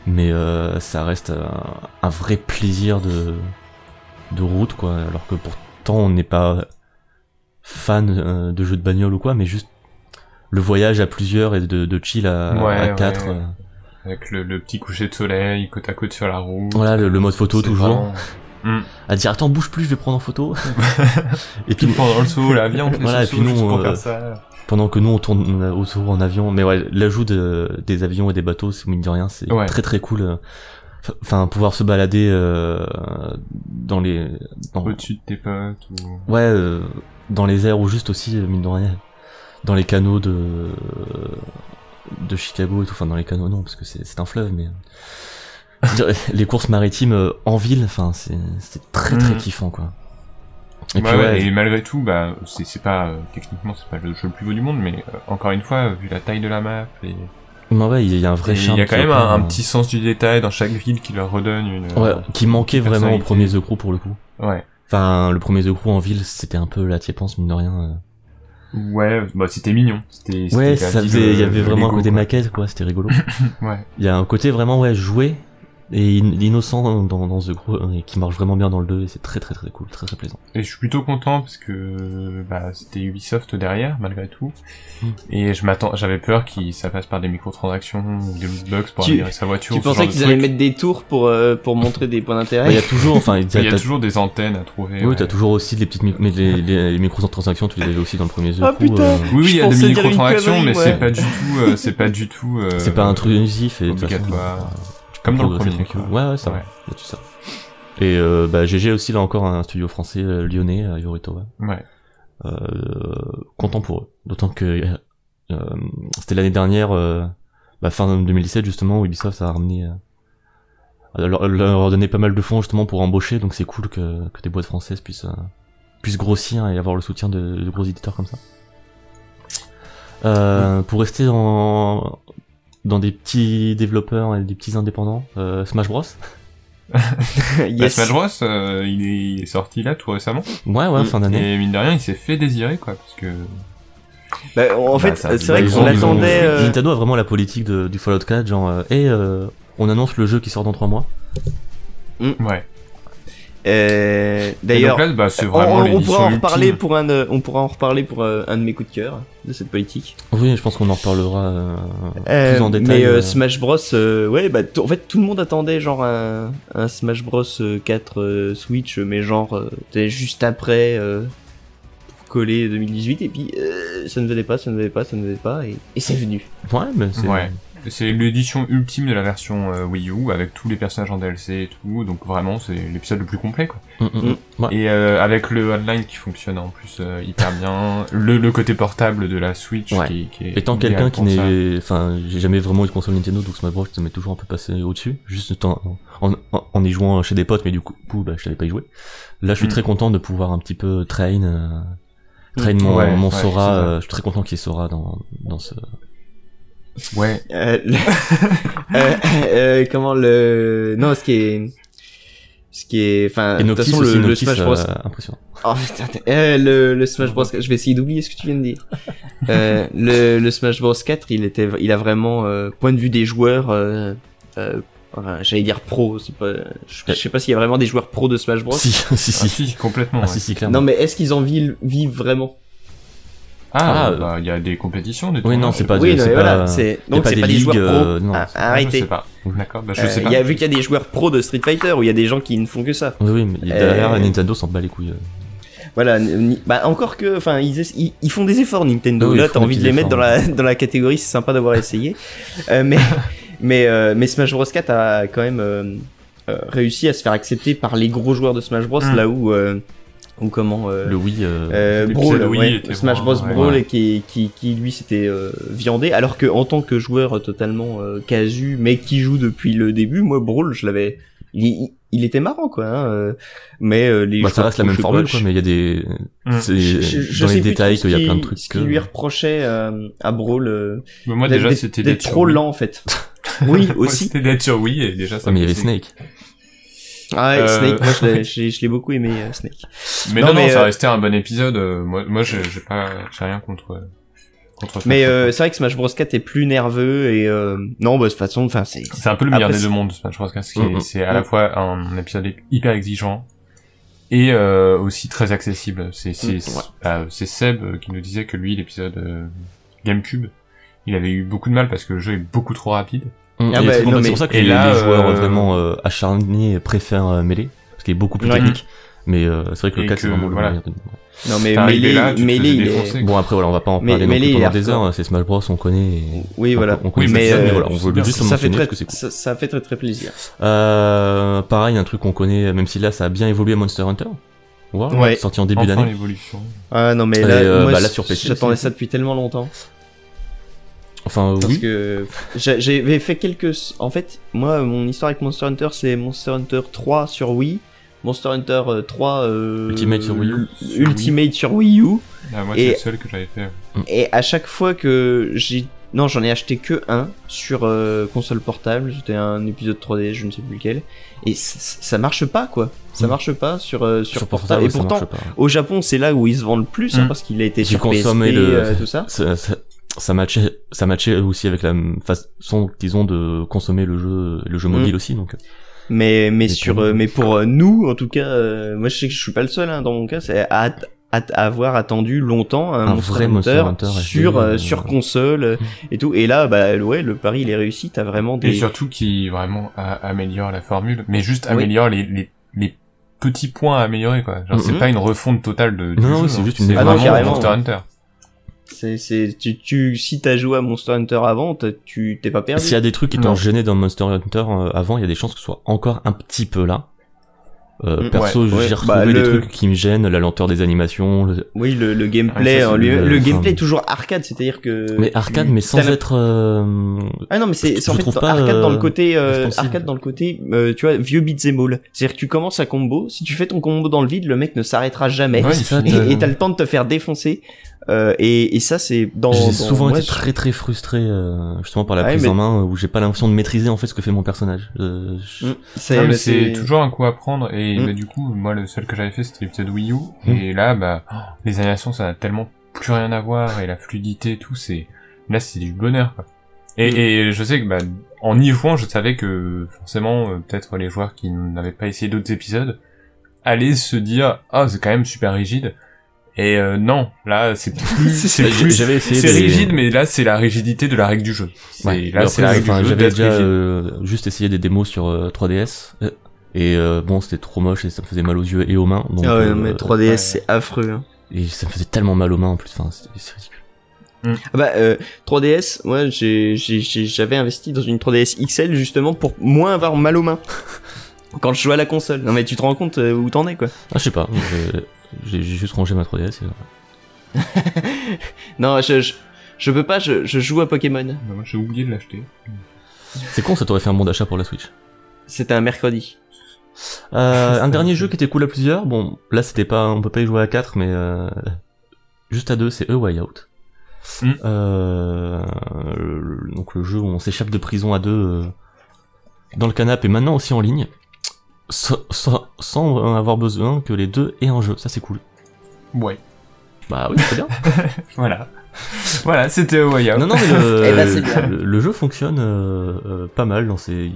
S1: Mais euh, ça reste un, un vrai plaisir de, de route, quoi. Alors que pourtant, on n'est pas fan euh, de jeux de bagnole ou quoi, mais juste le voyage à plusieurs et de, de chill à,
S3: Ouais,
S1: à
S3: ouais.
S1: quatre. euh.
S3: Avec le, le petit coucher de soleil, côte à côte sur la route.
S1: Voilà, le, le mode photo
S3: C'est
S1: toujours.
S3: vraiment-
S1: à dire attends bouge plus je vais prendre en photo et
S3: Tout
S1: puis
S3: le temps dans le saut, là, viens, on fait
S1: Voilà, et puis
S3: ce saut
S1: nous,
S3: juste pour
S1: euh,
S3: faire ça.
S1: pendant que nous on tourne euh, autour en avion mais ouais l'ajout de, des avions et des bateaux c'est mine de rien c'est
S3: Ouais.
S1: très très cool euh. enfin pouvoir se balader euh, dans les dans, ouais
S3: Au-dessus de tes potes ou...
S1: euh, dans les airs ou juste aussi euh, mine de rien dans les canaux de de Chicago et tout enfin dans les canaux non parce que c'est c'est un fleuve mais euh, je dirais, les courses maritimes euh, en ville enfin c'est c'est très très
S3: Mhm.
S1: kiffant quoi
S3: Ouais,
S1: et
S3: ouais,
S1: puis
S3: Et,
S1: ouais,
S3: malgré tout, bah, c'est c'est pas euh, techniquement c'est pas le jeu le plus beau du monde, mais euh, encore une fois, vu la taille de la map, et- et
S1: mais bah ouais, il y a un
S3: il
S1: vrai charme
S3: y a quand
S1: qui
S3: même
S1: opère,
S3: un, un
S1: euh,
S3: petit sens du détail dans chaque ville qui leur redonne une.
S1: Ouais, qui manquait vraiment au
S3: personnalité.
S1: premier The Crew pour le coup.
S3: ouais.
S1: Enfin, le premier The Crew en ville, c'était un peu la tiépence, mine de rien. euh.
S3: Ouais, bah c'était mignon. C'était. c'était
S1: Ouais,
S3: la
S1: ça
S3: ville,
S1: faisait, il y
S3: euh,
S1: avait
S3: de
S1: vraiment un
S3: Lego,
S1: côté
S3: quoi.
S1: maquette, quoi, c'était rigolo.
S3: Ouais.
S1: Il y a un côté vraiment, ouais, joué et in- innocent dans, dans The Crew, hein, et qui marche vraiment bien dans le 2, et c'est très très très cool, très très plaisant.
S3: Et je suis plutôt content parce que bah, c'était Ubisoft derrière malgré tout.
S1: Mm.
S3: Et je m'attends, j'avais peur qu'il ça passe par des microtransactions ou des loot box pour
S2: Tu-
S3: améliorer sa voiture.
S2: Tu
S3: ou ce
S2: pensais
S3: genre de
S2: qu'ils allaient
S3: truc.
S2: mettre des tours pour, euh, pour montrer des points
S1: Ouais, Il
S2: d'intérêt
S1: y a toujours, enfin, il y a-
S3: Il y a
S1: t'as-
S3: toujours des antennes à trouver.
S1: oui,
S3: ouais.
S1: t'as toujours aussi les petites mi- mais les, les, les microtransactions, tu les avais aussi dans le premier The
S2: Ah,
S1: Crew,
S2: putain.
S1: euh,
S3: Oui, oui,
S2: Je
S3: il y a des
S2: pensais dire une
S3: microtransactions,
S2: connerie,
S3: mais
S2: ouais.
S3: c'est pas du tout, euh, c'est pas du tout. euh,
S1: c'est pas intrusif et de toute façon,
S3: obligatoire.
S1: euh,
S3: Comme dans le
S1: progresser
S3: premier.
S1: tranquille.
S3: quoi.
S1: Ouais, ouais, ça va. Il y a tout ça. Et euh, bah, GG aussi, là encore, un studio français euh, lyonnais, euh, Yoritowa.
S3: Ouais.
S1: Euh, content pour eux. D'autant que euh, euh, c'était l'année dernière, euh, bah, fin 2017, justement, où Ubisoft a ramené. euh, leur, leur donné pas mal de fonds, justement, pour embaucher. Donc c'est cool que, que des boîtes françaises puissent, euh, puissent grossir et avoir le soutien de, de gros éditeurs comme ça. Euh, Pour rester dans, dans des petits développeurs et des petits indépendants, euh, Smash Bros.
S3: Bah,
S2: Yes.
S3: Smash Bros, euh, il, est, il est sorti là tout récemment.
S1: Ouais, ouais,
S2: Mm.
S1: fin d'année.
S3: Et mine de rien, il s'est fait désirer quoi, parce que
S2: Bah, en
S3: Bah,
S2: fait,
S3: ça-
S2: c'est
S3: bah,
S2: vrai
S3: ils
S2: qu'on
S3: ont-
S2: l'attendait.
S3: ils ont-
S2: euh,
S1: Nintendo a vraiment la politique de- du Fallout 4, genre, euh, et euh, on annonce le jeu qui sort dans 3 mois.
S3: ouais.
S2: euh,
S3: Et
S2: D'ailleurs,
S3: donc là, bah, c'est
S2: on,
S3: vraiment
S2: on
S3: l'édition
S2: pourra en reparler
S3: ultime.
S2: pour un, euh, on pourra en reparler pour euh, un de mes coups de cœur de cette politique.
S1: Oui, je pense qu'on en reparlera. euh,
S2: Euh,
S1: en détail,
S2: Mais euh,
S1: euh.
S2: Smash Bros, euh, ouais, bah t- en fait tout le monde attendait genre un, un Smash Bros euh, 4 euh, Switch, mais genre euh, t'es juste après euh, pour coller 2018 et puis euh, ça ne venait pas, ça ne venait pas, ça ne venait pas et, et c'est venu.
S1: Ouais, mais c'est.
S3: Ouais. C'est l'édition ultime de la version euh, Wii U avec tous les personnages en DLC et tout, donc vraiment c'est l'épisode le plus complet quoi.
S1: Mm, mm, mm. Ouais.
S3: Et euh, avec le online qui fonctionne en plus euh, hyper bien, le, le côté portable de la Switch
S1: Ouais.
S3: qui, qui est
S1: Étant
S3: idéal
S1: quelqu'un qui
S3: pour ça.
S1: n'est. Enfin, j'ai jamais vraiment eu de console Nintendo, donc Smash Bros, ça m'est toujours un peu passé au-dessus. Juste en, en, en- en y jouant chez des potes, mais du coup, bah, je savais pas y jouer. Là, je suis
S3: Mm.
S1: très content de pouvoir un petit peu train. euh, train mon,
S3: Ouais,
S1: mon
S3: ouais,
S1: Sora.
S3: c'est vrai.
S1: euh, je suis très content qu'il y ait Sora dans, dans
S2: Bah,
S1: ce.
S3: Ouais,
S2: Euh, le- euh, euh, comment le non, ce qui est ce qui est enfin de toute
S1: Noctis
S2: façon le,
S1: aussi,
S2: le
S1: Noctis,
S2: Smash
S1: euh,
S2: Bros
S1: impressionnant.
S2: Oh putain, t'es- euh, le, le Smash Bros. 4, je vais essayer d'oublier ce que tu viens de dire. Euh, le, le Smash Bros 4, il était, il a vraiment euh, point de vue des joueurs. Euh, euh, enfin, J'allais dire pro, c'est pas, je, je sais pas s'il y a vraiment des joueurs pro de Smash Bros.
S1: Si, si,
S3: Ah,
S1: si.
S3: si, complètement.
S1: Ah,
S3: ouais.
S1: si, si, clairement.
S2: non mais est-ce qu'ils en vivent, vivent vraiment
S1: Ah,
S3: Ah,
S1: euh,
S3: bah, il y a des compétitions. Des
S1: Oui, non,
S3: tournois,
S1: c'est
S3: je-
S1: pas.
S2: Hein, Oui,
S1: c'est
S2: non, mais
S1: pas-
S2: voilà, c'est
S1: y a
S2: donc
S1: pas
S2: c'est
S1: des
S2: pas des joueurs
S1: ligues,
S2: pro.
S1: euh, non,
S2: Ah,
S1: c'est-
S3: Ah, Je
S2: arrêtez.
S3: sais pas. D'accord, bah, je
S2: Euh,
S3: sais
S2: il
S3: pas.
S2: y a vu qu'il y a des joueurs pro de Street Fighter où il y a des gens qui ne font que ça.
S1: Oui, oui, mais
S2: Euh,
S1: derrière, Nintendo s'en bat les couilles. euh.
S2: Voilà, ni- bah encore que, enfin ils, essa- ils, ils font des efforts Nintendo.
S1: Ah Oui, ils
S2: Là
S1: font
S2: t'as
S1: des
S2: envie de
S1: petits
S2: les mettre dans
S1: efforts,
S2: la dans la catégorie, c'est sympa d'avoir essayé. Euh, mais mais euh, mais Smash Bros 4 a quand même euh, euh, réussi à se faire accepter par les gros joueurs de Smash Bros.
S3: Mm.
S2: Là où, euh, où comment euh,
S1: Le Wii. euh,
S2: euh,
S3: l'épisode
S2: Brawl,
S3: de Wii
S2: ouais,
S3: était
S2: Smash Bros
S3: vraiment, ouais.
S2: Brawl et qui, qui, qui lui s'était euh, viandé, alors que en tant que joueur totalement euh, casu, mais qui joue depuis le début, moi Brawl, je l'avais, il, il- il était marrant quoi, hein, euh, mais euh, les
S1: bah, ça
S2: joueurs
S1: reste la
S2: trop
S1: même formule,
S2: chevauchent.
S1: quoi, mais il y a des.
S3: Mm.
S1: c'est
S2: Je- je- je
S1: dans
S2: sais
S1: les
S2: plus
S1: détails
S2: trop ce
S1: qu'il y a plein de
S2: qui-
S1: trucs.
S2: Ce qui
S1: que-
S2: lui reprochait euh, à Brawl, euh,
S3: Mais moi
S2: d'être-
S3: déjà
S2: d'être-
S3: c'était
S2: d'être
S3: d'être sur
S2: trop
S3: Wii.
S2: lent en fait. oui
S3: Moi,
S2: aussi.
S3: C'était d'être sur Wii et déjà ça.
S1: Ah, mais il y avait
S3: c'est-
S2: Mm.
S1: Snake.
S2: Ah ouais,
S3: Euh,
S2: Snake, moi je l'ai- je l'ai je l'ai beaucoup aimé euh, Snake.
S3: Mais
S2: Non,
S3: non, non,
S2: mais,
S3: ça
S2: euh,
S3: restait un bon épisode. euh, Moi, moi, j'ai j'ai pas, j'ai rien contre. euh, Contre Smash
S2: Mais
S3: Bros.
S2: euh, c'est vrai que Smash Bros 4 est plus nerveux et euh, non bah de toute façon enfin c'est
S3: c'est un peu le meilleur
S2: après,
S3: des
S2: c'est-
S3: deux mondes, Smash Bros. Parce que
S1: Mm, mm.
S3: c'est à la fois un épisode hyper exigeant et euh, aussi très accessible. C'est c'est
S2: Mm, ouais.
S3: bah, c'est Seb euh, qui nous disait que lui, l'épisode euh, GameCube, il avait eu beaucoup de mal parce que le jeu est beaucoup trop rapide.
S1: Et
S2: bah,
S1: c'est pour-
S2: non,
S1: c'est
S2: mais-
S1: pour ça que
S3: et
S1: les,
S3: là,
S1: les joueurs
S3: euh,
S1: vraiment euh, acharnés préfèrent euh, Melee, parce qu'il est beaucoup plus
S2: Ouais.
S1: technique. Mais euh, c'est vrai que le
S3: Et
S1: 4 c'est
S3: que,
S1: vraiment le
S3: voilà.
S1: meilleur.
S2: non mais
S3: T'arrivais
S2: Melee,
S3: là, tu te
S2: Melee,
S3: faisais
S2: il est-
S3: défoncer.
S1: Bon après voilà, on va pas en
S2: Mais-
S1: parler non
S2: mais
S1: plus
S2: les
S1: pendant des
S2: hardcore.
S1: heures, hein, c'est Smash Bros, on connaît. et-
S2: oui voilà.
S1: On connaît
S3: Oui,
S1: cet
S3: mais,
S1: épisode, mais
S3: euh,
S1: voilà, Ah, on veut
S3: c'est
S1: juste le
S2: ça fait
S1: mentionner
S2: très
S1: parce que c'est cool.
S2: ça, ça fait très très plaisir.
S1: Euh, pareil, un truc qu'on connaît, même si là ça a bien évolué à Monster Hunter. World,
S2: Ouais.
S1: Sorti en début
S3: Enfin
S1: d'année.
S3: l'évolution.
S2: Ah non mais
S1: Et,
S2: là,
S1: euh,
S2: moi,
S1: bah, là, sur PC,
S2: j'attendais
S1: c'est-
S2: ça depuis tellement longtemps
S1: Enfin euh,
S2: parce
S1: oui.
S2: que j'a- j'avais fait quelques en fait moi mon histoire avec Monster Hunter c'est Monster Hunter 3 sur Wii, Monster Hunter euh, 3 euh,
S1: Ultimate sur Wii U.
S2: Ultimate sur Wii U.
S3: Ah, moi,
S2: Et-
S3: c'est le seul que j'avais fait.
S2: Et à chaque fois que j'ai... Non, j'en ai acheté que un sur euh, console portable. C'était un épisode 3D, je ne sais plus lequel. Et c- c- ça marche pas, quoi. Ça
S1: Mm.
S2: marche pas sur, euh, sur,
S1: Sur
S2: portable.
S1: portable,
S2: Et
S1: ça
S2: pourtant,
S1: marche pas.
S2: au Japon, c'est là où ils se vendent le plus, hein,
S3: Mm.
S2: parce qu'il a été
S1: Du
S2: sur PSP,
S1: consomme et de-
S2: euh, tout ça.
S1: ça, ça, ça matchait, ça matchait aussi avec la m- façon qu'ils ont de consommer le jeu, le
S2: Mm.
S1: jeu mobile aussi. Donc, euh,
S2: Mais, mais,
S1: Et
S2: sur,
S1: pour
S2: euh,
S1: nous.
S2: mais pour euh, nous, en tout cas, euh, moi je sais que je suis pas le seul hein, dans mon cas, c'est à, att- att- avoir attendu longtemps un,
S1: Un
S2: Monster
S1: vrai Monster
S2: Hunter
S1: Hunter,
S2: sur,
S1: et-
S2: euh, sur console euh,
S1: Mm.
S2: et tout. Et là, bah ouais, le pari il est réussi, t'as vraiment
S3: Et
S2: des...
S3: surtout qui vraiment a- améliore la formule, mais juste
S2: Oui.
S3: améliore les, les, les petits points à améliorer quoi. Genre
S1: Mhm.
S3: c'est pas une refonte totale de. du
S1: Non, non,
S3: jeu,
S1: c'est
S3: hein.
S1: juste une
S2: évolution.
S3: vraiment
S2: Ah non,
S3: Monster Hunter.
S2: C'est, c'est, tu, tu, si t'as joué à Monster Hunter avant, t'as- tu t'es pas perdu.
S1: s'il y a des trucs qui t'ont
S3: Non.
S1: gêné dans Monster Hunter euh, avant, il y a des chances que ce soit encore un petit peu là. Euh,
S2: Mm,
S1: perso,
S2: ouais, ouais.
S1: j'ai
S2: Bah,
S1: retrouvé des
S2: le-
S1: trucs qui me gênent, la lenteur des animations. le-
S2: Oui, le, le gameplay,
S3: Ah, ça, c'est
S2: hein, lui-
S1: une-
S2: le
S1: enfin,
S2: gameplay est toujours arcade, c'est-à-dire que.
S1: Mais arcade,
S2: tu-
S1: mais
S2: t'as
S1: sans
S2: la-
S1: être. euh,
S2: Ah non, mais c'est,
S1: je-
S2: c'est en
S1: je
S2: fait
S1: trouve
S2: dans-
S1: pas,
S2: arcade dans le
S1: euh,
S2: côté, euh,
S1: responsive.
S2: arcade dans le côté, euh, tu vois, vieux beat'em all. C'est-à-dire que tu commences à combo, si tu fais ton combo dans le vide, le mec ne s'arrêtera jamais.
S3: Ouais,
S1: c'est ça,
S3: il
S2: Et,
S3: finit-
S2: et t'as le temps de te faire défoncer. Euh, et, et ça, c'est dans. dans-
S1: J'ai souvent
S2: Oh, moi,
S1: été
S2: je-
S1: très très frustré euh, justement par la
S2: Ouais,
S1: prise
S2: mais-
S1: en main euh, où j'ai pas l'impression de maîtriser en fait ce que fait mon personnage. Euh, je-
S2: Mm, C'est,
S3: Non, mais
S2: bah,
S3: c'est
S2: c'est-
S3: toujours un coup à prendre et
S1: Hmm.
S2: Mm.
S3: bah, du coup moi le seul que j'avais fait c'était l'épisode Wii U
S1: Mm.
S3: et là bah oh, les animations ça n'a tellement plus rien à voir et la fluidité et tout c'est là c'est du bonheur quoi. Et,
S1: Hmm.
S2: Mm.
S3: et je sais que bah en y jouant je savais que forcément euh, peut-être les joueurs qui n'avaient pas essayé d'autres épisodes allaient se dire ah c'est quand même super rigide et euh, non là c'est plus c'est plus-
S1: Bah, J'avais essayé
S3: c'est
S1: des-
S3: rigide mais là c'est la rigidité de la règle du jeu. C'est-
S1: Ouais.
S3: là
S1: Mais après,
S3: c'est la règle
S1: enfin,
S3: du jeu
S1: J'avais
S3: d'être
S1: déjà
S3: rigide.
S1: euh, juste essayé des démos sur euh, 3DS. euh, Et euh, bon, c'était trop moche et ça me faisait mal aux yeux et aux mains. Donc,
S2: Ah ouais,
S1: euh,
S2: non, mais 3DS,
S3: ouais.
S2: c'est affreux. hein.
S1: Et ça me faisait tellement mal aux mains en plus. Enfin, c'est c'est ridicule.
S2: Ah bah, euh, 3DS, moi j'ai- j'ai- j'ai- j'avais investi dans une 3DS XL justement pour moins avoir mal aux mains quand je jouais à la console. Non mais tu te rends compte euh, où t'en es quoi.
S1: Ah, je sais pas. j'ai- J'ai j'ai juste rangé ma 3DS. et euh. voilà.
S2: Non, je, je, je peux pas, je, je joue à Pokémon.
S3: Bah, moi, j'ai oublié de l'acheter.
S1: C'est con, ça t'aurait fait un bon d'achat pour la Switch.
S2: C'était un mercredi.
S1: Euh, un dernier jeu qui était cool à plusieurs. Bon, là, c'était pas, on peut pas y jouer à 4, mais euh, juste à 2, c'est A Way Out.
S3: Mm.
S1: Euh, le- donc le jeu où on s'échappe de prison à deux euh, dans le canapé et maintenant aussi en ligne, sans, sans- sans avoir besoin que les deux aient un jeu. Ça, c'est cool.
S3: Ouais.
S1: Bah oui, c'est bien.
S3: Voilà. voilà, c'était Way Out.
S1: non, non, mais le,
S2: Eh ben, c'est bien.
S1: le- le jeu fonctionne euh, euh, pas mal dans ses.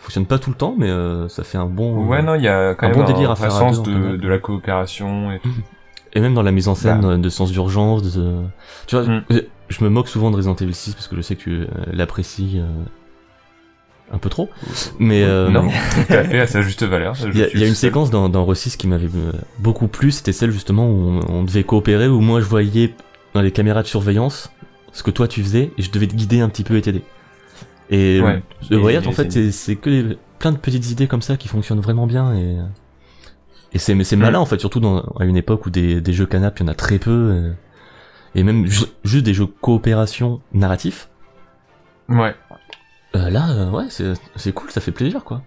S1: Il fonctionne pas tout le temps, mais euh, ça fait un bon.
S3: Ouais, non, il y a quand
S1: Un
S3: même
S1: bon délire
S3: un
S1: à faire à
S3: sens
S1: deux, en
S3: de,
S1: fait.
S3: de la coopération et tout.
S1: Et même dans la mise en scène, euh, de sens d'urgence, de... tu vois,
S3: Bah. Mm.
S1: je- je me moque souvent de Resident Evil 6 parce que je sais que tu euh, l'apprécies euh, un peu trop, mais euh,
S3: non, tout à fait, à sa juste valeur. Je
S1: il y a,
S3: suis
S1: il y a une
S3: seul.
S1: séquence dans, dans Re6 qui m'avait euh, beaucoup plu, c'était celle justement où on, on devait coopérer, où moi je voyais dans les caméras de surveillance ce que toi tu faisais et euh, je devais te guider un petit peu et t'aider. Et
S3: Ouais.
S1: le
S3: Et-
S1: voyage
S3: et
S1: en fait
S3: c'est-
S1: c'est- c'est que les- plein de petites idées comme ça qui fonctionnent vraiment bien et et c'est mais c'est malin en fait surtout dans, à une époque où des, des jeux canapes il y en a très peu et, et même ju- juste des jeux coopération narratif
S3: Ouais.
S1: euh, là euh, ouais c'est c'est cool ça fait plaisir quoi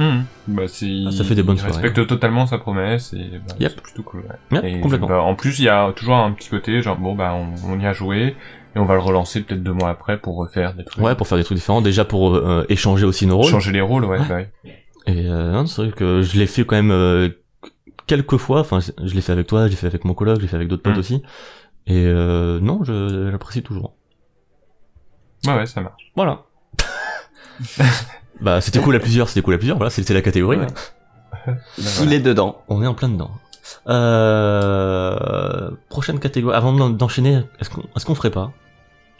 S3: Hum. Bah, c'est-
S1: Ah, ça fait des bonnes
S3: il
S1: soirées.
S3: respecte totalement sa promesse et bah,
S1: Yep.
S3: c'est plutôt cool. ouais.
S1: Ouais,
S3: Et,
S1: complètement
S3: bah, en plus, il y a toujours un petit côté genre bon bah on, on y a joué et on va le relancer peut-être deux mois après pour refaire des trucs,
S1: ouais pour faire des trucs différents déjà pour euh, échanger aussi nos rôles
S3: changer les rôles, ouais.
S1: Ouais.
S3: bah ouais.
S1: Et euh, non, c'est vrai que je l'ai fait quand même euh, quelques fois. Enfin, je l'ai fait avec toi, j'ai fait avec mon collègue, j'ai fait avec d'autres potes
S3: Mm.
S1: aussi. Et euh, non, je j'apprécie toujours.
S3: Ouais, ouais, ça marche.
S1: Voilà. bah, c'était cool à plusieurs, c'était cool à plusieurs. Voilà, c'était la catégorie.
S2: Ouais.
S3: Bah,
S2: Il
S3: voilà.
S2: est dedans.
S1: On est en plein dedans. Euh, prochaine catégorie. Avant d'en- d'enchaîner, est-ce qu'on est-ce qu'on ferait pas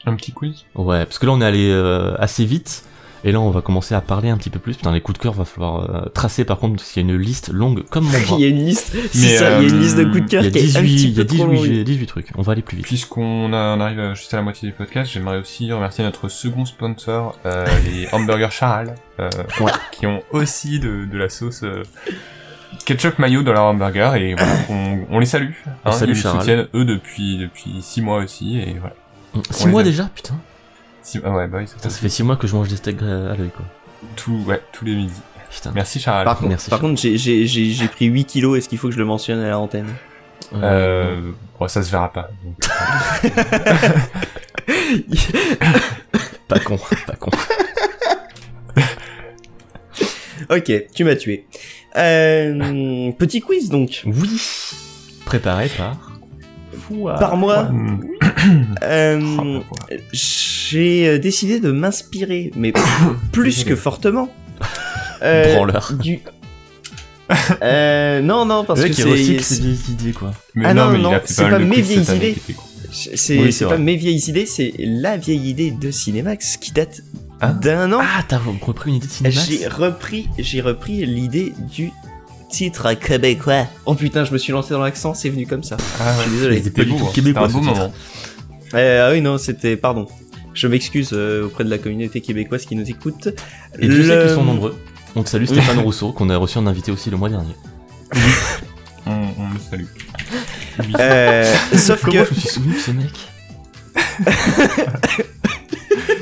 S3: Un petit quiz.
S1: Ouais, parce que là on est allé euh, assez vite. Et là, on va commencer à parler un petit peu plus. Putain, les coups de cœur, va falloir euh, tracer par contre, parce qu'il y a une liste longue comme mon bras.
S2: Il y a une liste,
S3: Mais,
S2: c'est ça, il y a une liste de
S3: euh,
S2: coups de cœur
S1: Il y a
S2: qui est
S1: 18,
S2: un petit
S1: il y a
S2: peu trop
S1: 18,
S2: longue.
S1: j'ai 18 trucs. On va aller plus vite.
S3: Puisqu'on a- on arrive euh, juste à la moitié du podcast, j'aimerais aussi remercier notre second sponsor, euh, les hamburgers Charal, euh, qui ont aussi de, de la sauce euh, ketchup mayo dans leur hamburger et voilà, on, on les salue.
S1: On
S3: hein,
S1: salue
S3: ils nous
S1: Charal.
S3: soutiennent eux depuis depuis six mois aussi et voilà.
S1: 6
S3: On les
S1: mois
S3: aime.
S1: déjà, putain.
S3: Six- ah ouais, bah oui,
S1: Putain,
S3: c'est
S1: ça fait 6 mois que je mange des steaks euh, à l'œil, quoi.
S3: tout, ouais, tous les midis.
S1: Putain.
S3: Merci Charal.
S2: Par, contre-
S1: Merci,
S2: par
S1: Charles.
S2: contre, j'ai- j'ai j'ai- j'ai pris 8 kilos, est-ce qu'il faut que je le mentionne à la antenne
S1: Euh,
S3: Euh, bon, ça se verra pas.
S1: Pas con, pas con.
S2: Ok, tu m'as tué. Euh, petit quiz donc.
S1: Oui. Préparé par. Fouah.
S2: Par moi,
S3: Hmm.
S2: euh, j'ai euh, décidé de m'inspirer, mais plus que fortement. euh,
S1: Branleur.
S2: du... Euh, non, non, parce
S1: Le
S2: que
S1: mec, il
S2: c'est
S1: recycle ses vieilles idées, quoi.
S3: Mais
S2: Ah non,
S3: mais
S2: non,
S3: il a fait
S2: c'est
S3: mal
S2: pas
S3: de
S2: mes
S3: quiz cette
S2: vieilles
S3: année
S2: idées.
S3: qui était cool.
S2: c'est c'est
S1: Oui, c'est
S2: pas
S1: vrai.
S2: mes vieilles idées, c'est la vieille idée de Cinemax qui date
S3: Ah.
S2: d'un an.
S1: Ah, t'as repris une idée de
S2: J'ai
S1: cinéma
S2: repris, j'ai repris l'idée du titre québécois. Oh putain, je me suis lancé dans l'accent, c'est venu comme ça.
S3: Ah
S2: Je
S3: ouais.
S2: suis désolé.
S1: C'était pas du
S3: beau,
S1: tout
S3: hein.
S1: québécois,
S3: C'était un
S1: ce
S3: beau
S1: titre.
S3: moment.
S2: Euh, ah oui, non, c'était. Pardon. Je m'excuse euh, auprès de la communauté québécoise qui nous écoute.
S1: Et Dieu sait
S2: Le-
S1: qu'ils sont nombreux. On te salue Stéphane Rousseau, qu'on a reçu en invité aussi le mois dernier.
S3: On, on le salue.
S2: Euh, sauf
S1: Comment
S2: que.
S1: je me suis souvenu de ce mec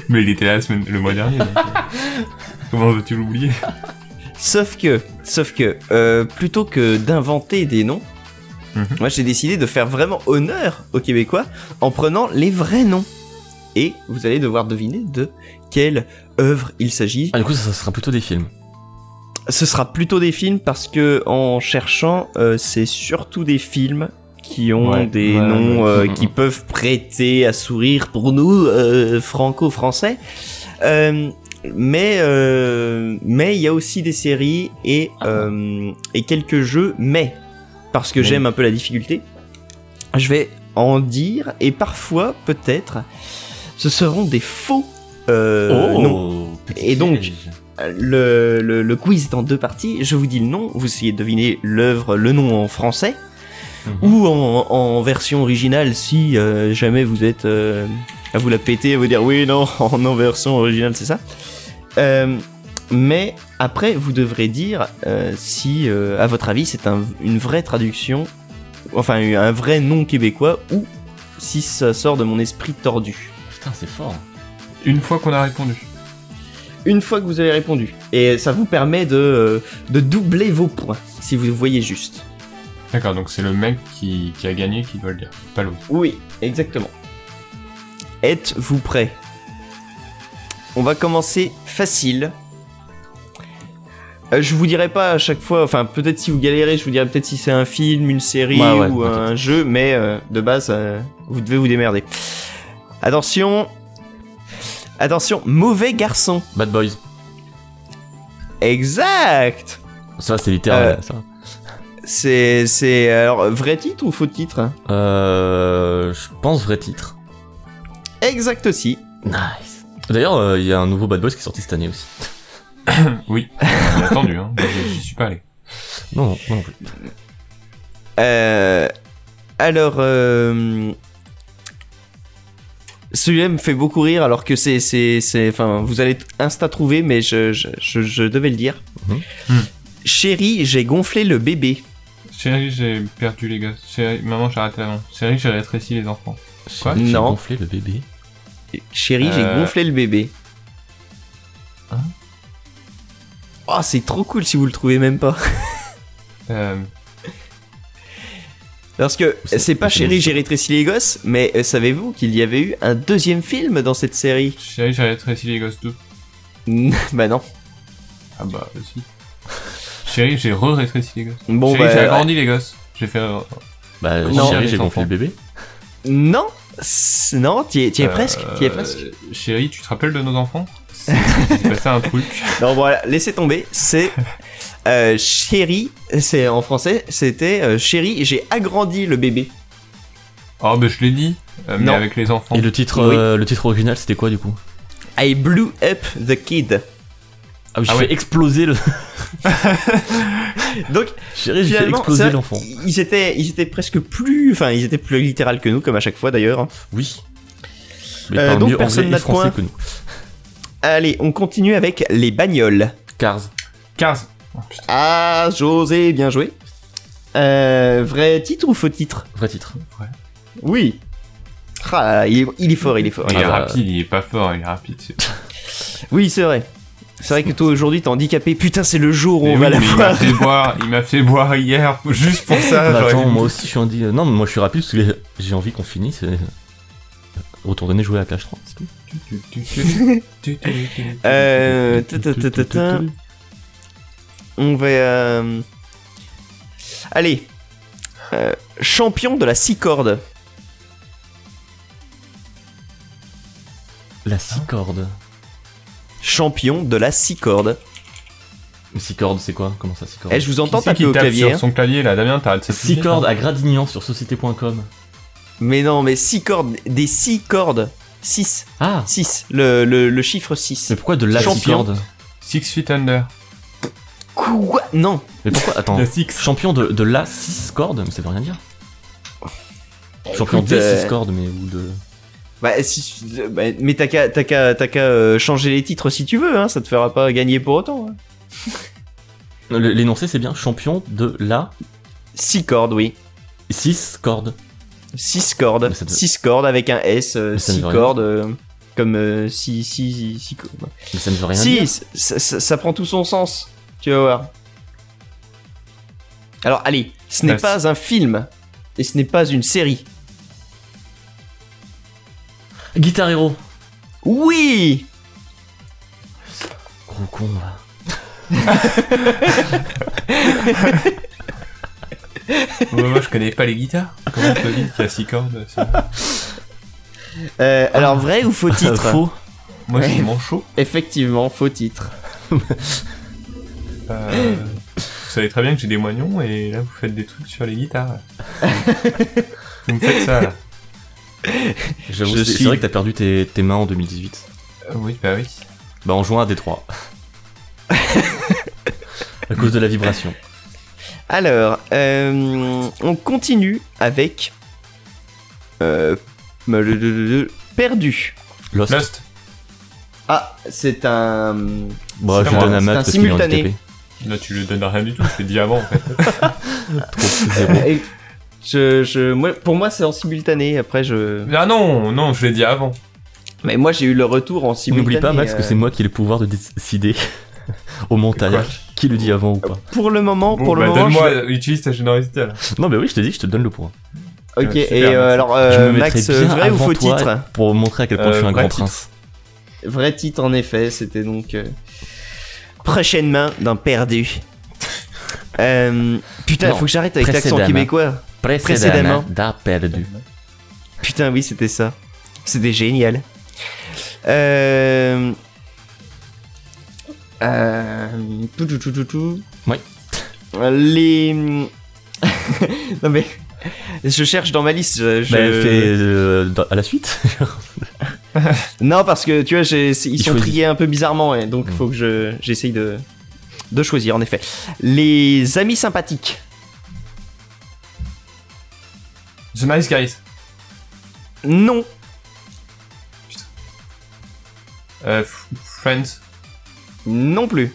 S3: Mais il était là la semaine, le mois dernier. donc, euh, Comment veux-tu l'oublier
S2: Sauf que. Sauf que. euh, plutôt que d'inventer des noms,
S3: Mhm.
S2: moi j'ai décidé de faire vraiment honneur aux Québécois en prenant les vrais noms. Et vous allez devoir deviner de quelle œuvre il s'agit.
S1: Ah, du coup, ça, ça sera plutôt des films.
S2: Ce sera plutôt des films parce que en cherchant, euh, c'est surtout des films qui ont
S3: Ouais,
S2: des
S3: ouais,
S2: noms
S3: ouais.
S2: euh,
S1: Mhm.
S2: qui peuvent prêter à sourire pour nous euh, franco-français. Euh, mais euh, mais il y a aussi des séries et euh, et quelques jeux. Mais parce que
S3: Mais-
S2: j'aime un peu la difficulté, je vais en dire et parfois peut-être ce seront des faux euh,
S3: Oh.
S2: noms.
S1: petit
S2: Et donc-
S1: piège.
S2: Le, le- le quiz est en deux parties. Je vous dis le nom, vous essayez de deviner l'œuvre, le nom en français
S1: Mhm.
S2: ou en, en version originale si euh, jamais vous êtes euh, à vous la péter, à vous dire oui, non, en, en version originale, c'est ça. Euh, mais après, vous devrez dire euh, si, euh, à votre avis, c'est un- une vraie traduction, enfin un vrai nom québécois ou si ça sort de mon esprit tordu.
S1: Putain, c'est fort.
S3: Une fois qu'on a répondu.
S2: une fois que vous avez répondu. Et ça vous permet de, euh, de doubler vos points, si vous voyez juste.
S3: D'accord, donc c'est le mec qui, qui a gagné qui doit le dire, pas l'autre.
S2: Oui, exactement. Êtes-vous prêt On va commencer facile. Euh, je vous dirai pas à chaque fois, enfin peut-être si vous galérez, je vous dirai peut-être si c'est un film, une série
S1: Ouais, ouais,
S2: ou un jeu, mais euh, de base, euh, vous devez vous démerder. Attention Attention, mauvais garçon
S1: Bad Boys.
S2: Exact
S1: Ça, c'est littéral,
S2: Euh,
S1: ça.
S2: C'est, c'est alors vrai titre ou faux titre hein
S1: Euh, je pense vrai titre.
S2: Exact aussi.
S1: Nice. D'ailleurs, euh, il y a un nouveau Bad Boys qui est sorti cette année aussi.
S3: Oui, on a attendu, hein. Moi, j'y j'y suis pas allé.
S1: Non, non, moi non plus.
S2: Euh, alors, euh, Celui-là me fait beaucoup rire alors que c'est c'est c'est enfin vous allez t- insta trouver mais je je, je, je devais le dire.
S1: Mhm.
S3: Mhm.
S2: Hmm. Chérie, j'ai gonflé le bébé.
S3: Chérie, j'ai perdu les gosses. Chérie, maman, j'ai arrêté avant. Chérie, j'ai rétréci les enfants. Quoi
S1: J'ai
S2: Non.
S1: gonflé le bébé.
S2: Chérie, j'ai
S3: Euh.
S2: gonflé le bébé.
S1: Hein
S2: Oh, c'est trop cool si vous le trouvez même pas.
S3: Euh,
S2: Parce que
S1: C'est-
S2: c'est pas
S1: c'est
S2: Chérie,
S1: bon.
S2: j'ai rétréci les gosses, mais euh, savez-vous qu'il y avait eu un deuxième film dans cette série
S3: chérie, j'ai rétréci les gosses 2.
S2: Bah non.
S3: Ah bah, si. chérie, j'ai re-rétréci les gosses.
S2: Bon
S3: chérie, j'ai
S2: bah
S3: agrandi les gosses. J'ai fait... euh,
S1: Bah,
S2: Non.
S1: chérie, j'ai
S3: Les
S1: gonflé
S3: enfants.
S1: le bébé.
S2: euh, non, c'est- non, t'y es, t'y es
S3: euh,
S2: presque, t'y es presque.
S3: Chérie, tu te rappelles de nos enfants C'est- Il s'est passé un truc.
S2: Non, voilà, laissez tomber. C'est euh, chérie. C'est en français. C'était euh, chérie. J'ai agrandi le bébé.
S3: Oh, bah je l'ai dit, euh, mais
S2: Non.
S3: avec les enfants.
S1: Et le titre,
S2: Oui.
S1: euh, le titre original, c'était quoi du coup
S2: I blew up the kid.
S1: Ah, oui, j'ai
S3: Ah
S1: fait
S3: ouais.
S1: exploser le.
S2: Donc
S1: Chérie, j'ai fait
S2: finalement, c'est
S1: exploser
S2: vrai,
S1: l'enfant.
S2: ils étaient, ils étaient presque plus, enfin ils étaient plus littéral que nous, comme à chaque fois d'ailleurs. hein.
S1: Oui. Mais
S2: Euh,
S1: parle
S2: donc
S1: mieux
S2: personne
S1: anglais
S2: n'a
S1: et
S2: de points.
S1: français que nous.
S2: Allez, on continue avec les bagnoles.
S1: Cars.
S3: 15. Oh, putain,
S2: Ah, José, bien joué. Euh, vrai titre ou faux titre
S1: Vrai titre.
S2: Oui. Ah, il est, il est fort, il est fort.
S3: il est
S1: bah.
S3: rapide, il est pas fort, il est rapide. c'est-
S2: Oui, c'est vrai. C'est vrai que toi aujourd'hui t'es handicapé. Putain, c'est le jour où
S3: Mais
S2: on
S3: oui,
S2: va la
S3: mais il
S2: voir.
S3: m'a fait boire, il m'a fait boire hier, juste pour ça.
S2: Ah,
S1: Bah,
S3: j'aurais
S1: attends,
S3: dû-
S1: moi aussi, je suis en dit. Non, mais moi, je suis rapide parce que j'ai envie qu'on finisse. et- Retournez jouer à Clash 3, c'est tout.
S2: Euh, ta- ta- ta- ta- ta. On va. euh, Allez. Euh, champion de la six cordes.
S1: La 6 cordes.
S2: Champion de la six cordes.
S1: Mais 6 cordes, c'est quoi Comment ça, 6 cordes
S2: Eh, je vous entends
S3: Qui c'est
S2: taper
S3: qui
S2: au
S3: tape
S2: clavier. hein.
S3: sur son clavier là Damien, t'arrêtes cette
S1: 6 cordes à Gradignan sur société.com.
S2: hein. Mais non, mais six cordes. Des six cordes. 6.
S1: Ah
S2: 6. Le, le- le chiffre 6.
S1: Mais pourquoi de la 6
S2: Champion.
S1: cordes
S3: hein. Six Feet Under.
S2: Quoi Non.
S1: Mais pourquoi Attends.
S3: La six.
S1: Champion de, de la 6 cordes, mais ça veut rien dire.
S2: Oh,
S1: Champion
S2: écoute,
S1: des 6
S2: euh,
S1: cordes, mais ou de.
S2: Bah, si- bah, mais t'as qu'à t'as qu'à- t'as qu'à, euh, changer les titres si tu veux. Hein. Ça te fera pas gagner pour autant. hein.
S1: Le- L'énoncé, c'est bien champion de la
S2: Six cordes, oui.
S1: 6 cordes.
S2: 6 cordes.
S1: Mais ça te-
S2: 6 cordes avec un S,
S1: Mais ça ne
S2: 6
S1: veut rien
S2: cordes. euh, comme 6, 6, 6 cordes.
S1: Mais ça ne veut rien dire.
S2: Si, ça, ça- ça prend tout son sens. Tu vas voir. Alors, allez, ce n'est
S3: Bah,
S2: pas un film. Et ce n'est pas une série.
S1: Guitar Hero.
S2: Oui
S1: Gros con, là.
S3: Ouais, moi je connais pas les guitares. Comment on peut dire qu'il y a six cordes c'est-
S2: Euh, Alors, vrai ou faux titre
S1: Ah. Faux.
S3: Moi je suis
S2: Ouais.
S3: manchot.
S2: Effectivement, faux titre.
S3: Euh, vous savez très bien que j'ai des moignons et là vous faites des trucs sur les guitares. là. vous me faites ça là.
S1: J'avoue,
S2: Je
S1: c'est
S2: suis-
S1: c'est vrai que t'as perdu tes, tes mains en 2018.
S3: Euh, Oui, bah oui.
S1: Bah, en juin à Détroit. à cause de la vibration.
S2: Alors, euh, on continue avec. Euh, le- le- le- le- perdu.
S1: Lost.
S3: Lost.
S2: Ah, c'est un.
S1: Bah, je
S3: C'est
S1: le
S3: un-
S1: donne à
S2: c'est
S1: Matt
S2: un
S1: parce qu'il est
S2: simultané.
S1: handicapé.
S3: Là tu lui donnes rien du tout, je t'ai dit avant en fait.
S1: Trop zéro.
S2: Et je, je, moi, pour moi, c'est en simultané. Après, je.
S3: Ah non, non, je l'ai dit avant.
S2: Mais moi, j'ai eu le retour en simultané.
S1: N'oublie pas, Max,
S2: euh,
S1: que c'est moi qui ai le pouvoir de décider au montage qui le dit avant ou pas.
S2: euh, Pour le moment,
S3: Bon,
S2: pour le
S3: bah,
S2: moment.
S3: donne-moi, utilise ta générosité là.
S1: Non, mais oui, je te dis, je te donne le point.
S2: je- Ok.
S3: super,
S2: et euh,
S3: merci.
S2: alors,
S1: Je
S2: euh,
S1: me mettrai
S2: Max,
S1: bien
S2: vrai ou
S1: avant
S2: faux
S1: toi
S2: titre
S1: Pour montrer à quel point
S3: Euh,
S1: je suis un
S3: vrai
S1: grand
S3: titre.
S1: prince.
S2: Vrai titre, en effet. C'était donc euh, prochaine main d'un perdu. Euh, putain,
S1: Non,
S2: faut que j'arrête avec l'accent
S1: précédemment.
S2: québécois. Précédemment.
S1: d'un perdu.
S2: Putain, oui, c'était ça. C'était génial. Euh... Euh... Tout, tout, tout, tout, tout.
S1: Oui.
S2: Les... non mais... Je cherche dans ma liste. Je...
S1: Bah, fais euh, dans- à la suite.
S2: Non, parce que tu vois, j'ai- c'est- ils
S1: Il
S2: sont
S1: choisit.
S2: triés un peu bizarrement, et donc
S1: Mm.
S2: faut que je j'essaye de... de choisir, en effet. Les amis sympathiques.
S3: The Nice Guys.
S2: Non.
S3: Euh, F- Friends.
S2: Non plus.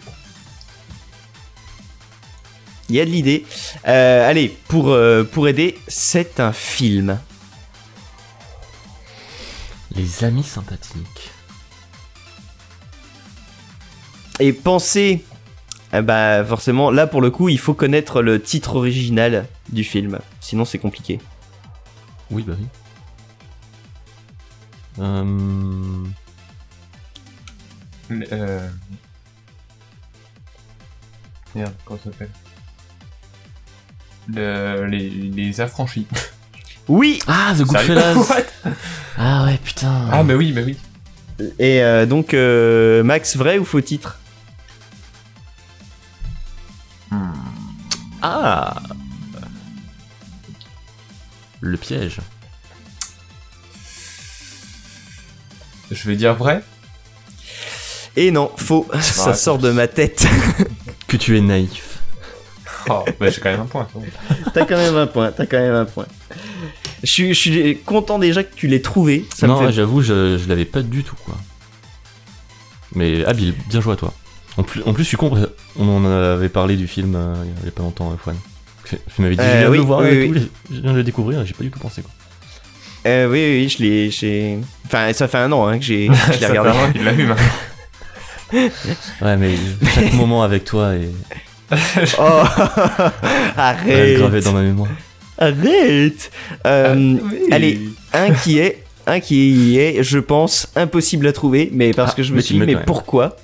S2: Il y a de l'idée. Euh, allez, pour, euh, pour aider, c'est un film.
S1: Les amis sympathiques.
S2: Et pensez, eh bah forcément, là pour le coup, il faut connaître le titre original du film. Sinon, c'est compliqué.
S1: Oui, bah oui. Euh,
S3: L- Euh... Merde, comment ça s'appelle Le- les, les affranchis.
S2: Oui
S1: Ah, The
S3: Sérieux
S1: Goodfellas
S3: What
S1: Ah ouais, putain.
S3: Ah, bah oui, bah oui.
S2: Et euh, donc, euh, Max, vrai ou faux titre
S1: Ah Le piège.
S3: Je vais dire vrai.
S2: Et Eh non, faux. Ça
S3: Ouais.
S2: sort de ma tête.
S1: Que tu es naïf.
S3: Oh, bah j'ai quand même un point. c'est bon.
S2: t'as quand même un point, t'as quand même un point. Je suis, je suis content déjà que tu l'aies trouvé. Ça
S1: non,
S2: me fait...
S1: j'avoue, je, je l'avais pas du tout, quoi. Mais habile, bien joué à toi. En plus, en plus je suis con, parce que on en avait parlé du film euh, il y a pas longtemps, euh, Fouane. Que- Tu m'avais dit,
S2: Euh,
S1: je viens de
S2: oui,
S1: le voir
S2: oui,
S1: et
S2: oui.
S1: tout, j'ai- je viens de le découvrir, et j'ai pas du tout pensé, quoi.
S2: Euh, oui, oui, oui, je l'ai. j'ai- Enfin, ça fait un an hein, que j'ai que je l'ai
S3: Ça
S2: regardé.
S3: fait un an qu'il l'a hein. vu maintenant.
S1: Ouais, mais chaque moment avec toi est
S2: Oh
S1: est
S2: Arrête
S1: gravé dans ma mémoire.
S2: Arrête Euh,
S3: Oui.
S2: Allez, un qui est, un qui est, je pense, impossible à trouver, mais parce
S1: Ah,
S2: que je me
S1: mais tu
S2: suis dit,
S1: le mets
S2: mais
S1: quand même.
S2: pourquoi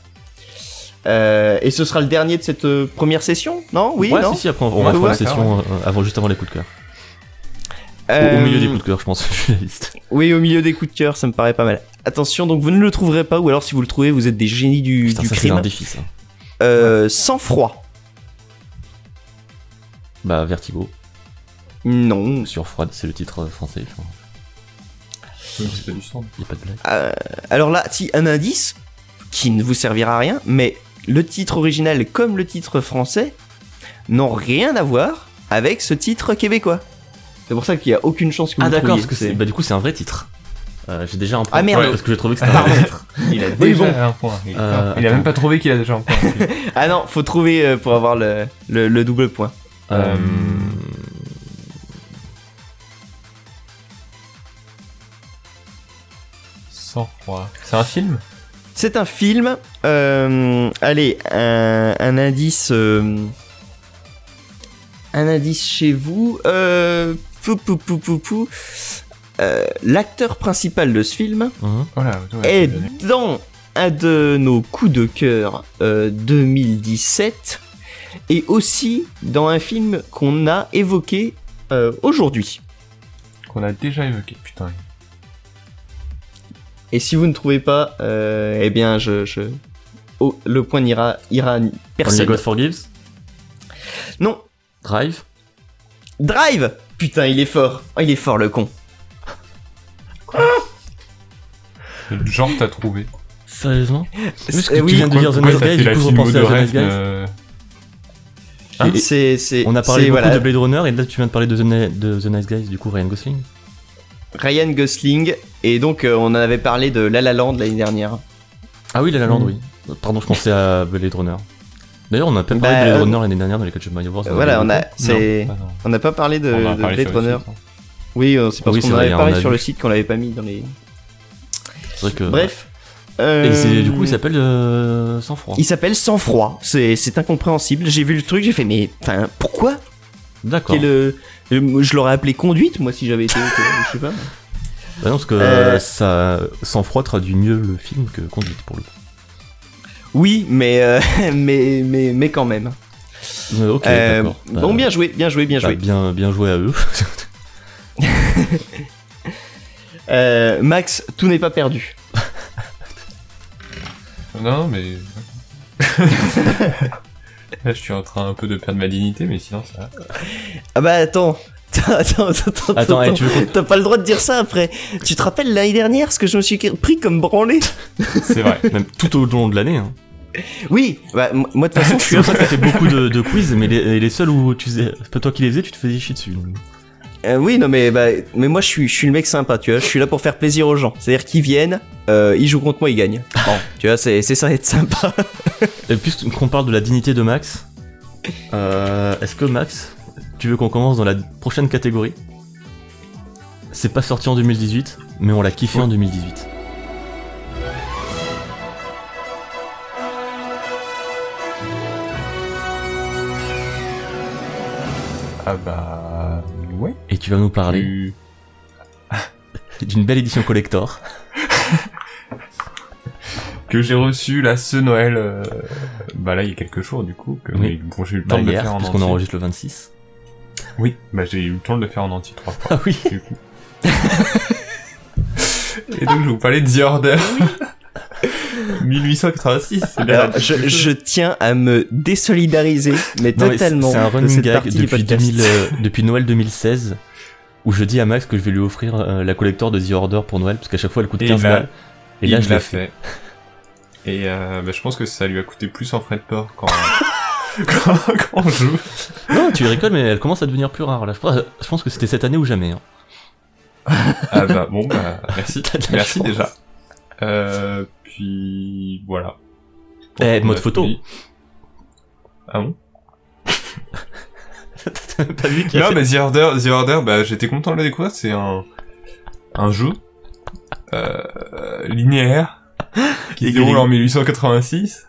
S2: Euh, Et ce sera le dernier de cette euh, première session Non Oui
S1: ouais,
S2: Non
S1: si, si, après, on,
S3: Ouais,
S1: va faire une
S3: ouais,
S1: session euh, avant, juste avant les coups de cœur. Au- Au,
S2: Euh,
S1: milieu des coups de cœur, je pense, vu la liste.
S2: Oui, au milieu des coups de cœur, ça me paraît pas mal. Attention, donc vous ne le trouverez pas, ou alors si vous le trouvez, vous êtes des génies du,
S1: Putain,
S2: du
S1: ça, c'est un
S2: crime.
S1: défi, ça.
S2: Euh, sans froid.
S1: Bah, Vertigo,
S2: Non.
S1: sur Froid, c'est le titre euh, français. enfin,
S3: Oui, c'est pas du sang.
S1: y a pas de blague.
S2: Euh, alors là, si un indice qui ne vous servira à rien, mais le titre original comme le titre français n'ont rien à voir avec ce titre québécois. C'est pour ça qu'il n'y a aucune chance que vous
S1: Ah, d'accord,
S2: trouviez.
S1: parce que c'est. Bah, du coup, c'est un vrai titre. Euh, j'ai déjà un point.
S2: Ah, merde.
S1: Ouais, Parce que j'ai trouvé que c'était un vrai titre.
S3: Il a
S2: Oui,
S3: déjà
S2: bon.
S3: un point. Il,
S1: Euh,
S3: il a
S1: attends.
S3: même pas trouvé qu'il a déjà un point.
S2: Ah non, faut trouver euh, pour avoir le, le- le double point.
S1: Euh,
S2: mhm.
S3: Sans froid. C'est un film
S2: C'est un film. euh, allez, un, un indice. euh, un indice chez vous. euh, pou, pou, pou, pou, pou. Euh, L'acteur principal de ce film
S1: hein.
S3: Oh là,
S2: Et dans un de nos coups de cœur euh, 2017, et aussi dans un film qu'on a évoqué euh, aujourd'hui.
S3: Qu'on a déjà évoqué, putain.
S2: Et si vous ne trouvez pas, euh, eh bien, je, je- oh, le point n'ira ira à
S1: Only
S2: personne.
S1: God Forgives,
S2: Non,
S1: Drive.
S2: Drive. Putain, il est fort. Oh, il est fort, le con.
S3: Genre, t'as trouvé.
S1: Sérieusement Parce que
S2: Eh
S1: tu
S2: oui,
S1: viens de
S3: Pourquoi
S1: dire The Nice Guys, du
S3: pourquoi t'as fait la
S1: coup, je
S3: filmo
S1: repensais
S3: de
S1: à The Nice
S3: Rêve,
S1: Guys.
S3: euh, hein,
S2: Et- c'est c'est
S1: On a parlé
S2: c'est-
S1: beaucoup
S2: voilà,
S1: de Blade Runner et là tu viens de parler de The, Ni- de The Nice Guys, du coup Ryan Gosling.
S2: Ryan Gosling et donc euh, on en avait parlé de La La Land l'année dernière.
S1: Ah oui, La La Land,
S3: Mm.
S1: oui. Pardon, je pensais à Blade Runner. D'ailleurs, on a pas parlé
S2: Bah,
S1: de Blade
S2: euh,
S1: Runner l'année dernière dans les Catch of My Awards. euh,
S2: Voilà, on a c'est
S3: Ah Euh, non.
S2: on n'a pas parlé de,
S3: On en a
S2: de
S3: parlé
S2: Blade
S3: sur le
S2: Runner.
S3: site, hein.
S2: Oui, euh, c'est parce
S1: Oui,
S2: qu'on
S1: c'est
S2: en
S1: vrai,
S2: avait
S1: on
S2: parlé
S1: a
S2: sur
S1: vu.
S2: le site qu'on l'avait pas mis dans les.
S1: C'est vrai que.
S2: Bref.
S1: Et c'est-
S2: euh,
S1: du coup, il s'appelle euh, Sans Froid.
S2: il s'appelle Sans Froid. C'est c'est incompréhensible. J'ai vu le truc, j'ai fait mais enfin pourquoi
S1: D'accord.
S2: Quel, euh, euh, Je l'aurais appelé conduite moi si j'avais été. je sais pas.
S1: Bah non, parce que
S2: Euh,
S1: ça, Sans Froid traduit mieux le film que Conduite pour le coup.
S2: Oui, mais euh, mais mais mais quand même.
S1: Euh, ok,
S2: Euh,
S1: d'accord. Bah,
S2: bon, bien joué, bien joué, bien
S1: bah,
S2: joué.
S1: bien, bien joué à eux.
S2: Euh, Max, tout n'est pas perdu.
S3: Non, mais. Là, je suis en train un peu de perdre ma dignité, mais sinon, ça. va.
S2: Ah bah attends. Attends, attends, attends,
S1: Attends, eh,
S2: attends.
S1: tu veux qu'on-
S2: t'as pas le droit de dire ça après. Tu te rappelles l'année dernière ce que je me suis pris comme branlé
S3: C'est vrai.
S1: Même tout au long de l'année. Hein.
S2: Oui, bah m- moi de toute façon je suis
S1: C'est pour ça que t'as fait beaucoup de, de quiz, mais les, les seuls où tu faisais, c'est pas toi qui les faisais, tu te faisais chier dessus. donc.
S2: Euh, oui, non, mais, bah, mais moi, je suis, je suis le mec sympa, tu vois. Je suis là pour faire plaisir aux gens. C'est-à-dire qu'ils viennent, euh, ils jouent contre moi, ils gagnent. Bon, tu vois, c'est c'est ça être sympa.
S1: Et puisqu'on parle de la dignité de Max, euh, est-ce que Max, tu veux qu'on commence dans la prochaine catégorie C'est pas sorti en 2018, mais on l'a kiffé en 2018.
S3: Ah bah. Ouais.
S1: Et tu vas nous parler
S3: Du-
S2: Euh.
S1: d'une belle édition collector.
S3: Que j'ai reçu là ce Noël. euh, Bah là, il y a quelques jours du coup. Que...
S1: Oui.
S3: mais Bon, j'ai eu le temps
S1: Pas
S3: de le
S1: hier,
S3: faire en
S1: puisqu'on
S3: entier.
S1: enregistre le 26.
S3: Oui, bah j'ai eu le temps de le faire en entier trois fois.
S1: Ah oui
S3: du coup. Et donc je vais vous parlais de The Order. 1886, c'est bien.
S2: Alors, je, je tiens à me désolidariser, mais
S1: Non, mais c'est-
S2: totalement.
S1: C'est un
S2: de
S1: running
S2: cette
S1: gag
S2: partie du
S1: depuis,
S2: podcast.
S1: 2000, euh, depuis Noël 2016 où je dis à Max que je vais lui offrir euh, la collector de The Order pour Noël parce qu'à chaque fois elle coûte
S3: Et
S1: 15
S3: il l'a-
S1: balles. Et là
S3: il
S1: je
S3: l'a
S1: l'ai fait.
S3: fait. Et euh, bah, je pense que ça lui a coûté plus en frais de port quand, quand, quand on joue.
S1: Non, tu rigoles, mais elle commence à devenir plus rare là. Je pense, je pense que c'était cette année ou jamais. hein.
S3: Ah bah bon, bah merci.
S1: T'as de la
S3: Merci
S1: chance.
S3: déjà. Euh, puis voilà.
S1: Eh,
S3: On
S1: mode
S3: a
S1: photo.
S3: fini. Ah bon
S1: T'as pas vu qu'il y a
S3: Non,
S1: cette-
S3: mais The Order, The Order bah, j'étais content de le découvrir. C'est un, un jeu euh, linéaire qui
S1: Et
S3: se déroule
S1: gris.
S3: en 1886,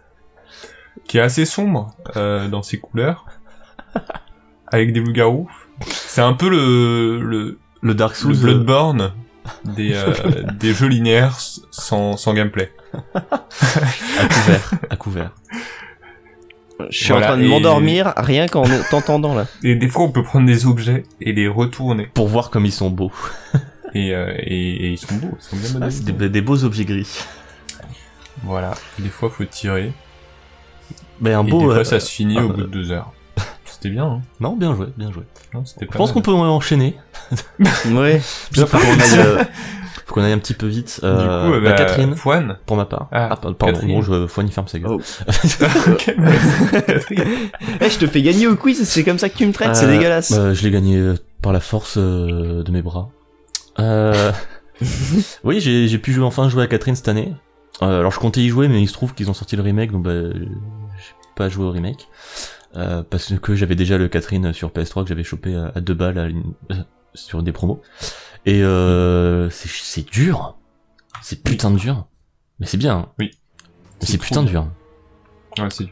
S3: qui est assez sombre euh, dans ses couleurs, avec des loups-garous. C'est un peu le, le,
S1: le Dark
S3: le
S1: Souls. euh,
S3: Bloodborne des, euh, des jeux linéaires s- sans, sans gameplay.
S1: à couvert. euh, À couvert. euh,
S2: Je suis
S3: Voilà,
S2: en train de
S3: et-
S2: m'endormir, rien qu'en t'entendant là.
S3: Et des fois, on peut prendre des objets et les retourner.
S1: Pour voir comme ils sont beaux.
S3: Et, euh, et, et ils sont beaux, ils sont bien
S1: Ah,
S3: modélisés.
S1: c'est des, des beaux objets gris.
S3: Voilà. Des fois, faut tirer.
S1: Mais un
S3: et
S1: beau.
S3: des fois,
S1: euh,
S3: ça se finit
S1: ah,
S3: au
S1: euh,
S3: bout de deux heures. C'était bien, hein
S1: Non, bien joué, bien joué.
S3: Non, c'était pas
S1: Je pense qu'on
S3: mal.
S1: peut enchaîner.
S2: Ouais.
S1: Faut qu'on aille, euh, faut qu'on aille un petit peu vite.
S3: Du
S1: Euh,
S3: coup, euh,
S1: bah,
S3: bah,
S1: Catherine,
S3: Fouane.
S1: pour ma part.
S3: Ah,
S1: Ah, pa- pardon,
S3: Catherine.
S1: bon, je, Foine, il ferme sa gueule.
S2: Oh.
S3: Ok, merci, Catherine.
S2: Eh, je te fais gagner au quiz, c'est comme ça que tu me traites, c'est
S1: Euh,
S2: dégueulasse.
S1: bah, je l'ai gagné euh, par la force euh, de mes bras. Euh... oui, j'ai j'ai pu jouer, enfin jouer à Catherine cette année. Euh, alors je comptais y jouer, mais il se trouve qu'ils ont sorti le remake, donc bah, euh, j'ai pas joué au remake. Euh, parce que j'avais déjà le Catherine sur PS3 que j'avais chopé à, à deux balles à une- euh, sur des promos. Et euh, c'est- c'est dur. C'est putain de dur. Mais c'est bien. hein.
S3: Oui.
S1: Mais
S3: C'est
S1: c'est
S3: trop
S1: putain de dur.
S3: Ouais, si.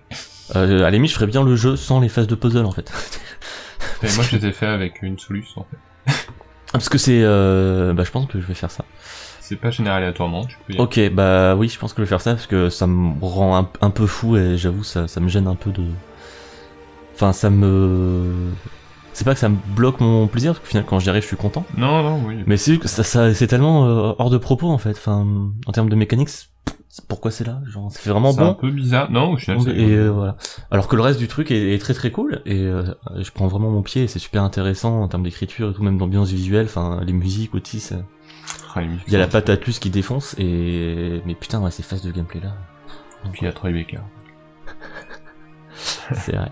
S1: Euh, à la limite, je ferais bien le jeu sans les phases de puzzle en fait.
S3: Et moi, je les ai fait avec une solution, en fait.
S1: Ah, Parce que c'est... Euh, bah je pense que je vais faire ça.
S3: C'est pas général aléatoirement, tu peux y aller.
S1: Ok, bah oui, je pense que je vais faire ça parce que ça me rend un, un peu fou et j'avoue, ça, ça me gêne un peu de. Enfin, ça me. C'est pas que ça me bloque mon plaisir, parce que finalement, quand j'y arrive, je suis content.
S3: Non, non, oui.
S1: Mais c'est juste que ça, ça- c'est tellement euh, hors de propos en fait. Enfin, en termes de mécanique, c'est- c'est- pourquoi c'est là Genre, c'est vraiment
S3: C'est un
S1: bon.
S3: peu bizarre. Non, au final, c'est
S1: Et euh, voilà. Alors que le reste du truc est, est très très cool et euh, je prends vraiment mon pied et c'est super intéressant en termes d'écriture et tout, même d'ambiance visuelle, enfin les musiques aussi, ça,
S3: Ah, les musiques
S1: il y a la
S3: sont-
S1: patatus qui défonce et mais putain ouais ces phases de gameplay là
S3: Puis il y a Troy Baker.
S1: euh, c'est vrai.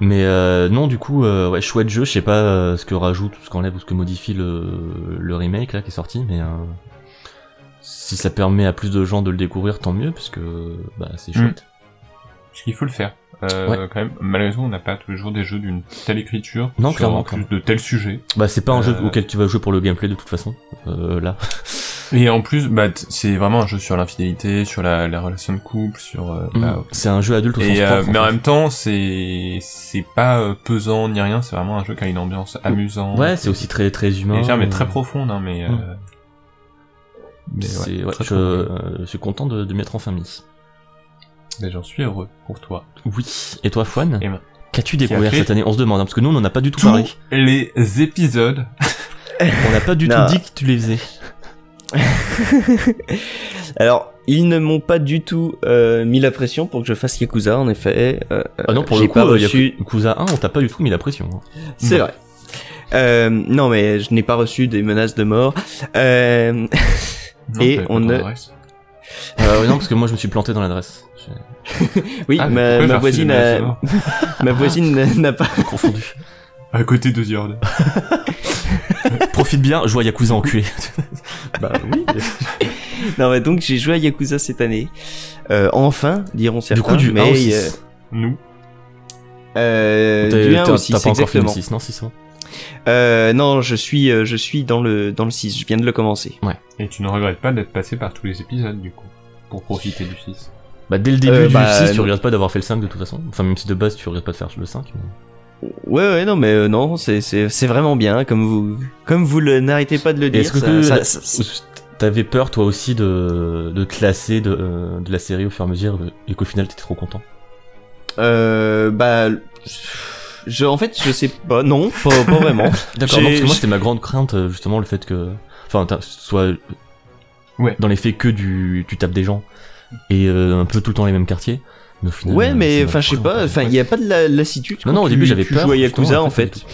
S1: Mais euh, non du coup euh, ouais chouette jeu je sais pas euh, ce que rajoute ou ce qu'enlève ou ce que modifie le, le remake là qui est sorti mais euh, si ça permet à plus de gens de le découvrir tant mieux parce que bah c'est
S3: Hmm.
S1: chouette.
S3: Parce qu'il faut le faire. Euh,
S1: Ouais.
S3: quand même, malheureusement, on n'a pas tous les jours des jeux d'une telle écriture.
S1: Non,
S3: sur
S1: clairement,
S3: en plus de tels sujets.
S1: Bah c'est pas un jeu
S3: Euh.
S1: auquel tu vas jouer pour le gameplay de toute façon euh, là.
S3: Et en plus, bah, t- c'est vraiment un jeu sur l'infidélité, sur la, la relation de couple, sur. euh, bah,
S1: Mm. C'est un jeu adulte au sens
S3: Et, euh,
S1: propre, en
S3: mais en
S1: fait.
S3: même temps, c'est c'est pas euh, pesant ni rien. C'est vraiment un jeu qui a une ambiance amusante.
S1: Ouais c'est aussi très très humain.
S3: légère, mais très
S1: euh,
S3: profonde. Hein, mais,
S1: Mm.
S3: euh, mais ouais,
S1: c'est- ouais,
S3: très
S1: je,
S3: profonde.
S1: euh, je suis content de, de mettre en famille.
S3: Mais j'en suis heureux pour toi.
S1: Oui. Et toi Fouane
S3: Et ben,
S1: Qu'as-tu
S3: qui a
S1: découvert
S3: fait
S1: cette année On se demande, hein, parce que nous, on n'en a pas du tout
S3: Tous
S1: parlé.
S3: les épisodes.
S1: On n'a pas du tout
S2: Non.
S1: dit que tu les faisais.
S2: Alors, ils ne m'ont pas du tout euh, mis la pression pour que je fasse Yakuza, en effet. Euh,
S1: Ah non, pour
S2: j'ai
S1: le coup,
S2: pas
S1: euh,
S2: reçu-
S1: Yakuza 1, on t'a pas du tout mis la pression. hein.
S2: C'est
S3: Non.
S2: vrai. Euh, non, mais je n'ai pas reçu des menaces de mort. Euh,
S3: Non,
S2: Et
S3: t'avais pas
S2: on
S3: ton
S2: ne-
S3: adresse.
S1: Euh, ouais, non, parce que moi, je me suis planté dans l'adresse. J'ai
S2: oui,
S3: Ah,
S2: ma, ma
S3: mais pourquoi j'ai reçu des
S2: voisine,
S3: menaces
S2: a-
S3: de mort
S2: ma voisine n'a pas.
S1: confondu.
S3: à côté de The Horde.
S1: Profite bien, joue à Yakuza enculé. bah oui.
S2: Non, mais donc j'ai joué à Yakuza cette année. Euh, enfin, diront certains.
S1: du coup, du 1 au
S2: mais,
S1: 6.
S3: Nous.
S2: euh,
S1: T'as-
S2: du 1
S1: t'as-
S2: au 6,
S1: T'as pas encore fait le
S2: exactement.
S1: 6, non, c'est ça
S2: Euh, non, je suis, euh, je suis dans le, dans le 6, je viens de le commencer.
S3: Et tu ne regrettes pas d'être passé par tous les épisodes, du coup, pour profiter du 6.
S1: Bah dès le début
S2: Euh,
S1: du
S2: bah,
S1: 6, tu
S2: non.
S1: regrettes pas d'avoir fait le 5 de toute façon. Enfin, même si de base, tu regrettes pas de faire le 5. mais-
S2: Ouais, ouais, non, mais euh, non, c'est- c'est c'est vraiment bien, hein, comme vous, comme vous le- n'arrêtez pas de le dire.
S1: Est-ce que
S2: ça-
S1: tu-
S2: ça- ça-
S1: T'avais peur, toi aussi, de, de classer de, euh, de la série au fur et à mesure et qu'au final, t'étais trop content
S2: euh, bah, je, en fait, je sais pas, non, pas, pas vraiment.
S1: D'accord, non, parce que
S2: J'ai-
S1: moi
S2: j'ai-
S1: c'était ma grande crainte, euh, justement, le fait que. Enfin, t'as- soit.
S3: Ouais.
S1: Dans les faits que du, tu tapes des gens et euh, un peu tout le temps les mêmes quartiers. Mais au final,
S2: Ouais,
S1: euh,
S2: mais
S1: ça m'a
S2: enfin, je sais
S1: pris,
S2: pas,
S1: en fait.
S2: enfin, il n'y a pas de la lassitude.
S1: Non,
S2: quand
S1: non, au
S2: tu-
S1: début, j'avais
S2: tu
S1: peur,
S2: joues à
S1: justement,
S2: Yakuza, en
S1: après,
S2: fait.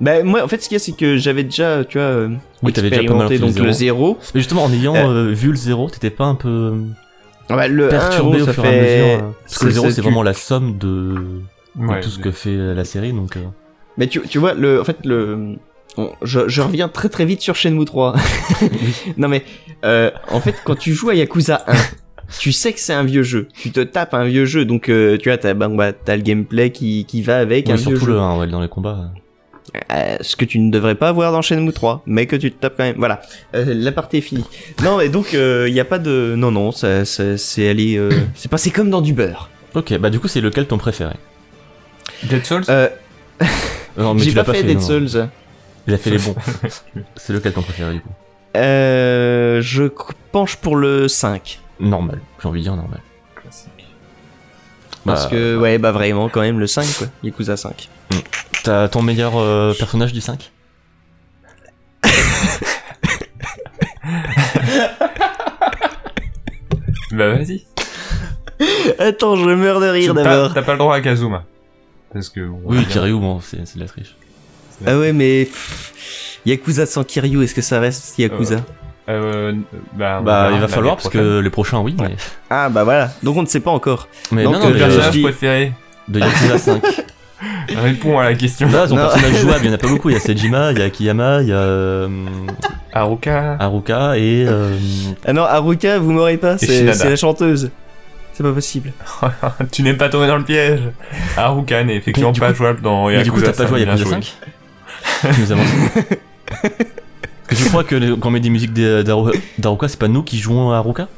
S2: Bah, moi, en fait, ce qu'il y a, c'est que j'avais déjà, tu vois, euh,
S1: Oui, t'avais déjà pas mal
S2: expérimenté
S1: fait les
S2: donc le 0.
S1: Mais justement, en ayant euh, vu le 0, t'étais pas un peu euh,
S2: Ah bah, le 1,
S1: perturbé
S2: bon,
S1: au
S2: ça
S1: fur et
S2: fait.
S1: à mesure euh, Parce que le 0, c'est vraiment la somme de, de
S3: Ouais,
S1: tout ce que fait euh, la série, donc. euh,
S2: Mais tu, tu vois, le, en fait, le, on- je, je reviens très très vite sur Shenmue 3. non mais, euh, en fait, quand tu joues à Yakuza 1, tu sais que c'est un vieux jeu. Tu te tapes un vieux jeu, donc euh, tu vois, t'as bah, bah, t'as le gameplay qui, qui va avec
S1: oui,
S2: un vieux
S1: surtout
S2: jeu.
S1: le 1, ouais, dans les combats. euh.
S2: Euh, ce que tu ne devrais pas avoir dans Shenmue 3, mais que tu te tapes quand même. Voilà, euh, la partie est finie. Non mais donc, il n'y a pas de... Non, non, ça, ça- c'est allé... euh, c'est passé comme dans du beurre.
S1: Ok, bah du coup, c'est lequel ton préféré
S3: Dead Souls
S2: Euh,
S1: Euh, Non, mais
S2: J'ai
S1: tu
S2: pas,
S1: l'as pas
S2: fait,
S1: fait,
S2: Dead
S1: non.
S2: Souls.
S1: Il a fait les bons. c'est lequel ton préféré, du coup
S2: Euh, je cr- penche pour le 5.
S1: Normal, j'ai envie de dire normal.
S3: classique.
S2: Parce
S1: Bah,
S2: que, ouais, bah vraiment, quand même, le 5, quoi. Yakuza 5.
S1: T'as ton meilleur euh, personnage du 5
S3: Bah vas-y.
S2: Attends, je meurs de rire
S3: T'as-
S2: d'abord.
S3: T'as pas le droit à Kazuma. Parce que. on
S1: Oui,
S3: revient.
S1: Kiryu, bon, c'est c'est de la triche.
S2: Ah ouais, mais. pff, Yakuza sans Kiryu, est-ce que ça reste Yakuza
S3: Euh, bah,
S1: Bah,
S3: on verra
S1: il va
S3: l'année
S1: falloir, parce
S3: prochaine.
S1: que les prochains, oui, mais.
S2: Ah bah voilà, donc on ne sait pas encore.
S1: Mais
S2: Donc,
S1: non,
S2: euh,
S1: non, mais,
S2: personnage-
S1: euh,
S3: Personnage
S2: dis-
S3: préféré
S1: de Yakuza 5.
S3: Réponds à la question.
S1: Là, son
S2: Non.
S1: personnage jouable, il y en a pas beaucoup. Il y a Sejima, il y a Akiyama, il y a euh,
S3: Haruka.
S1: Haruka et. euh,
S2: Ah non, Haruka, vous m'aurez pas, c'est
S3: Shinada.
S2: c'est la chanteuse. C'est pas possible.
S3: tu n'es pas tombé dans le piège. Haruka n'est effectivement
S1: Mais du
S3: pas
S1: coup-
S3: jouable dans Yakuza.
S1: Mais du coup, t'as pas
S3: cinq,
S1: joué à
S3: bien
S1: Yakuza
S3: joué.
S1: 5 Tu nous as menti. Que Tu crois que les- quand on met des musiques d'A- d'Haru- d'Haruka, c'est pas nous qui jouons à Haruka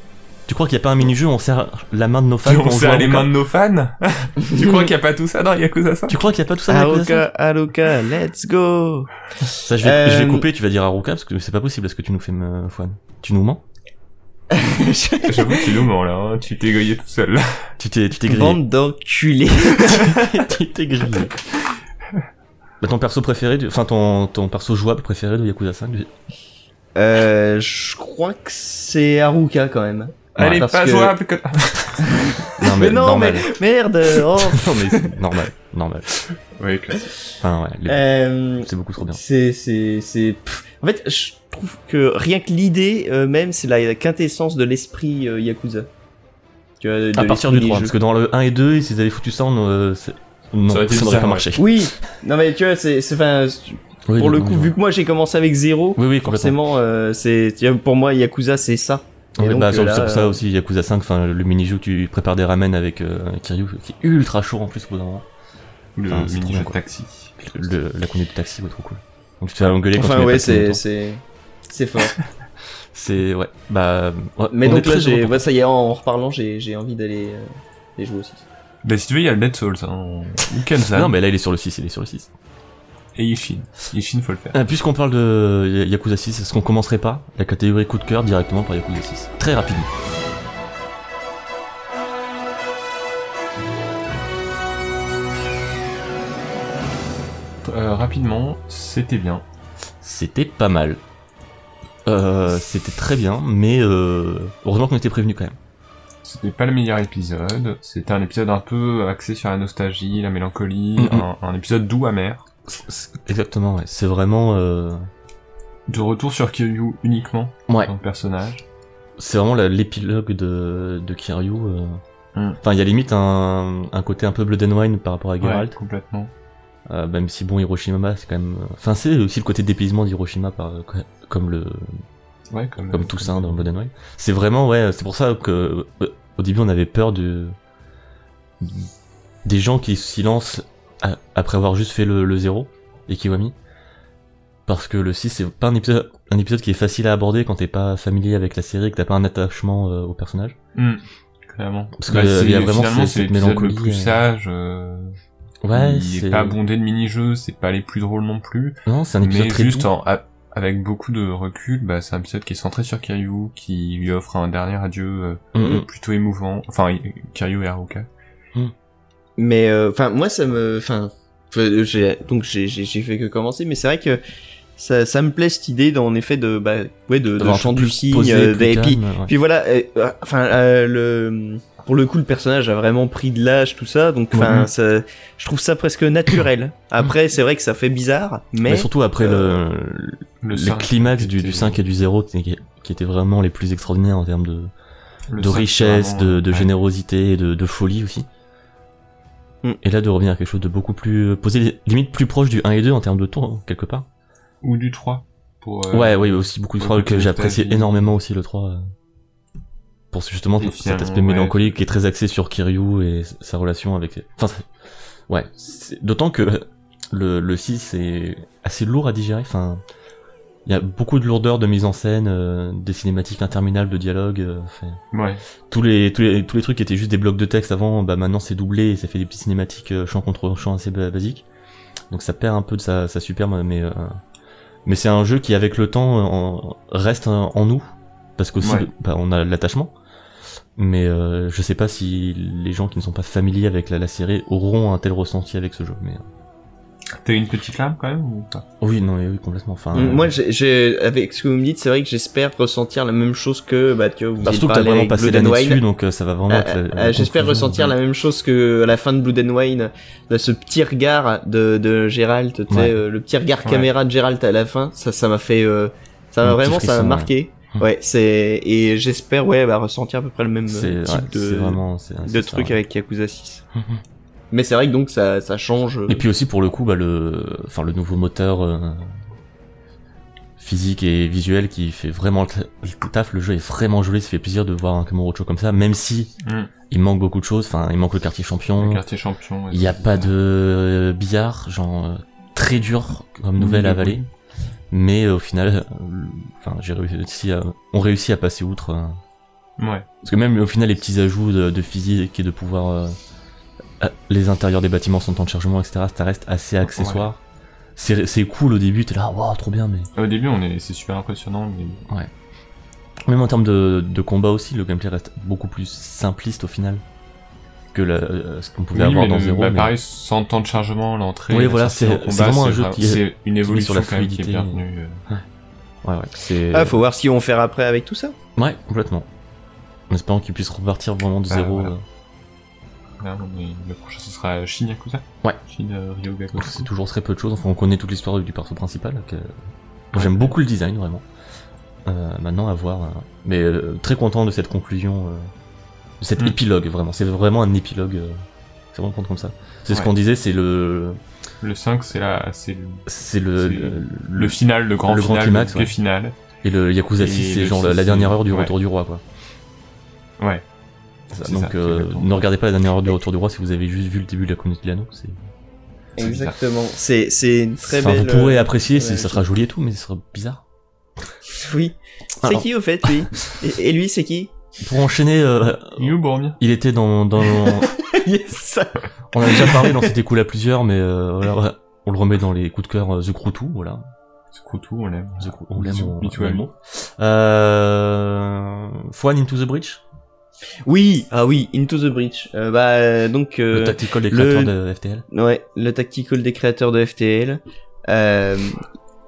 S1: Tu crois qu'il n'y a pas un mini-jeu où on serre la main de nos fans
S3: Tu-
S1: quand
S3: On
S1: on joue à
S3: sert les
S1: Haruka
S3: mains de nos fans Tu crois qu'il n'y a pas tout ça dans Yakuza 5
S1: Tu crois qu'il n'y a pas tout ça dans Yakuza 5?
S2: Haruka, Haruka, Ah, let's go
S1: Ça, je vais, je vais
S2: Euh,
S1: couper, tu vas dire Haruka, parce que c'est pas possible ce que tu nous fais, me- Fouane. Tu nous mens
S3: J'avoue que tu nous mens là, hein, tu t'es grillé tout seul.
S1: Tu t'es, tu t'es grillé.
S2: Bande d'enculés
S1: tu t'es grillé. Bah, ton perso préféré, du- enfin ton, ton perso jouable préféré de Yakuza 5 du-
S2: Euh, je crois que c'est Haruka quand même.
S3: Elle est
S2: parce
S3: pas
S2: que-
S3: jouable que...
S1: Non
S2: Mais non,
S1: normal.
S2: mais merde oh.
S1: Non, mais c'est normal, normal.
S3: Oui, classique.
S1: Enfin ouais, les-
S2: Euh,
S1: c'est beaucoup trop bien.
S2: C'est, c'est, c'est. pff. En fait, je trouve que rien que l'idée euh, même, c'est la quintessence de l'esprit euh, yakuza. Tu vois, de- de
S1: À partir du
S2: l'esprit
S1: 3,
S2: des
S1: parce que dans le 1 et 2, s'ils avaient foutu ça, on, euh, c'est- non,
S3: Ça
S1: ça
S3: aurait été
S1: n'aurait
S3: bizarre,
S1: pas
S3: ouais.
S1: marché.
S2: jeux. Oui. Non mais tu vois, c'est, c'est enfin, c'est-
S1: Oui,
S2: pour le
S1: non,
S2: coup,
S1: non,
S2: vu que moi j'ai commencé avec zéro,
S1: Oui, oui, complètement.
S2: forcément, euh, c'est, tu vois, pour moi yakuza c'est ça. Et
S1: Ouais,
S2: donc,
S1: bah,
S2: euh,
S1: sur,
S2: là,
S1: sur ça
S2: euh,
S1: aussi, Yakuza 5, enfin, le mini-jeu où tu prépares des ramen avec euh, Kiryu, qui est ultra chaud en plus au bout d'un moment.
S3: Ou le
S1: Enfin, c'est trop
S3: mini-jeu
S1: bien,
S3: de
S1: quoi.
S3: taxi.
S1: Le- la conduite de taxi, ouais, trop cool. Donc tu te fais engueuler quand tu
S2: Enfin
S1: mets pas
S2: ouais,
S1: de clignotant.
S2: c'est, c'est, c'est fort.
S1: C'est ouais. Bah ouais,
S2: mais
S1: on est
S2: donc là,
S1: très
S2: j'ai,
S1: heureux.
S2: ouais, ça y est, en reparlant, j'ai, j'ai envie d'aller, euh, les jouer aussi.
S3: Bah si tu veux, il y a le Dead Souls, hein, en- ou Kansan,
S1: Non mais là il est sur le 6, il est sur le 6.
S3: et Ishin. Ishin, faut le faire.
S1: Euh, Puisqu'on parle de Ya- Yakuza 6, est-ce qu'on commencerait pas la catégorie coup de cœur directement par Yakuza 6 Très rapidement.
S3: Euh, rapidement, c'était bien.
S1: C'était pas mal. Euh, c'était très bien, mais euh, heureusement qu'on était prévenu quand même.
S3: C'était pas le meilleur épisode, c'était un épisode un peu axé sur la nostalgie, la mélancolie,
S1: Mhm.
S3: un, un épisode doux, amer.
S1: C- c- Exactement, ouais. C'est vraiment, euh,
S3: De retour sur Kiryu uniquement,
S1: Ouais.
S3: en tant que personnage.
S1: c'est vraiment la- l'épilogue de, de Kiryu. euh.
S3: Mm.
S1: Enfin, il y a limite un, un côté un peu Blood and Wine par rapport à
S3: Ouais,
S1: Geralt.
S3: complètement.
S1: Euh, même si bon, Hiroshima, c'est quand même. Enfin, c'est aussi le côté dépaysement d'Hiroshima, par- euh, comme le,
S3: Ouais, comme,
S1: comme Toussaint dans Blood and Wine. C'est vraiment, ouais, c'est pour ça que euh, au début on avait peur de des gens qui se lancent a- après avoir juste fait le, le 0 et Kiwami. Parce que le 6, c'est pas un épisode, un épisode qui est facile à aborder quand t'es pas familier avec la série, que t'as pas un attachement euh, au personnage.
S3: Hmm, clairement. Bah,
S1: Parce que, euh, il y a
S3: c'est-
S1: vraiment
S3: finalement,
S1: cette-
S3: c'est
S1: cette
S3: l'épisode
S1: mélancolie,
S3: le plus
S1: euh,
S3: sage. euh,
S1: Ouais,
S3: il
S1: c'est.
S3: est pas bondé de mini-jeux, c'est pas les plus drôles non plus.
S1: Non, c'est un épisode
S3: Mais
S1: très
S3: juste
S1: doux.
S3: en, a- avec beaucoup de recul, bah, c'est un épisode qui est centré sur Kiryu, qui lui offre un dernier adieu euh,
S1: Mm, mm.
S3: plutôt émouvant. Enfin, i- Kiryu et Haruka.
S2: Mais euh, enfin, moi, ça me, enfin, euh, j'ai- donc j'ai j'ai j'ai fait que commencer, mais c'est vrai que ça, ça me plaît cette idée, d'en effet, de bah, ouais, de, de
S1: D'avoir
S2: chant
S1: plus
S2: du cygne,
S1: posé,
S2: euh,
S1: plus
S2: et puis,
S1: calme, ouais.
S2: puis voilà, euh, euh, enfin, euh, le pour le coup, le personnage a vraiment pris de l'âge, tout ça, donc enfin,
S3: Mhm.
S2: ça, je trouve ça presque naturel. Après, c'est vrai que ça fait bizarre, mais,
S1: Mais surtout après
S2: euh,
S1: le,
S3: Le,
S1: le
S3: cinq
S1: climax du,
S3: était-
S1: du 5 et du 0 qui, qui étaient vraiment les plus extraordinaires en termes de,
S3: le
S1: de
S3: cinq,
S1: richesse,
S3: vraiment,
S1: de, de
S3: ouais.
S1: générosité et de, de folie aussi.
S2: Mm.
S1: Et là, de revenir à quelque chose de beaucoup plus euh, posé, limite plus proche du 1 et 2 en termes de ton, hein, quelque part.
S3: Ou du 3. Pour, euh,
S1: ouais, oui, aussi beaucoup de
S3: ouais,
S1: 3
S3: beaucoup
S1: que
S3: de
S1: j'ai apprécié
S3: nostalgie.
S1: énormément aussi le 3. euh, pour ce- justement
S3: Et
S1: pour cet
S3: finalement,
S1: aspect
S3: ouais.
S1: mélancolique qui est très axé sur Kiryu et s- sa relation avec. Enfin, c'est- ouais. c'est- D'autant que le, le 6 est assez lourd à digérer. Enfin, il y a beaucoup de lourdeur de mise en scène, euh, des cinématiques interminables de dialogue. euh, enfin,
S3: Ouais.
S1: tous les, tous les tous les trucs qui étaient juste des blocs de texte avant, bah maintenant c'est doublé et ça fait des petites cinématiques euh, champ contre champ assez ba- basiques. Donc ça perd un peu de sa, sa superbe, mais euh, mais c'est un jeu qui avec le temps euh, en- reste euh, en, en nous parce qu'aussi
S3: Ouais.
S1: bah, on a l'attachement. Mais euh, je sais pas si les gens qui ne sont pas familiers avec la, la série auront un tel ressenti avec ce jeu. Mais euh,
S3: T'as eu une petite lame quand même ou pas
S1: oui, non, mais oui, complètement. Enfin,
S2: Mm, moi,
S1: euh,
S2: j'ai- j'ai avec ce que vous me dites, c'est vrai que j'espère ressentir la même chose que bah tu vois, vous
S1: bah,
S2: avez
S1: surtout que t'as
S2: parlé
S1: vraiment
S2: avec
S1: passé
S2: Blood
S1: l'année
S2: and Wine.
S1: dessus, donc euh, ça va vraiment.
S2: Euh,
S1: être la- la
S2: euh, J'espère
S1: conclusion.
S2: ressentir la même chose que à la fin de Blood and Wine, là, ce petit regard de, de Gérald, tu sais,
S1: Ouais.
S2: euh, le petit regard
S3: Ouais.
S2: caméra de Gérald à la fin, ça, ça m'a fait, euh, ça m'a
S1: Un petit
S2: vraiment, ça m'a
S1: frisson,
S2: marqué.
S1: ouais.
S2: Ouais, c'est et j'espère ouais bah, ressentir à peu près le même
S1: C'est
S2: euh, type
S1: ouais, c'est
S2: de,
S1: vraiment c'est-
S2: de
S1: c'est ça,
S2: truc
S1: ouais.
S2: avec Yakuza 6. Mais c'est vrai que donc ça, ça change. euh,
S1: Et puis aussi pour le coup, bah, le, enfin, le nouveau moteur euh, physique et visuel qui fait vraiment le ta- le taf. Le jeu est vraiment joli, ça fait plaisir de voir un Kamurocho comme ça, même si
S3: Hmm,
S1: il manque beaucoup de choses. Enfin, il manque le quartier
S3: Le
S1: champion.
S3: quartier champion. ouais,
S1: Mm. Il n'y a
S3: c'est
S1: pas
S3: ça.
S1: de euh, billard, genre euh, très dur comme nouvelle à
S3: Oui,
S1: avaler.
S3: oui.
S1: Mais euh, au final, euh, le- enfin, j'ai réussi à, on réussit à passer outre. euh,
S3: Ouais.
S1: parce que même au final, les petits ajouts de, de physique et de pouvoir. euh, ah, les intérieurs des bâtiments, son temps de chargement, etc., ça reste assez accessoire. C'est c'est cool au début, t'es là, waouh, trop bien, mais.
S3: Au début, on est, c'est super impressionnant, mais
S1: Même en termes de, de combat aussi, le gameplay reste beaucoup plus simpliste au final que la- euh, ce qu'on pouvait
S3: Oui,
S1: avoir
S3: mais
S1: dans
S3: le-
S1: Zero.
S3: bah,
S1: mais-
S3: pareil, sans temps de chargement, l'entrée.
S1: Oui,
S3: la
S1: voilà,
S3: sortie
S1: c'est-
S3: au combat,
S1: c'est vraiment un jeu
S3: vra-
S1: qui est-
S3: C'est une évolution
S1: la
S3: quand même qui est
S1: fluidité.
S3: bienvenue. euh.
S1: Ouais, ouais, c'est.
S2: Ah, faut voir si on fait après avec tout ça.
S1: Ouais, complètement. En espérant qu'ils puissent repartir vraiment de
S3: Ah,
S1: zéro.
S3: voilà.
S1: euh,
S3: Là, on est- Le prochain, ce sera Shin Yakuza.
S1: Ouais.
S3: Shin euh, Ryogaku.
S1: donc C'est toujours très peu de choses. Enfin, on connaît toute l'histoire du perso principal. que- Moi, J'aime beaucoup le design, vraiment. Euh, maintenant, à voir. euh, Mais euh, très content de cette conclusion, euh, de cet
S3: Mm.
S1: épilogue, vraiment. C'est vraiment un épilogue. euh, C'est vraiment compte comme ça. C'est ce
S3: Ouais.
S1: qu'on disait, c'est le,
S3: Le 5, c'est la... c'est le...
S1: c'est le,
S3: C'est
S1: le,
S3: le final, le grand
S1: Le grand
S3: final,
S1: climax,
S3: le bouquet
S1: ouais.
S3: final.
S1: et le Yakuza
S3: et
S1: 6, c'est
S3: le
S1: genre la,
S3: 6,
S1: la dernière heure du
S3: ouais.
S1: retour du roi, quoi.
S3: Ouais.
S1: Ça,
S3: C'est
S1: donc,
S3: ça,
S1: euh,
S3: exactement.
S1: ne regardez pas la dernière heure du retour du roi si vous avez juste vu le début de la communauté de l'anneau. c'est-
S3: C'est bizarre.
S2: Exactement. C'est c'est une très
S1: Enfin,
S2: belle. euh,
S1: vous pourrez apprécier,
S2: ouais,
S1: c'est- ça
S2: je-
S1: sera joli et tout, mais ce sera bizarre.
S2: euh, Oui. C'est
S1: Alors.
S2: qui au fait lui et, et lui c'est qui
S1: Pour enchaîner, euh,
S3: Newborn.
S1: il était dans, dans
S2: Yes.
S1: On en a déjà parlé dans C'était cool à plusieurs, mais euh, voilà, ouais, on le remet dans les coups de cœur euh, The Crew 2, voilà.
S3: C'est Koutou, on l'aime.
S1: The Crew, on l'aime,
S3: Bisous,
S1: on-
S3: bisous
S1: on
S3: à
S1: l'aime.
S3: lui.
S1: Euh... Fwan Into the Breach,
S2: Oui, ah oui, Into the Breach. Euh, bah euh, donc euh,
S1: le tactical des
S2: le-
S1: créateurs de FTL.
S2: ouais, le tactical des créateurs de FTL. Euh,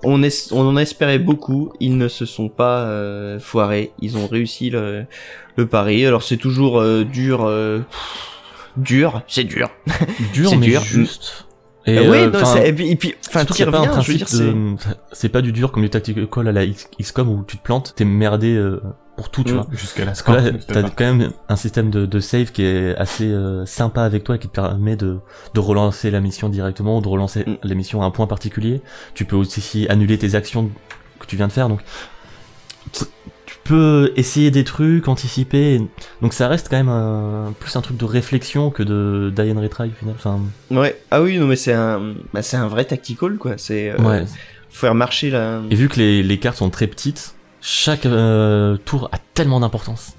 S2: on, es- on en espérait beaucoup, ils ne se sont pas euh, foirés, ils ont réussi le, le pari. Alors c'est toujours euh, dur, euh, dur, c'est dur.
S1: Dur,
S2: C'est
S1: mais
S2: dur.
S1: juste. Et,
S2: Euh, ouais,
S1: euh,
S2: non,
S1: enfin,
S2: c'est- et puis, et puis, enfin,
S1: surtout
S2: tu
S1: qu'il y a pas un
S2: reviens, je veux
S1: principe
S2: dire, c'est.
S1: de- C'est pas du dur comme du tactical à la X- XCOM où tu te plantes, t'es merdé euh, pour tout, tu
S2: Mm.
S1: vois.
S3: Jusqu'à la
S1: Parce que là,
S3: score,
S1: t'as
S3: peut-être pas.
S1: quand même un système de, de save qui est assez euh, sympa avec toi et qui te permet de, de relancer la mission directement ou de relancer
S2: Mm.
S1: la mission à un point particulier. Tu peux aussi annuler tes actions que tu viens de faire, donc t- tu peux essayer des trucs, anticiper. Donc ça reste quand même un- plus un truc de réflexion que de die and retry au final. Enfin,
S2: Ouais. Ah oui, non, mais c'est un, bah, c'est un vrai tactical, quoi. C'est euh,
S1: ouais.
S2: faire marcher la.
S1: Et vu que les, les cartes sont très petites, chaque euh, tour a tellement d'importance.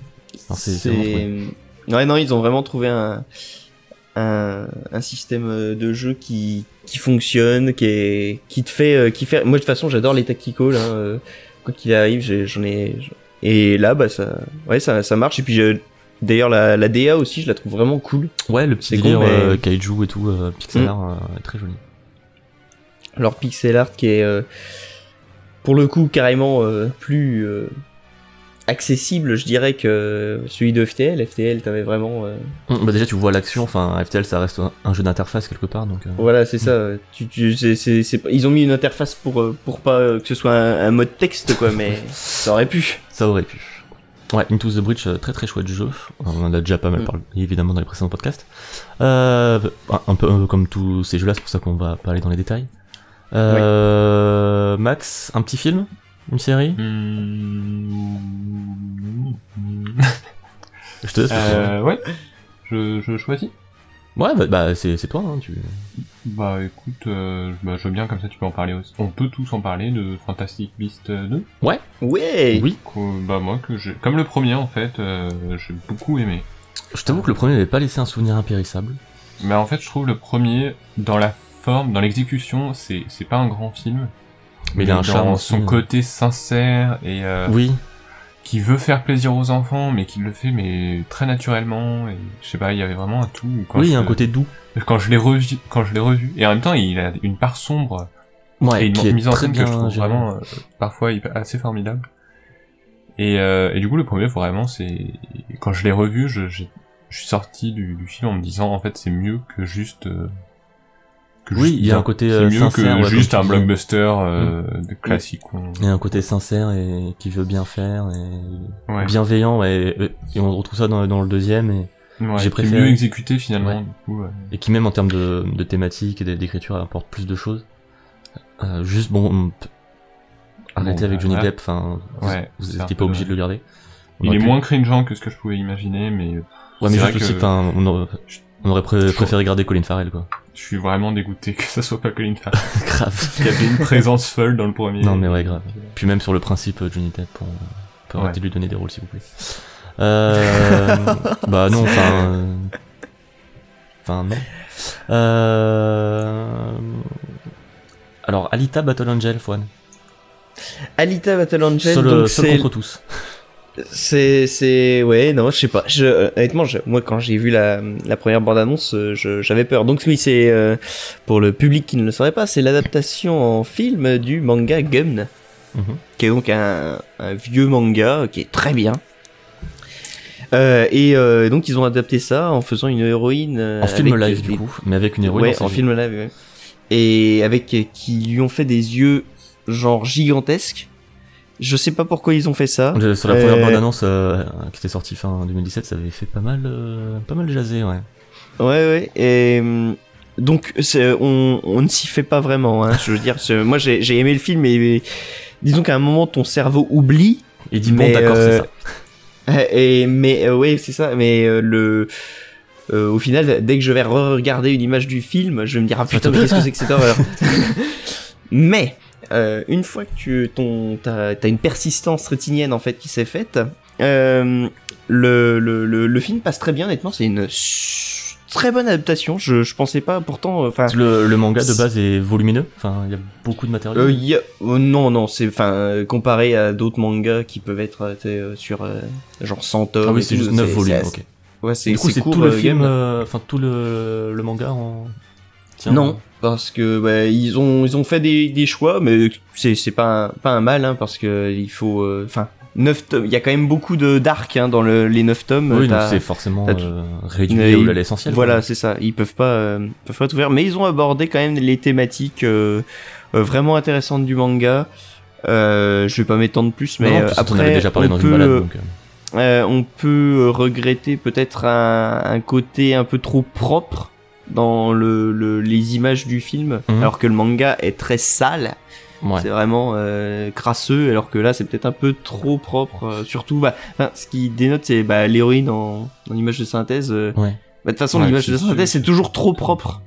S1: Enfin, c'est- c'est vraiment
S2: C'est- Ouais, non, ils ont vraiment trouvé un, un, un système euh, de jeu qui, qui fonctionne, qui, est, qui te fait, euh, qui fait. Moi, de toute façon, j'adore les tacticals. Hein, euh, quoi qu'il arrive, j'ai- j'en ai, j'en- Et là, bah ça, ouais, ça, ça marche. Et puis, j'ai- d'ailleurs, la, la DA aussi, je la trouve vraiment cool.
S1: Ouais, le petit
S2: C'est con,
S1: délire
S2: mais-
S1: euh, kaiju et tout, euh, pixel art, euh, est très joli.
S2: Leur pixel art qui est, euh, pour le coup, carrément euh, plus euh, accessible, je dirais, que euh, celui de FTL. FTL, t'avais vraiment. euh,
S1: Hum, Bah déjà tu vois l'action, enfin FTL ça reste un, un jeu d'interface quelque part donc... euh,
S2: Voilà, c'est ça. euh, Tu, tu, c'est- c'est- c'est pas- ils ont mis une interface pour, euh, pour pas euh, que ce soit un, un mode texte, quoi, mais ça aurait pu.
S1: Ça aurait pu. Ouais, Into the Bridge, euh, très très chouette jeu. On en a déjà pas mal
S2: Mm.
S1: parlé, évidemment, dans les précédents podcasts. Euh, un un peu euh, comme tous ces jeux-là, c'est pour ça qu'on va pas aller dans les détails. Euh, Max, un petit film Une série
S3: Mmh.
S1: Je te laisse.
S3: Euh, ouais. Je, je choisis.
S1: Ouais, bah, bah, c'est c'est toi, hein, tu...
S3: Bah écoute, euh, bah, je veux bien comme ça tu peux en parler aussi. On peut tous en parler de Fantastic Beast 2.
S2: Ouais.
S1: Oui,
S3: qu'au- bah moi que j'ai, comme le premier en fait, euh, j'ai beaucoup aimé.
S1: je
S3: Ah.
S1: t'avoue que le premier n'avait pas laissé un souvenir impérissable.
S3: Mais en fait je trouve le premier dans la forme, dans l'exécution, c'est c'est pas un grand film.
S1: Mais il a un
S3: dans
S1: charme aussi,
S3: Son
S1: hein.
S3: côté sincère et euh,
S1: Oui,
S3: qui veut faire plaisir aux enfants, mais qui le fait mais très naturellement. Et je sais pas, il y avait vraiment un tout. Quand
S1: oui, il
S3: je,
S1: y a un côté doux.
S3: Quand je l'ai revu, quand je l'ai revu, et en même temps il a une part sombre
S1: Ouais,
S3: et une
S1: qui est
S3: mise en
S1: très
S3: scène que
S1: bien
S3: je trouve
S1: gérée.
S3: vraiment euh, parfois hyper- assez formidable. Et, euh, et du coup, le premier, vraiment, c'est quand je l'ai revu, je, j'ai- je suis sorti du, du film en me disant en fait, c'est mieux que juste. euh, que
S1: Oui,
S3: juste
S1: il y a
S3: bien.
S1: un côté,
S3: C'est
S1: euh,
S3: mieux
S1: sincère, ouais,
S3: que
S1: comme
S3: juste
S1: tu Mm.
S3: un
S1: dis.
S3: blockbuster euh, de classique. on-
S1: Il y a un côté sincère et qui veut bien faire et
S3: Ouais.
S1: bienveillant ouais, et, et on retrouve ça dans, dans le deuxième et,
S3: Ouais,
S1: j'ai
S3: qui est
S1: préféré.
S3: mieux exécuté finalement.
S1: Ouais.
S3: Du coup, ouais.
S1: et qui même en termes de, de thématique et d'écriture apporte plus de choses. Euh, juste bon, on peut- arrêtez
S3: bah,
S1: avec Johnny
S3: voilà.
S1: Depp, enfin vous-
S3: Ouais,
S1: vous
S3: c'est
S1: n'étiez
S3: un
S1: pas
S3: peu
S1: obligé de le garder. On
S3: Il
S1: aurait
S3: est
S1: pu-
S3: moins cringeant que ce que je pouvais imaginer, mais
S1: Ouais
S3: c'est
S1: mais
S3: vrai
S1: juste aussi,
S3: que-
S1: enfin on aurait, on aurait pré-
S3: Je-
S1: préféré garder Colin Farrell quoi.
S3: je suis vraiment dégoûté que ça soit pas Colin Farrell.
S1: grave.
S3: Il y avait une présence folle dans le premier.
S1: Non, mais ouais, grave. Puis même sur le principe euh, Johnny Depp, on on peut arrêter de lui donner des rôles s'il vous plaît. Euh, bah non, enfin... euh, Enfin non. Euh, Alors Alita Battle Angel, Fouane.
S2: Alita Battle Angel,
S1: Seul, euh,
S2: donc
S1: seul
S2: c'est,
S1: contre tous.
S2: c'est, c'est, ouais, non, je sais pas. Je, euh, honnêtement, je- moi, quand j'ai vu la, la première bande-annonce, euh, je- j'avais peur. Donc oui, c'est euh, pour le public qui ne le saurait pas, c'est l'adaptation en film du manga Gun,
S1: Mhm.
S2: qui est donc un, un vieux manga qui est très bien. Euh, et euh, donc ils ont adapté ça en faisant une héroïne euh,
S1: En film
S2: avec
S1: live
S2: des-
S1: du coup, mais avec une héroïne.
S2: Ouais,
S1: dans
S2: en
S1: ses
S2: film live, ouais. Et avec euh, qui lui ont fait des yeux genre gigantesques. Je sais pas pourquoi ils ont fait ça.
S1: yeux. De- Sur la première
S2: Euh,
S1: bande-annonce euh, qui était sortie fin 2017, ça avait fait pas mal, euh, pas mal jaser, ouais.
S2: Ouais, ouais. Et hum, donc c'est- on, on ne s'y fait pas vraiment. Hein, je veux dire, c'est- moi j'ai j'ai aimé le film, mais, mais disons qu'à un moment ton cerveau oublie
S1: Il dit
S2: Mais,
S1: bon, d'accord,
S2: euh,
S1: c'est ça.
S2: Euh, Et mais euh, ouais, c'est ça. Mais euh, le euh, au final, dès que je vais regarder une image du film, je vais me dire ah putain, mais qu'est-ce que c'est que cette horreur Mais euh, une fois que tu ton t'as as une persistance rétinienne en fait qui s'est faite, euh, le, le, le le film passe très bien. Honnêtement, c'est une su- très bonne adaptation. Je je pensais pas. Pourtant, euh, enfin.
S1: Le, le manga de base est volumineux, enfin il y a beaucoup de matériel.
S2: Euh, y a- euh, non, non, c'est enfin euh, comparé à d'autres mangas qui peuvent être euh, t'sais, euh, sur euh, genre 100 tomes.
S1: ah
S2: et
S1: oui, c'est
S2: tout,
S1: juste 9
S2: euh, c'est-
S1: volumes,
S2: c'est-
S1: ok.
S2: Ouais, c'est
S1: Du coup, c'est
S2: court,
S1: tout le
S2: euh,
S1: film,
S2: Game.
S1: euh, enfin tout le, le manga en. Tiens,
S2: non, parce que bah, ils ont ils ont fait des, des choix, mais c'est c'est pas un, pas un mal hein, parce que il faut euh, enfin neuf tomes, il y a quand même beaucoup de d'arc hein, dans le, les 9 tomes.
S1: Oui, donc
S2: t'as-
S1: c'est hein. forcément
S2: t'as tout-
S1: euh,
S2: Mais
S1: réduit
S2: il-
S1: à l'essentiel.
S2: voilà,
S1: quoi.
S2: c'est ça. Ils peuvent pas euh, peuvent pas tout faire, mais ils ont abordé quand même les thématiques euh, euh, vraiment intéressantes du manga. Euh, je vais pas m'étendre plus, mais
S1: Non,
S2: euh,
S1: puis ça, t'en
S2: après,
S1: avais déjà parlé
S2: on
S1: dans
S2: peut,
S1: une balade,
S2: euh,
S1: donc, euh,
S2: euh, on peut euh, regretter peut-être un, un côté un peu trop propre dans le, le- les images du film,
S1: Mhm.
S2: alors que le manga est très sale.
S1: ouais.
S2: C'est vraiment euh, crasseux, alors que là c'est peut-être un peu trop propre. euh, surtout, bah, enfin, ce qui dénote c'est bah, l'héroïne en, en image de synthèse. euh,
S1: Ouais.
S2: bah, de toute façon,
S1: Ouais,
S2: l'image
S1: c'est
S2: de
S1: sûr.
S2: synthèse c'est toujours trop propre.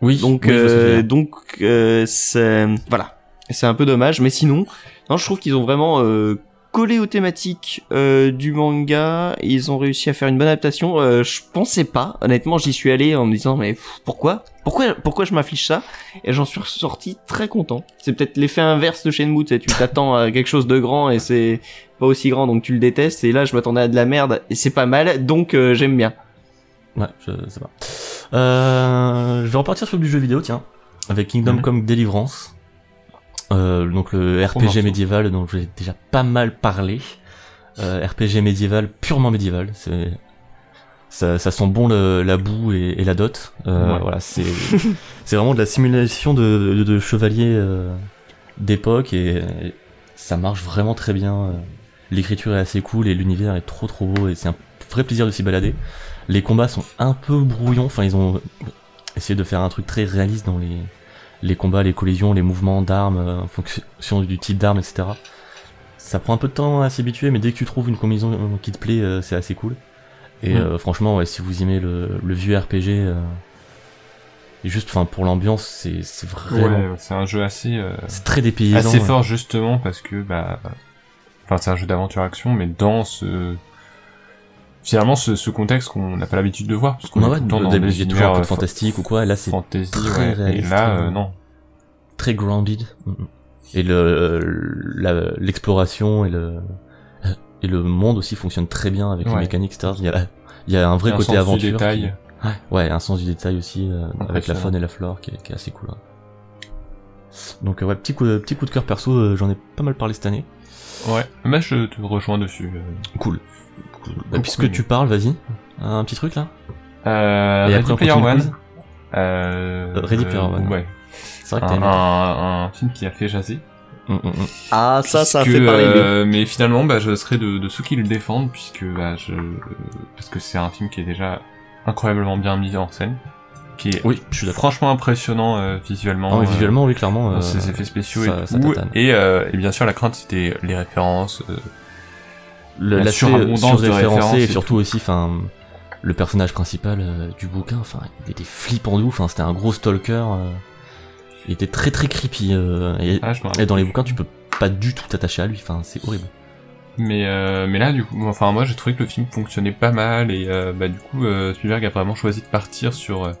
S1: Oui,
S2: Donc,
S1: oui, je vois ce que tu veux
S2: euh,
S1: dire.
S2: donc euh, c'est voilà, c'est un peu dommage, mais sinon, non, je trouve qu'ils ont vraiment euh, collé aux thématiques euh, du manga. Ils ont réussi à faire une bonne adaptation. Euh, je pensais pas, honnêtement, j'y suis allé en me disant mais pff, pourquoi, pourquoi, pourquoi je m'affiche ça Et j'en suis ressorti très content. C'est peut-être l'effet inverse de Shenmue, tu sais, tu t'attends à quelque chose de grand et c'est pas aussi grand, donc tu le détestes. Et là, je m'attendais à de la merde et c'est pas mal, donc euh, j'aime bien.
S1: Ouais, je sais pas. Euh, je vais repartir sur du jeu vidéo, tiens, avec Kingdom
S3: Mhm.
S1: Come Deliverance. Euh, donc le RPG
S3: morceau.
S1: médiéval dont j'ai déjà pas mal parlé. Euh, RPG médiéval, purement médiéval. C'est ça, ça sent bon le- la boue et, et la dot. Euh,
S3: Ouais.
S1: Voilà, c'est c'est vraiment de la simulation de, de, de chevaliers euh, d'époque et, et ça marche vraiment très bien. euh. L'écriture est assez cool et l'univers est trop trop beau et c'est un vrai plaisir de s'y balader. Les combats sont un peu brouillons, enfin ils ont essayé de faire un truc très réaliste dans les, les combats, les collisions, les mouvements d'armes, euh, en fonction du type d'armes, etc. Ça prend un peu de temps à s'habituer, mais dès que tu trouves une combinaison euh, qui te plaît, euh, c'est assez cool. Et
S3: Mhm.
S1: euh, franchement, ouais, si vous aimez le, le vieux RPG, euh, et juste enfin pour l'ambiance, c'est c'est vraiment...
S3: Ouais, c'est un jeu assez, euh,
S1: C'est très dépaysant.
S3: assez
S1: ouais.
S3: fort justement parce que bah, enfin c'est un jeu d'aventure action, mais dans ce finalement ce, ce contexte qu'on n'a pas l'habitude de voir parce qu'on
S1: Ouais,
S3: est
S1: Bah ouais,
S3: tout le temps dans
S1: des-
S3: des
S1: il y a toujours un peu
S3: univers,
S1: de
S3: euh,
S1: fantastique ou quoi, et là, c'est
S3: fantasy,
S1: très
S3: ouais, et
S1: réaliste, hein.
S3: là
S1: très-
S3: euh, non.
S1: très grounded. Et le euh, la- l'exploration et le et le monde aussi fonctionne très bien avec les
S3: Ouais.
S1: mécaniques, etc. Il y a, il y a un vrai
S3: Il y a un
S1: côté
S3: sens du
S1: aventure.
S3: détail.
S1: qui- Ouais, ouais, un sens du détail aussi euh, avec la
S3: Impressionnant.
S1: faune et la flore qui est, qui est assez cool. hein. Donc euh, ouais, petit coup, de- petit coup de cœur perso, euh, j'en ai pas mal parlé cette année.
S3: Ouais, mais je te rejoins dessus. euh.
S1: Cool. Bah,
S3: Cool,
S1: puisque
S3: cool.
S1: tu parles, vas-y. Un petit truc là.
S3: Euh,
S1: Et
S3: Ready
S1: après, on
S3: Player
S1: continue le
S3: One.
S1: quiz
S3: Euh,
S1: Euh, Ready
S3: euh,
S1: Player One.
S3: Ouais.
S1: C'est vrai que
S3: Un,
S1: t'as aimé.
S3: un- un film qui a fait jaser.
S1: Mm, mm, mm.
S2: Ah ça, ça
S3: Puisque,
S2: fait parler.
S3: euh, mais finalement, bah, je serai de, de ceux qui le défendent, puisque bah, je, euh, parce que c'est un film qui est déjà incroyablement bien mis en scène, qui est
S1: Oui, je suis d'accord.
S3: franchement impressionnant euh, visuellement.
S1: Ah, mais
S3: euh,
S1: visuellement, oui, clairement. euh,
S3: ses effets spéciaux
S1: ça-
S3: et
S1: ça
S3: tout.
S1: tatane.
S3: Et, euh, et bien sûr, la crainte, c'était les références. euh,
S1: le,
S3: La
S1: la
S3: surabondance de références
S1: et
S3: et
S1: surtout aussi enfin le personnage principal euh, du bouquin enfin il était flippant de ouf hein, c'était un gros stalker euh, il était très très creepy euh, et,
S3: ah, je me
S1: et dans les
S3: rappelle.
S1: bouquins tu peux pas du tout t'attacher à lui enfin c'est horrible
S3: Mais, euh, mais là, du coup, enfin, moi, j'ai trouvé que le film fonctionnait pas mal et euh, bah, du coup, euh, Spielberg a vraiment choisi de partir sur. euh,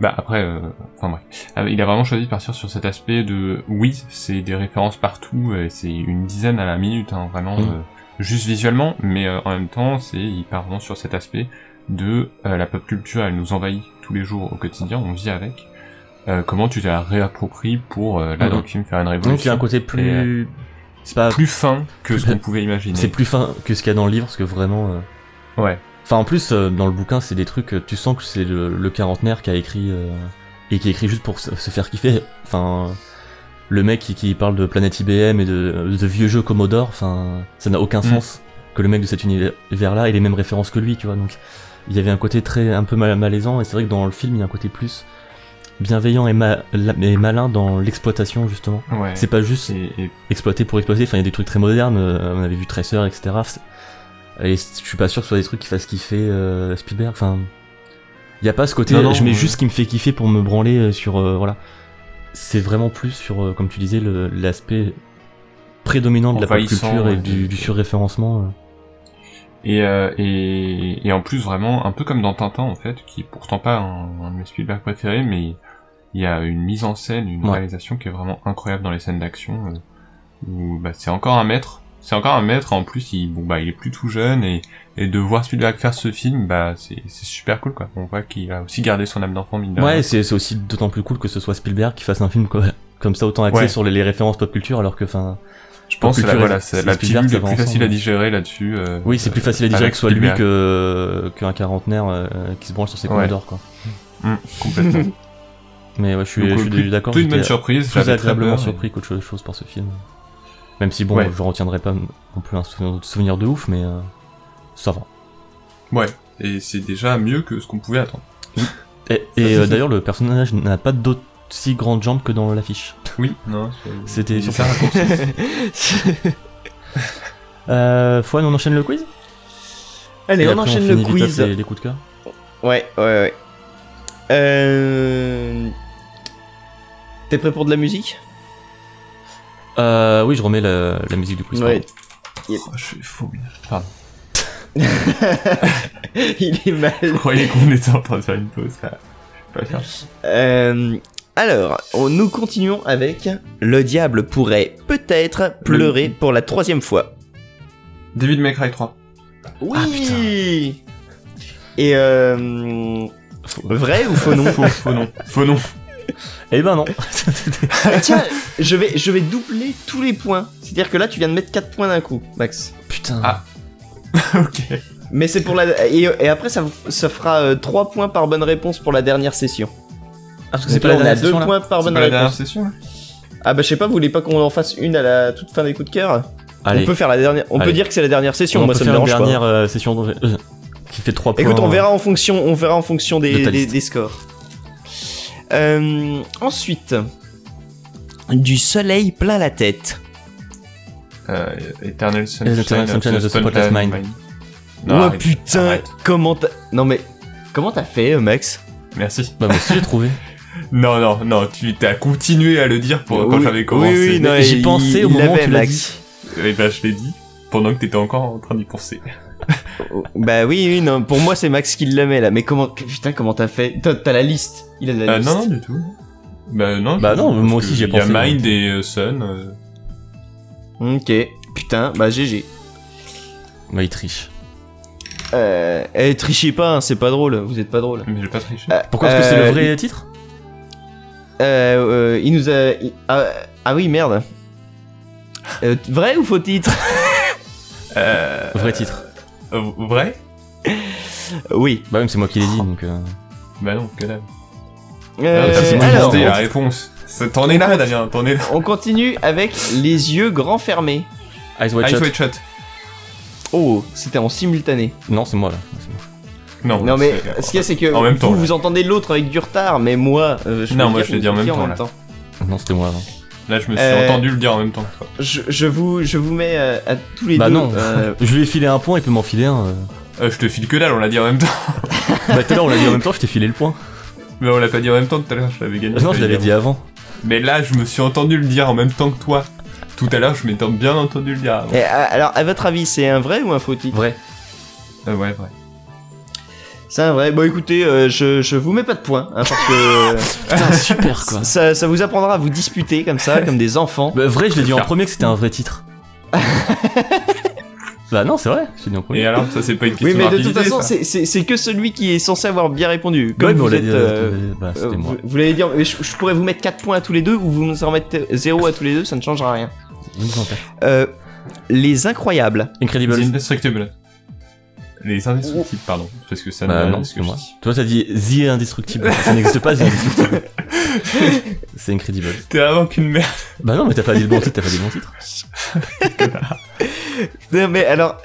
S3: bah, après, euh, enfin, bref. Euh, Il a vraiment choisi de partir sur cet aspect de. Oui, c'est des références partout, euh, c'est une dizaine à la minute, hein, vraiment,
S1: Mm.
S3: euh, juste visuellement, mais euh, en même temps, c'est il part vraiment sur cet aspect de euh, la pop culture, elle nous envahit tous les jours au quotidien, on vit avec. Euh, comment tu te la réappropries pour, euh, là,
S1: Mm.
S3: dans le film, faire une révolution
S1: donc il y a un côté
S3: euh,
S1: plus c'est pas
S3: plus fin que ce qu'on pouvait imaginer.
S1: c'est plus fin que ce qu'il y a dans le livre parce que vraiment euh,
S3: Ouais.
S1: Enfin, en plus, euh, dans le bouquin, c'est des trucs, euh, tu sens que c'est le, le quarantenaire qui a écrit, euh, et qui écrit juste pour se, se faire kiffer. Enfin, euh, le mec qui, qui parle de planète IBM et de, euh, de vieux jeux Commodore, enfin, ça n'a aucun
S3: Mm.
S1: sens que le mec de cet univers-là ait les mêmes références que lui, tu vois. Donc, il y avait un côté très, un peu mal- malaisant, et c'est vrai que dans le film, il y a un côté plus bienveillant et, ma- la- et malin dans l'exploitation, justement.
S3: Ouais.
S1: C'est pas juste
S3: Et- et
S1: exploité pour exploiter. Enfin, il y a des trucs très modernes. euh, on avait vu Tracer, etc. C'est- Et c- je suis pas sûr que ce soit des trucs qui fassent kiffer euh, Spielberg. Enfin, il y a pas ce côté.
S3: Non, non,
S1: je mets
S3: ouais.
S1: juste ce qui me fait kiffer pour me branler euh, sur euh, voilà. C'est vraiment plus sur, euh, comme tu disais, le- l'aspect prédominant de la pop
S3: Envahissant,
S1: culture et
S3: ouais.
S1: du, du surréférencement. euh.
S3: Et, euh, et, et en plus, vraiment, un peu comme dans Tintin, en fait, qui est pourtant pas un, un de mes Spielberg préférés, mais il y a une mise en scène, une
S1: Ouais.
S3: réalisation qui est vraiment incroyable dans les scènes d'action, euh, où bah, c'est encore un maître. C'est encore un maître, en plus, il, bon, bah, il est plus tout jeune, et, et de voir Spielberg faire ce film, bah, c'est c'est super cool, quoi. On voit qu'il a aussi gardé son âme d'enfant, mine de rien.
S1: Ouais, c'est c'est aussi d'autant plus cool que ce soit Spielberg qui fasse un film co- comme ça autant axé
S3: Ouais.
S1: sur les, les références pop culture, alors que enfin.
S3: Je pense que la,
S1: Culture et-
S3: voilà, c'est
S1: c'est
S3: la
S1: Spielberg,
S3: pilule
S1: ça
S3: est
S1: va
S3: plus facile
S1: ensemble.
S3: à digérer là-dessus. euh,
S1: Oui, c'est plus facile à dire
S3: avec
S1: que ce soit lui
S3: Spielberg.
S1: que qu'un quarantenaire euh, qui se branle sur ses
S3: Ouais.
S1: commodores quoi.
S3: Hum, complètement.
S1: Mais ouais, je suis,
S3: Donc,
S1: je
S3: euh,
S1: suis
S3: plutôt-
S1: d'accord.
S3: plutôt une
S1: j'étais
S3: bonne surprise.
S1: plus
S3: j'avais très
S1: agréablement
S3: peur, et-
S1: surpris qu'autre chose par ce film. Même si bon,
S3: Ouais.
S1: je retiendrai pas non plus un souvenir, souvenir de ouf, mais euh, ça va.
S3: Ouais, et c'est déjà mieux que ce qu'on pouvait attendre.
S1: Et,
S3: Ça,
S1: et,
S3: c'est
S1: euh,
S3: ça.
S1: d'ailleurs, le personnage n'a pas d'aussi grandes jambes que dans l'affiche.
S3: Oui, non,
S1: C'était
S3: sur
S1: sur
S3: ça. raccourci.
S1: Euh, Fouane, on enchaîne le quiz
S2: Allez,
S1: Et
S2: on
S1: après,
S2: enchaîne
S1: finit
S2: le
S1: vite
S2: quiz.
S1: après Les, les coups de cœur.
S2: Ouais, ouais, ouais. Euh... T'es prêt pour de la musique
S1: Euh, oui, je remets la, la musique du quiz.
S2: Ouais.
S1: pardon.
S3: Oh, je suis fou. merde. Pardon.
S2: Il est mal.
S3: Je croyais qu'on était en train de faire une pause. là. Je vais pas faire.
S2: Euh, alors, on- nous continuons avec Le diable pourrait peut-être pleurer pour la troisième fois.
S3: David McRae 3.
S2: Oui Et euh, Vrai ou faux nom
S3: Faux, faux non. Faux non.
S1: Eh ben non.
S2: Ah, Tiens, je vais, je vais doubler tous les points. C'est-à-dire que là, tu viens de mettre 4 points d'un coup, Max.
S1: Putain.
S3: Ah. ok.
S2: Mais c'est pour la. Et, et après, ça, vous- ça fera 3 points par bonne réponse pour la dernière session.
S1: Ah, parce que
S2: Donc
S1: c'est pas
S2: là,
S1: la
S2: on a
S1: dernière
S2: 2
S1: session, là
S2: points par
S3: C'est
S2: bonne
S3: pas la dernière
S2: réponse.
S3: session hein là
S2: Ah bah, je sais pas, vous voulez pas qu'on en fasse une à la toute fin des coups de cœur
S1: Allez.
S2: On peut faire la dernière. On peut
S1: Allez.
S2: dire que c'est la dernière session,
S1: On
S2: moi
S1: peut
S2: ça me
S1: faire une
S2: dérange
S1: dernière euh, session de- euh, qui fait 3
S2: pas.
S1: points. hein.
S2: Écoute,
S3: euh,
S2: on verra en fonction, on verra en fonction
S1: De
S2: des,
S1: ta
S2: des-
S1: liste.
S2: des scores. Euh, ensuite, du soleil plein la tête.
S3: euh, Eternal Sunshine,
S1: Eternal Sunshine of the Spotless Mind.
S3: Non,
S2: oh
S3: Ah, arrête,
S2: putain,
S3: arrête.
S2: comment t'as... Non mais, comment t'as fait, euh, Max
S3: Merci.
S1: Bah, moi aussi j'ai trouvé.
S3: Non, non, non, tu as continué à le dire pour, quand
S2: Oui,
S3: j'avais commencé.
S2: oui, oui, non,
S1: Mais j'y
S2: il-
S1: pensais au
S2: il
S1: moment où
S2: l'avait,
S1: tu l'as
S2: Max.
S3: Et ben, je l'ai dit pendant que t'étais encore en train d'y penser.
S2: Oh, Bah oui, oui, non, pour moi c'est Max qui le met là, mais comment... Putain, comment t'as fait T'as t'as la liste, il a la
S3: Euh,
S2: liste.
S3: non, non, du tout. Bah non,
S1: Bah
S3: je-
S1: non,
S3: parce
S1: moi
S3: que
S1: aussi, j'y ai
S3: Il
S1: pensé.
S3: y a Mind et euh, Sun. euh,
S2: Ok, putain, bah GG.
S1: Bah, il triche.
S2: Euh, eh, trichez pas, hein, c'est pas drôle, vous êtes pas drôle.
S3: mais j'ai pas triché.
S1: Pourquoi Est-ce que c'est
S2: Euh,
S1: le vrai titre
S2: Euh, euh, il nous a. il- ah, ah oui, merde. Euh, t- vrai ou faux titre
S3: Euh,
S1: Vrai titre.
S3: euh, vrai
S2: Oui.
S1: Bah, même c'est moi qui l'ai dit donc. euh,
S3: Bah non, que dalle.
S2: Euh,
S3: Ah, ça, c'est moi qui
S2: alors,
S3: postais la réponse. C'est- T'en es là, Damien, t'en es là.
S2: on continue avec les yeux grands fermés.
S1: Eyes Wide
S3: Ice
S1: Shut.
S3: White Shot.
S2: Oh, c'était en simultané.
S1: Non, c'est moi là. C'est moi.
S3: Non,
S2: non mais
S3: c'est-
S2: ce qu'il y a c'est que
S3: En même temps,
S2: vous,
S3: là.
S2: vous entendez l'autre avec du retard, mais moi, euh, je peux
S3: Non,
S2: vous
S3: moi,
S2: dire
S3: je l'ai
S2: que
S3: dit en
S2: vous
S3: même
S2: étiez
S3: temps, là.
S1: Non, c'était moi avant.
S3: Là, je me suis
S2: Euh,
S3: entendu le dire en même temps. que toi.
S2: Je, je vous, je vous mets euh, à tous les
S1: Bah
S2: deux.
S1: non.
S2: euh,
S1: Je lui ai filé un point, il peut m'en filer un. euh.
S3: Euh, je te file que dalle, on l'a dit en même temps.
S1: Bah, tout à l'heure on l'a dit en même temps, je t'ai filé le point. Ah
S3: Mais on l'a pas dit en même temps tout à l'heure, je l'avais gagné.
S1: Non, je l'avais dit avant.
S3: Mais là, je me suis entendu le dire en même temps que toi. Tout à l'heure, je m'étais bien entendu le dire avant.
S2: et, ah, alors, à votre avis, c'est un vrai ou un faux titre
S1: Vrai. Eh.
S3: Euh, ouais, vrai.
S2: C'est un vrai. Bon, écoutez, euh, je, je vous mets pas de points, hein, parce que euh,
S1: Putain, super quoi.
S2: ça, ça vous apprendra à vous disputer comme ça, comme des enfants.
S1: Bah, vrai, je l'ai dit en premier que c'était un vrai titre. bah, non, c'est vrai, je l'ai dit en premier.
S3: Et euh, alors, ça, c'est pas une question
S2: Oui, mais de
S3: rapidité,
S2: toute façon,
S3: ça.
S2: c'est- c'est c'est que celui qui est censé avoir bien répondu. Comme
S1: Ouais, mais on
S2: vous
S1: l'a
S2: êtes,
S1: dit,
S2: euh,
S1: euh, bah,
S2: euh,
S1: c'était moi.
S2: vous, vous l'avez dit, mais je, je pourrais vous mettre 4 points à tous les deux ou vous nous en mettez 0 à tous les deux, ça ne changera rien. Euh, les incroyables.
S1: Incredible.
S3: Les indestructibles. Les indestructibles, pardon. Parce que ça
S1: Bah
S3: n'a-
S1: non,
S3: ce
S1: c'est
S3: que je
S1: moi.
S3: dis.
S1: Toi, t'as dit The Indestructible. Ça n'existe pas, The Indestructible. c'est Incredible.
S3: T'es avant qu'une merde.
S1: Bah non, mais t'as pas dit le bon titre, t'as pas dit le bon titre.
S2: Non, mais alors,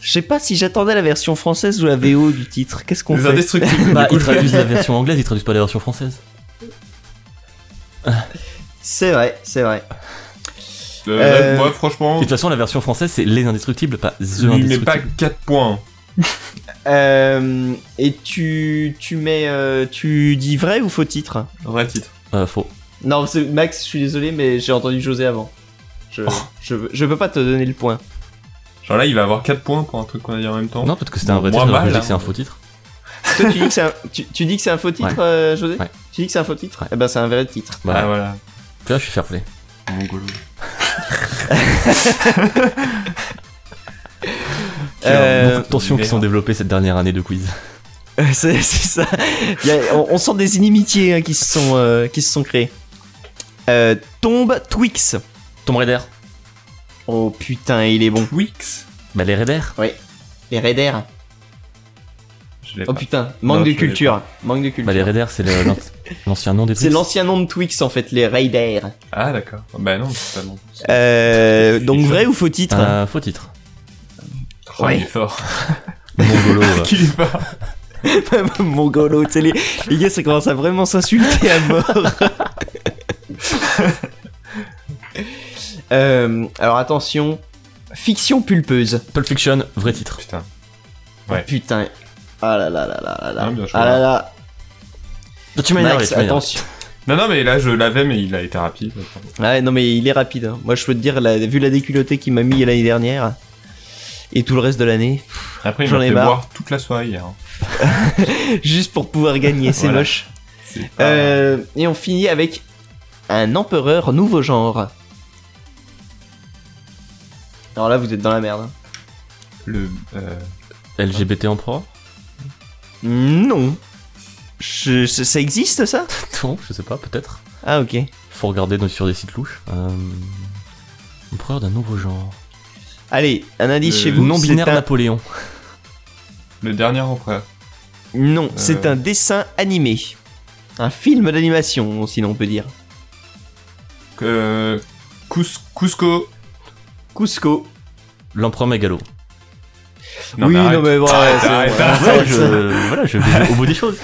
S2: je sais pas si j'attendais la version française ou la VO du titre. Qu'est-ce qu'on
S3: Les
S2: fait
S3: indestructibles.
S1: Bah,
S3: du
S1: ils
S3: coup, je-
S1: traduisent la version anglaise, ils traduisent pas la version française.
S2: C'est vrai, c'est vrai.
S3: Euh, là,
S2: Euh,
S3: Moi,
S1: Et
S3: franchement,
S1: de toute façon, la version française, c'est Les Indestructibles, pas The
S3: il met pas
S1: Indestructible.
S3: 4 points.
S2: Euh, et tu, tu mets, euh, tu dis vrai ou faux titre
S3: Vrai titre.
S1: Euh, faux.
S2: Non, c'est- Max, je suis désolé, mais j'ai entendu José avant. Je,
S3: Oh.
S2: je, veux- je peux pas te donner le point.
S3: Genre là, il va avoir 4 points pour un truc qu'on a dit en même temps.
S1: Non, peut-être que c'était un vrai
S3: Moi,
S1: titre,
S3: mal,
S1: alors que je dis
S3: hein.
S1: que c'est un faux titre.
S2: Toi, tu dis que c'est un, tu, tu dis que c'est un faux titre, euh, José
S1: Ouais.
S2: Tu dis que c'est un faux titre
S1: Ouais.
S2: Eh ben, c'est un vrai titre.
S3: Ah,
S1: Bah,
S3: voilà.
S1: tu vois, je suis fair play.
S3: Mon golou.
S2: Euh,
S1: Beaucoup de tensions qui
S3: merde.
S1: sont développées cette dernière année de quiz.
S2: c'est c'est ça. Il y a- on, on sent des inimitiés hein, qui, se sont, euh, qui se sont créées. Euh, tombe Twix.
S1: Tomb Raider.
S2: Oh putain, il est bon.
S3: Twix
S1: Bah, les Raiders.
S2: Les Raiders.
S3: Je l'ai
S2: Oh
S3: pas.
S2: putain, manque
S3: Non,
S2: de
S3: je l'ai
S2: culture. Manque de culture.
S1: Bah, les Raiders, c'est le- l'an- l'ancien nom des
S2: C'est
S1: Twix.
S2: l'ancien nom de Twix en fait, les Raiders.
S3: Ah d'accord. Bah non, c'est pas bon.
S2: Euh, donc
S3: Je-
S2: vrai ou faux titre
S1: Euh, faux titre.
S3: Oh,
S2: ouais.
S3: Il est fort.
S1: Le Mongolo. euh,
S3: Qu'il est fort.
S2: Mongolo, tu sais, les, les gars ça commence à vraiment s'insulter à mort. Euh, alors attention, fiction pulpeuse.
S1: Pulp Fiction, vrai
S2: Oh,
S1: titre.
S3: Putain. Ouais.
S2: Putain. Ah là là là là là là.
S3: Ouais, bien joué.
S2: ah là là.
S1: Tu m'énerves,
S2: Max,
S1: tu m'énerves.
S2: attention.
S3: Non non mais là je l'avais mais il a été rapide.
S2: Ah Ouais, non mais il est rapide. hein. Moi je peux te dire, la- vu la déculottée qu'il m'a mis l'année dernière et tout le reste de l'année,
S3: Après il
S2: J'en
S3: m'a
S2: ai
S3: fait
S2: marre.
S3: boire toute la soirée hier. hein.
S2: juste pour pouvoir gagner, c'est
S3: Voilà.
S2: moche.
S3: C'est pas-
S2: Euh, et on finit avec un empereur nouveau genre. Alors là, vous êtes dans la merde. hein.
S3: le euh,
S1: LGBT en proie
S2: Non. Je- ça ça existe ça
S1: Non, je sais pas, peut-être.
S2: Ah ok.
S1: Faut regarder dans- sur des sites louches. Euh... Empereur d'un nouveau genre.
S2: Allez, un indice
S3: Le
S2: chez vous.
S1: Non binaire
S2: c'est un-
S1: Napoléon.
S3: le dernier empereur.
S2: Non,
S3: Euh.
S2: c'est un dessin animé. Un film d'animation, sinon on peut dire.
S3: Euh, Cus- Cusco.
S2: Cusco.
S1: L'emperoi mégalo.
S2: oui,
S3: mais
S2: non mais bon, ouais, c'est-
S3: arrête,
S2: voilà,
S3: arrête,
S1: Voilà,
S2: arrête.
S1: je, voilà, je vais au bout des choses.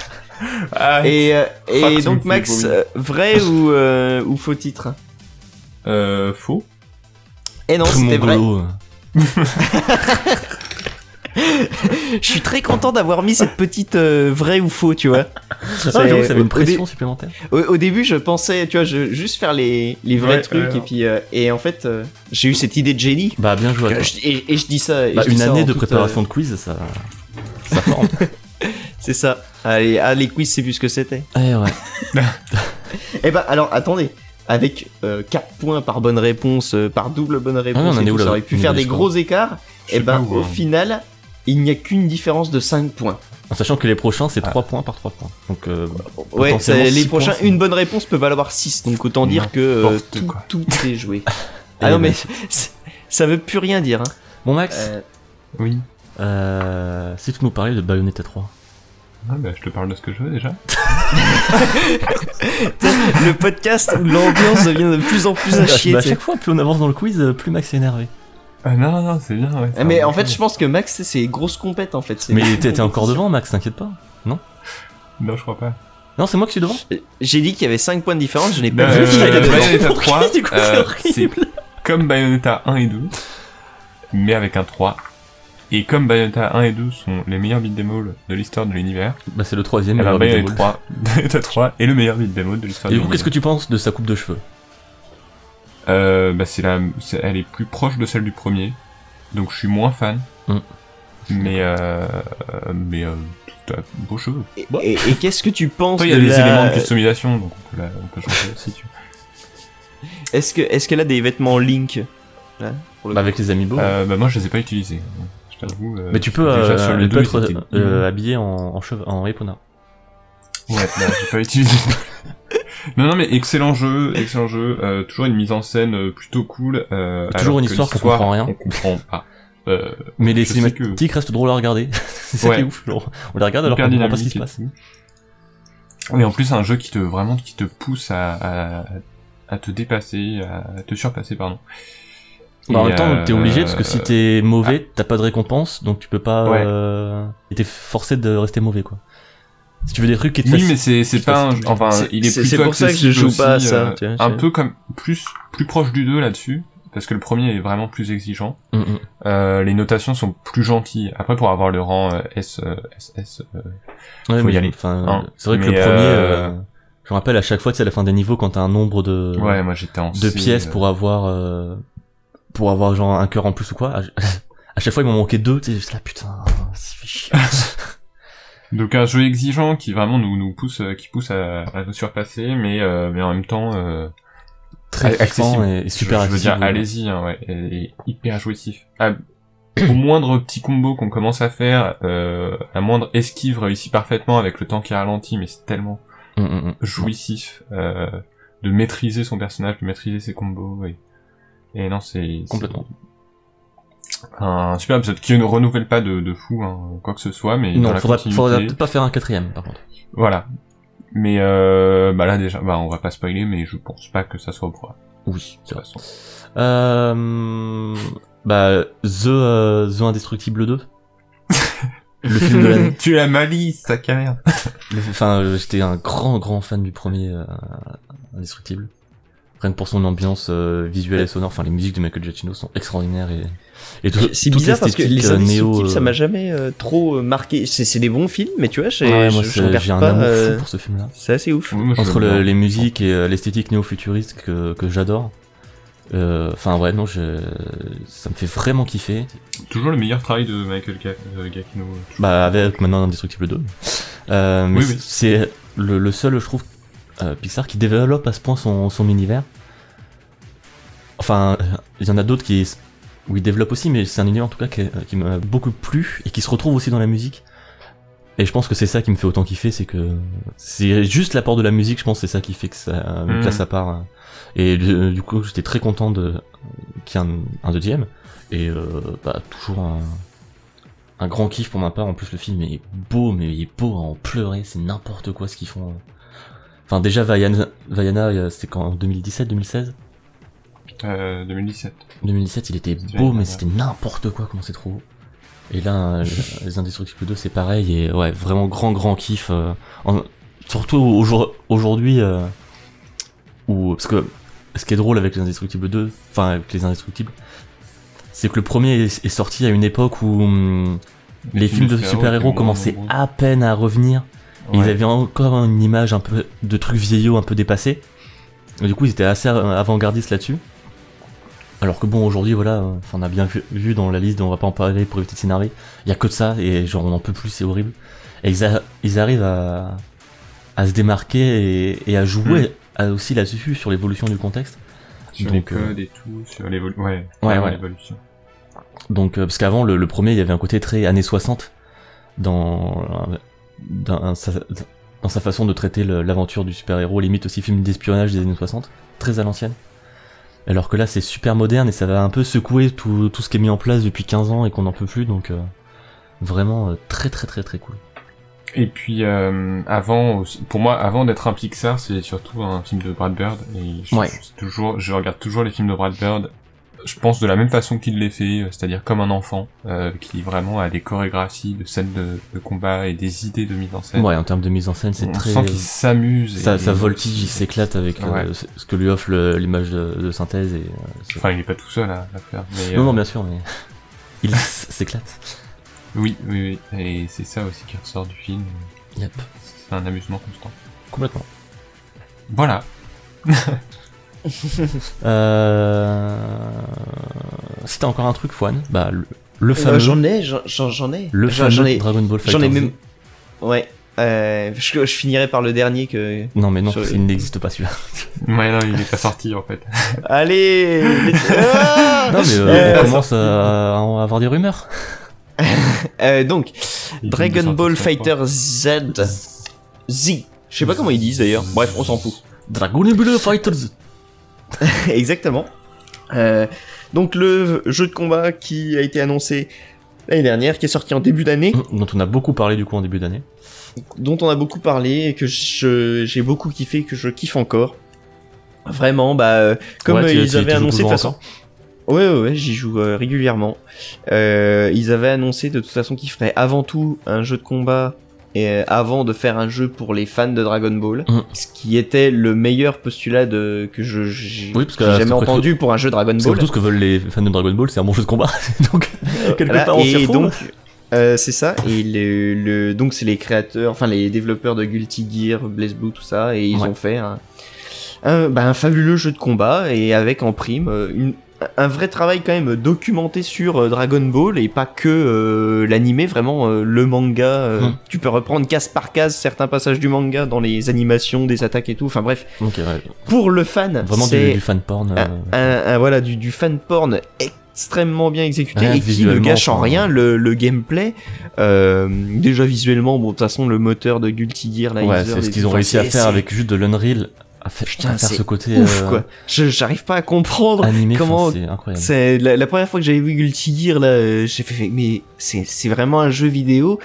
S3: Ah,
S2: Et, euh, et
S3: Fuck, tu me
S2: donc
S3: fais
S2: Max,
S3: vomir.
S2: euh, vrai ou, euh, ou faux titre
S3: euh, faux.
S2: Eh non, c'était vrai.
S1: Mongolo.
S2: Je suis très content d'avoir mis cette petite euh, vrai ou faux, tu vois.
S1: Ah, j'avoue, ça avait
S2: au
S1: une
S2: dé-
S1: pression supplémentaire.
S2: Au, au début, je pensais, tu vois, je, juste faire les, les vrais
S3: Ouais,
S2: trucs
S3: ouais.
S2: et puis euh, et en fait, euh, j'ai eu cette idée de génie.
S1: Bah, bien joué. à toi.
S2: Euh, je- et, et je dis ça. et
S1: Bah,
S2: je dis
S1: une
S2: ça
S1: année
S2: en
S1: de
S2: toute,
S1: préparation de quiz, ça, ça forme.
S2: euh, c'est ça. Allez, ah, les quiz, c'est plus ce que c'était.
S1: Eh ouais.
S2: Eh ben, alors, attendez. Avec 4 points par bonne réponse, euh, par double bonne réponse,
S1: Ah, on en
S2: et
S1: est
S2: tout,
S1: où, là,
S2: ça aurait pu
S1: au
S2: faire
S1: niveau
S2: des
S1: des
S2: gros écarts.
S3: Je
S2: Et
S3: sais
S2: ben,
S3: pas où,
S2: au
S3: hein.
S2: final, il n'y a qu'une différence de 5 points.
S1: En sachant que les prochains,
S2: Ah.
S1: c'est 3 points par 3 points. Donc, euh,
S2: Ouais,
S1: Potentiellement
S2: c'est- les
S1: six
S2: prochains,
S1: points,
S2: une bonne réponse peut valoir 6, donc autant dire que euh,
S3: N'importe
S2: tout,
S3: quoi.
S2: tout est joué. ah non,
S1: ben,
S2: mais c'est- ça veut plus rien dire. Hein.
S1: bon, Max,
S2: Euh,
S3: Oui.
S1: euh, si tu nous parlais de Bayonetta 3.
S3: Ah, bah, je te parle de ce que je veux déjà.
S2: le podcast où l'ambiance devient de plus en plus à
S1: Bah,
S2: chier.
S1: bah, à
S2: tu sais.
S1: chaque fois, plus on avance dans le quiz, euh, plus Max est énervé.
S3: Ah, non, non, non, c'est bien. Ouais, c'est
S2: Ah, mais
S3: un
S2: en
S3: bon
S2: fait, je pense que Max, c'est- c'est grosse compète en fait. c'est-
S1: Mais t'es t'es encore devant, Max, t'inquiète pas.
S3: jeu. Non, je crois pas.
S1: Non, c'est moi qui suis devant.
S2: J'ai dit qu'il y avait 5 points de différence, je n'ai
S3: Non,
S2: pas
S3: euh,
S2: vu qu'il y avait dedans.
S3: Bayonetta
S1: Pour qui,
S3: 3,
S1: du coup,
S3: euh,
S1: c'est horrible.
S3: Comme Bayonetta 1 et 2, mais avec un 3. Et comme Bayonetta 1 et 2 sont les meilleurs beat'em all de l'histoire de l'univers,
S1: Bah, c'est le troisième.
S3: eh ben,
S1: alors,
S3: Bayonetta
S1: Ball.
S3: 3, Bayonetta 3 est le meilleur beat'em all de l'histoire
S1: Et
S3: de
S1: du coup, qu'est-ce
S3: l'univers.
S1: que tu penses de sa coupe de cheveux
S3: Euh, bah, c'est la, c'est- elle est plus proche de celle du premier, donc je suis moins fan.
S1: Hum.
S3: Mais euh, mais euh, tout à- beau cheveux.
S2: Et, et- et qu'est-ce que tu penses
S3: Après, il y a
S2: de
S3: des
S2: la-
S3: éléments de customisation, donc on peut, la- on peut changer si tu veux.
S2: Est-ce que- est-ce qu'elle a des vêtements Link là, pour le
S1: Bah,
S2: coup
S1: avec les amiibo.
S3: Euh, bah, moi, je les ai pas utilisés. Je t'avoue. euh,
S1: mais tu peux,
S3: déjà
S1: euh,
S3: sur le
S1: elle peut
S3: 2,
S1: être
S3: j'étais-
S1: euh, habillée en, en, cheveux, en Epona.
S3: Ouais, bah, j'ai pas utilisé. non, non, mais excellent jeu, excellent jeu. euh, toujours une mise en scène euh, plutôt cool. euh,
S1: Toujours
S3: alors
S1: une
S3: que
S1: histoire qu'on
S3: l'histoire,
S1: comprend rien.
S3: On comprend pas. Euh,
S1: Mais les
S3: Je sais que-
S1: cinématiques restent drôles à regarder. c'est ça qui est
S3: Ouais.
S1: ouf. genre, On les regarde Ah, alors
S3: hyper
S1: qu'on comprend pas ce qui
S3: dynamique
S1: se
S3: et
S1: passe.
S3: tout. Et en plus, un jeu qui te vraiment qui te pousse à, à, à te dépasser, à te surpasser, pardon.
S1: Bah, en
S3: Et,
S1: même temps,
S3: euh, ah.
S1: t'es obligé parce que si t'es mauvais, t'as pas de récompense, donc tu peux pas.
S3: Ouais.
S1: Euh... et T'es forcé de rester mauvais, quoi. Si tu veux des trucs qui te
S3: Oui,
S1: fassent-
S3: mais c'est c'est
S1: qui
S3: pas un
S1: fasse-
S3: jeu- enfin
S2: C'est-
S3: il est
S2: c'est-
S3: plutôt
S2: c'est pour ça que je
S3: accessible
S2: joue pas à
S3: aussi,
S2: ça,
S3: euh,
S2: tu vois,
S3: un
S2: c'est-
S3: peu comme plus plus proche du 2 là-dessus parce que le premier est vraiment plus exigeant.
S1: Mm, mm.
S3: Euh, les notations sont plus gentilles. Après, pour avoir le rang euh, S, euh, SS, euh,
S1: Ouais,
S3: Faut
S1: mais
S3: y aller.
S1: Enfin,
S3: Hein.
S1: c'est vrai que le
S3: Mais,
S1: premier,
S3: euh,
S1: euh, je me rappelle à chaque fois, tu sais, à la fin des niveaux, quand t'as un nombre de,
S3: ouais, moi j'étais en
S1: de
S3: C,
S1: pièces
S3: euh,
S1: pour avoir, euh, pour avoir genre un cœur en plus ou quoi, à, à chaque fois il m'en manquait deux, tu sais, juste là, putain, ça fait chier.
S3: Donc un jeu exigeant qui vraiment nous nous pousse, euh, qui pousse à, à nous surpasser, mais euh, mais en même temps euh,
S1: Très
S3: a-
S1: puissant et, et
S3: Je-
S1: super
S3: Je, veux dire,
S1: accessible.
S3: allez-y, hein, ouais, et, et hyper jouissif. À- au moindre petit combo qu'on commence à faire, euh, la moindre esquive réussie parfaitement avec le temps qui ralentit, mais c'est tellement
S1: Mm, mm, mm.
S3: jouissif euh, de maîtriser son personnage, de maîtriser ses combos. Et, et non, c'est c'est-
S1: Complètement.
S3: un super épisode qui ne renouvelle pas de, de fou hein, quoi que ce soit, mais dans
S1: Non,
S3: la
S1: faudra,
S3: continuité,
S1: faudra peut-être pas faire un quatrième, par contre.
S3: voilà. Mais euh, bah là déjà, bah on va pas spoiler, mais je pense pas que ça soit au programme.
S1: Oui,
S3: De
S1: c'est
S3: toute
S1: vrai.
S3: façon.
S1: Euh, bah, The, euh, The Indestructible 2. le film de l'année.
S3: tu la malice, ta carrière.
S1: Le- Enfin, euh, j'étais un grand, grand fan du premier euh, Indestructible. Rien que pour son ambiance euh, visuelle et sonore, enfin les musiques de Michael Giacchino sont extraordinaires et, et tout-
S2: C'est
S1: toute
S2: bizarre parce que
S1: l'esthétique,
S2: les
S1: euh,
S2: indestructibles,
S1: néo, euh,
S2: ça m'a jamais euh, trop euh, marqué. C'est c'est des bons films, mais tu vois, j'ai
S1: ah ouais, moi,
S2: je- je
S1: c'est-
S2: regarde
S1: j'ai un
S2: pas,
S1: amour
S2: euh,
S1: fou pour ce film-là.
S2: C'est assez ouf.
S3: Oui, moi, je
S1: Entre
S3: veux
S1: le-
S3: bien.
S1: les musiques et euh, l'esthétique néo-futuriste que, que j'adore. euh, Enfin ouais, non, je, ça me fait vraiment kiffer.
S3: Toujours le meilleur travail de Michael Ga- euh, Giacchino. euh, toujours.
S1: Bah avec maintenant Indestructible 2. Euh, mais
S3: Oui,
S1: c-
S3: oui.
S1: c'est le, le seul, je trouve, euh, Pixar qui développe à ce point son, son univers. Enfin, euh, il y en a d'autres qui où ils développent aussi, mais c'est un univers en tout cas qui, est- euh, qui m'a beaucoup plu et qui se retrouve aussi dans la musique. Et je pense que c'est ça qui me fait autant kiffer, c'est que c'est juste l'apport de la musique, je pense, c'est ça qui fait que ça me
S3: Mhm.
S1: classe à part. hein. Et du du coup, j'étais très content de qu'il y ait un, un deuxième. Et euh, bah, toujours un, un grand kiff pour ma part. En plus, le film est beau, mais il est beau à en pleurer. C'est n'importe quoi ce qu'ils font. Enfin, déjà, Vaiana, Vaiana euh, c'était quand en 2017, 2016
S3: Euh, 2017.
S1: 2017, il était beau,
S3: C'était l'année
S1: mais
S3: dernière.
S1: c'était n'importe quoi comment c'est trop beau. Et là, euh, les Indestructibles 2, c'est pareil, et ouais, vraiment grand, grand kiff. euh, en- surtout au jour- aujourd'hui, euh, où, parce que ce qui est drôle avec les Indestructibles 2, enfin, avec les Indestructibles, c'est que le premier est, est sorti à une époque où hum, les films de super-héros
S3: étaient moins
S1: commençaient
S3: nombreux.
S1: à peine à revenir. Et Ils
S3: Ouais.
S1: avaient encore une image un peu de truc vieillot, un peu dépassé. Et du coup, ils étaient assez euh, avant-gardistes là-dessus. Alors que bon, aujourd'hui, voilà, euh, enfin, on a bien vu, vu dans la liste, on va pas en parler pour éviter de s'énerver. Il y a que de ça, et genre, on en peut plus, c'est horrible. Et ils, a- ils arrivent à, à se démarquer et, et à jouer à- aussi là-dessus, sur l'évolution du contexte.
S3: Sur
S1: donc,
S3: les
S1: euh,
S3: codes et tout, sur l'évolution. Ouais,
S1: Ouais,
S3: vraiment
S1: ouais.
S3: l'évolution.
S1: Donc, euh, parce qu'avant, le, le premier, il y avait un côté très années 60 dans, dans, sa, dans sa façon de traiter le- l'aventure du super-héros, limite aussi film d'espionnage des années 60, très à l'ancienne. Alors que là, c'est super moderne et ça va un peu secouer tout, tout ce qui est mis en place depuis 15 ans et qu'on n'en peut plus, donc euh, vraiment euh, très très très très cool.
S3: Et puis euh, avant, aussi- pour moi, avant d'être un Pixar, c'est surtout un film de Brad Bird. Et je,
S1: Ouais.
S3: je- c'est toujours, je regarde toujours les films de Brad Bird. Je pense de la même façon qu'il les fait, euh, c'est-à-dire comme un enfant euh, qui vraiment a des chorégraphies de scènes de, de combat et des idées de mise en scène.
S1: Ouais, en termes de mise en scène, c'est
S3: On
S1: très. euh,
S3: sent qu'il s'amuse. et-
S1: Ça, ça voltige, il s'éclate avec euh,
S3: Ouais.
S1: ce que lui offre le- l'image de, de synthèse et. euh, ce-
S3: Enfin, il est pas tout seul à, à faire. Mais,
S1: non,
S3: euh,
S1: non, bien sûr, mais. Il s- s'éclate.
S3: Oui, oui, oui. Et c'est ça aussi qui ressort du film.
S1: Yep,
S3: C'est un amusement constant.
S1: complètement.
S3: Voilà.
S1: Euh... Si t'as encore un truc, Fouane, bah le, le
S2: Euh,
S1: fameux,
S2: j'en ai, j'en- j'en j'en ai.
S1: le
S2: J'en- j'en
S1: fameux
S2: ai,
S1: Dragon Ball Fighter.
S2: j'en ai même. Ouais. Euh, je, je finirai par le dernier que.
S1: Non mais non,
S2: Sur-
S1: il n'existe pas celui-là.
S3: Ouais, non, il est pas sorti en fait.
S2: Allez. Ah
S1: Non mais euh,
S2: Euh,
S1: on commence à, à en avoir des rumeurs.
S2: euh, donc,
S3: Il est
S2: Dragon
S3: sorti
S2: Ball
S3: sur le
S2: Fighter Z. Z. Je sais pas comment ils disent d'ailleurs. Bref, on s'en fout.
S1: Dragon Ball Fighters.
S2: Exactement. Euh, donc le jeu de combat qui a été annoncé l'année dernière, qui est sorti en début d'année,
S1: Dont on a beaucoup parlé du coup en début d'année.
S2: dont on a beaucoup parlé et que je- j'ai beaucoup kiffé, que je kiffe encore. Vraiment, bah euh, comme
S1: Ouais,
S2: euh,
S1: tu- tu-
S2: ils
S1: tu
S2: avaient
S1: joues
S2: annoncé de toute
S1: toujours
S2: façon.
S1: encore
S2: Ouais, ouais, ouais, j'y joue euh, régulièrement. Euh, ils avaient annoncé de toute façon qu'ils feraient avant tout un jeu de combat et euh, avant de faire un jeu pour les fans de Dragon Ball,
S1: Mm.
S2: ce qui était le meilleur postulat de que je j'ai
S1: Oui, parce que
S2: j'ai
S1: c'est
S2: jamais
S1: préféré-
S2: entendu pour un jeu Dragon
S1: Parce que
S2: Ball.
S1: tout ce que veulent les fans de Dragon Ball, c'est un bon jeu de combat. donc quelque
S2: Voilà,
S1: part on s'y
S2: et
S1: retrouve.
S2: donc euh, c'est ça et le, le- donc c'est les créateurs enfin les développeurs de Guilty Gear BlazBlue tout ça et ils
S1: Ouais.
S2: ont fait un, un, bah, un fabuleux jeu de combat et avec en prime euh, une- un vrai travail quand même documenté sur euh, Dragon Ball et pas que euh, l'animé vraiment euh, le manga euh,
S1: Hmm.
S2: tu peux reprendre case par case certains passages du manga dans les animations des attaques et tout enfin bref
S1: Ok, ouais.
S2: pour le fan
S1: Vraiment du,
S2: c'est Ah,
S1: du fan porn. euh,
S2: un, un- voilà du, du fan porn extrêmement bien exécuté
S1: Ouais,
S2: et qui ne
S1: visuellement,
S2: gâche en
S1: enfin,
S2: rien le, le gameplay Euh, déjà visuellement bon de toute façon le moteur de Guilty Gear là
S1: Ouais,
S2: Laser,
S1: c'est ce
S2: les-
S1: qu'ils ont
S2: enfin,
S1: réussi à
S2: c'est-
S1: faire
S2: c'est-
S1: avec juste de l'Unreal à, fa-
S2: Putain,
S1: à faire
S2: c'est
S1: ce côté
S2: Ouf,
S1: euh,
S2: quoi. Je- J'arrive pas à comprendre.
S1: animé, enfin,
S2: Comment-
S1: c'est incroyable.
S2: C'est la, la première fois que j'avais vu Guilty Gear là, euh, j'ai fait, fait, mais c'est c'est vraiment un jeu vidéo.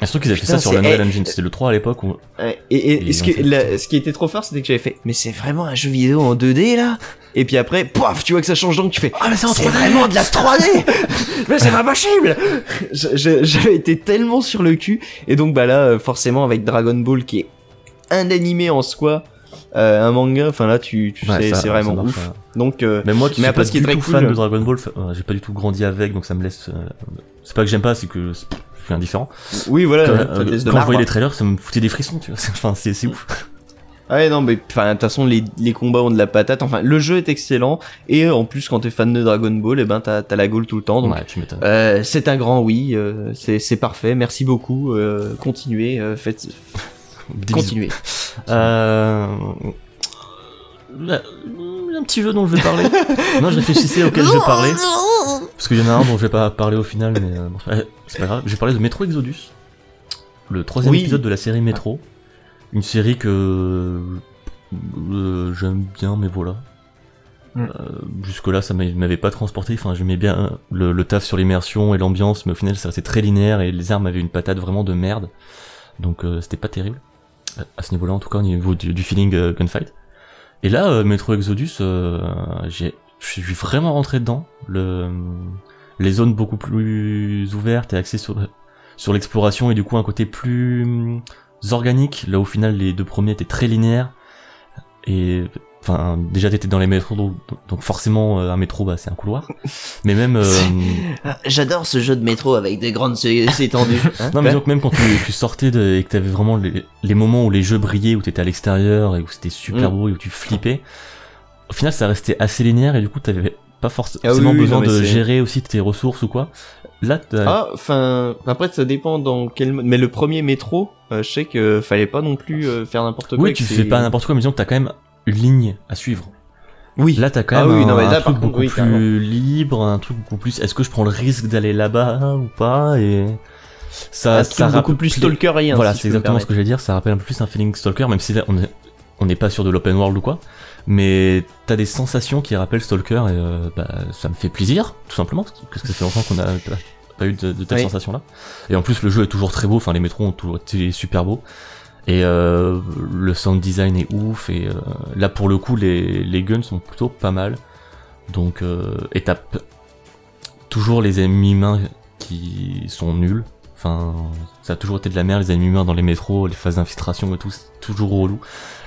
S1: Et surtout qu'ils avaient fait
S2: Putain,
S1: ça sur
S2: c'est-
S1: la nouvelle
S2: eh,
S1: engine, c'était le 3 à l'époque. Où...
S2: Euh, Et, et-
S1: Et
S2: et ce,
S1: on
S2: que,
S1: fait-
S2: la- ce qui était trop fort, c'était que j'avais fait, mais c'est vraiment un jeu vidéo en 2D là. Et puis après, pof, tu vois que ça change donc tu fais,
S1: Ah mais c'est
S2: c'est vraiment de la 3D. mais c'est pas possible. Je- je- J'avais été tellement sur le cul et donc bah là, euh, forcément avec Dragon Ball qui est un animé en soi, euh, un manga. Enfin là, tu, tu sais, c'est vraiment ouf. Donc euh,
S1: Mais moi qui
S2: Mais
S1: suis
S2: après,
S1: pas
S2: ce qui est
S1: du
S2: très
S1: tout
S2: cool,
S1: fan
S2: euh,
S1: de Dragon Ball, fa- euh, j'ai pas du tout grandi avec, donc ça me laisse... euh, C'est pas que j'aime pas, c'est que c'est- je suis indifférent.
S2: oui, voilà.
S1: Quand,
S2: ça
S1: euh,
S2: te laisse de
S1: quand je
S2: marbre.
S1: voyais les trailers, ça me foutait des frissons, tu vois. C'est- Enfin, c'est c'est ouf.
S2: Ouais, non, mais enfin, de toute façon, les, les combats ont de la patate. Enfin, le jeu est excellent. Et euh, en plus, quand t'es fan de Dragon Ball, eh ben, t'as t'as la gaule tout le temps. Donc,
S1: Ouais, tu m'étonnes.
S2: euh, c'est un grand oui. euh, c'est c'est parfait. Merci beaucoup. euh, continuez. euh, faites,
S1: Des bisous.
S2: continuez.
S1: Euh...
S2: Bah,
S1: là, Un petit jeu dont je vais parler. non, je réfléchissais auquel je vais parler. Parce qu'il y en a un dont je vais pas parler au final, mais euh, bon, eh, c'est pas grave. J'ai parlé de Metro Exodus, le troisième
S2: Oui.
S1: épisode de la série Metro. Une série que euh, j'aime bien, mais voilà.
S3: Mm.
S1: jusque là, ça m'a- m'avait pas transporté. Enfin, j'aimais bien euh, le, le taf sur l'immersion et l'ambiance, mais au final, ça restait très linéaire et les armes avaient une patate vraiment de merde. Donc, euh, c'était pas terrible Euh, à ce niveau-là en tout cas au niveau du, du feeling euh, gunfight. Et là, euh, Metro Exodus, euh, j'ai, je suis vraiment rentré dedans. Le, les zones beaucoup plus ouvertes et axées sur, sur l'exploration et du coup un côté plus hum, organique. Là au final, les deux premiers étaient très linéaires et enfin déjà t'étais dans les métros donc, donc forcément euh, un métro bah c'est un couloir. Mais même euh,
S2: Ah, J'adore ce jeu de métro avec des grandes sé- étendues. Hein,
S1: Non mais
S2: quoi.
S1: donc même quand tu, tu sortais de- et que t'avais vraiment les, les moments où les jeux brillaient, où t'étais à l'extérieur et où c'était super
S2: Mm.
S1: beau et où tu flippais, au final ça restait assez linéaire et du coup t'avais pas forcément
S2: Ah oui, oui, oui,
S1: besoin
S2: non, mais
S1: de
S2: c'est-
S1: gérer aussi tes ressources ou quoi. Là t'as-
S2: Ah, enfin, après ça dépend dans quel mode. Mais le premier métro, euh, je sais que euh, fallait pas non plus euh, faire n'importe quoi.
S1: oui
S2: que
S1: tu
S2: c'est-
S1: fais pas n'importe quoi mais disons que t'as quand même une ligne à suivre.
S2: Oui.
S1: Là t'as quand
S2: Ah
S1: même
S2: oui,
S1: un,
S2: non, mais là,
S1: un
S2: par
S1: truc
S2: contre,
S1: beaucoup
S2: oui, carrément.
S1: plus libre, un truc beaucoup plus. Est-ce que je prends le risque d'aller là-bas ou pas et ça
S2: un truc
S1: ça
S2: beaucoup
S1: rappelait-
S2: plus stalkerien.
S1: Voilà,
S2: si je
S1: c'est
S2: peux me
S1: exactement ce que j'allais dire. Ça rappelle un peu plus un feeling Stalker, même si là, on est- on n'est pas sûr de l'open world ou quoi. Mais t'as des sensations qui rappellent Stalker et euh, bah, ça me fait plaisir, tout simplement, parce que- parce que ça fait longtemps qu'on a pas- pas eu de, de telles
S2: Oui.
S1: sensations-là. Et en plus, le jeu est toujours très beau. Enfin, les métros ont toujours été super beaux. Et euh, le sound design est ouf. Et euh, là, pour le coup, les, les guns sont plutôt pas mal. Donc, euh, et t'as p- toujours les ennemis humains qui sont nuls. Enfin, ça a toujours été de la merde, les ennemis humains dans les métros, les phases d'infiltration et tout, c'est toujours relou.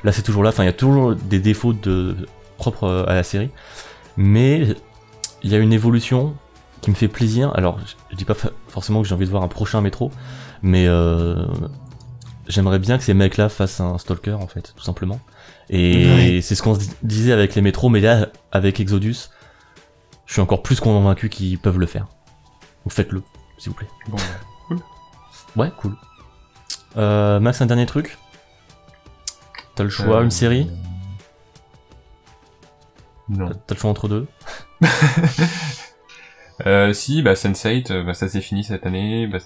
S1: Là, c'est toujours là. Enfin, il y a toujours des défauts de... propres euh, à la série. Mais il y a une évolution qui me fait plaisir. Alors, je- je dis pas fa- forcément que j'ai envie de voir un prochain métro, mais euh, j'aimerais bien que ces mecs-là fassent un stalker, en fait, tout simplement. Et c'est ce qu'on se dis- disait avec les métros, mais là, avec Exodus, je suis encore plus convaincu qu'ils peuvent le faire. Donc faites-le, s'il vous plaît.
S3: Bon, bah,
S1: Ouais, cool. Euh, Max, un dernier truc T'as le choix,
S3: Euh,
S1: une série
S3: non.
S1: T'as le choix entre deux
S3: Euh, si, bah Sense8, euh, bah, ça s'est fini cette année. Bah,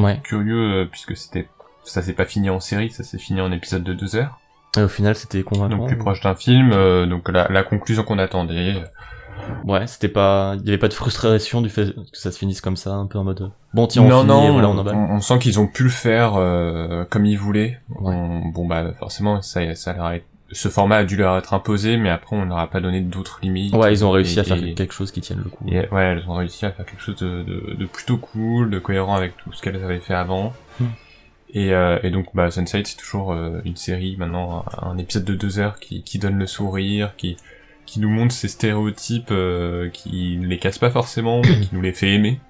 S1: Ouais.
S3: curieux, euh, puisque c'était, ça s'est pas fini en série, ça s'est fini en épisode de deux heures.
S1: Et au final, c'était convaincant.
S3: donc plus proche d'un film. euh, donc la, la conclusion qu'on attendait. euh,
S1: Ouais, c'était pas. Il y avait pas de frustration du fait que ça se finisse comme ça, un peu en mode. Bon, tiens, on
S3: non,
S1: finit,
S3: non,
S1: et voilà, on
S3: on,
S1: emballe.
S3: on- on sent qu'ils ont pu le faire euh, comme ils voulaient.
S1: Ouais.
S3: On- bon bah forcément, ça, ça leur a- ce format a dû leur être imposé, mais après on leur a pas donné d'autres limites.
S1: Ouais, ils ont réussi
S3: Et-
S1: à faire
S3: et-
S1: quelque chose qui tienne le coup.
S3: Et ouais, elles ont réussi à faire quelque chose de, de, de plutôt cool, de cohérent avec tout ce qu'elles avaient fait avant.
S1: Hmm.
S3: Et, euh, et donc, bah, Sunset, c'est toujours euh, une série, maintenant, un, un épisode de deux heures qui, qui donne le sourire, qui, qui nous montre ces stéréotypes, euh, qui ne les casse pas forcément, mais qui nous les fait aimer.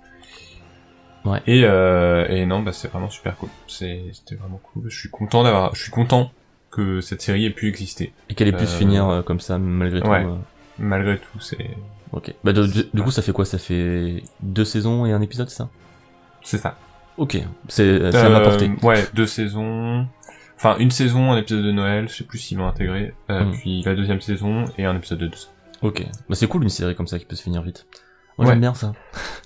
S1: Ouais.
S3: Et, euh, et non, bah, c'est vraiment super cool. C'est- C'était vraiment cool. Je suis content d'avoir, je suis content que cette série ait pu exister.
S1: Et qu'elle ait pu se
S3: Euh,
S1: finir euh, comme ça, malgré
S3: ouais.
S1: tout. euh,
S3: Malgré tout, c'est,
S1: Ok. Bah, de- de- du
S3: Ouais.
S1: coup, ça fait quoi Ça fait deux saisons et un épisode, c'est ça
S3: c'est ça.
S1: Ok. C'est, ça m'a
S3: Euh,
S1: porté.
S3: Ouais, deux saisons. Enfin, une saison, un épisode de Noël, je sais plus s'ils l'ont intégré. euh,
S1: Mm.
S3: Puis la deuxième saison et un épisode de deux.
S1: Ok. Bah, c'est cool une série comme ça qui peut se finir vite. Moi,
S3: Ouais.
S1: j'aime bien ça.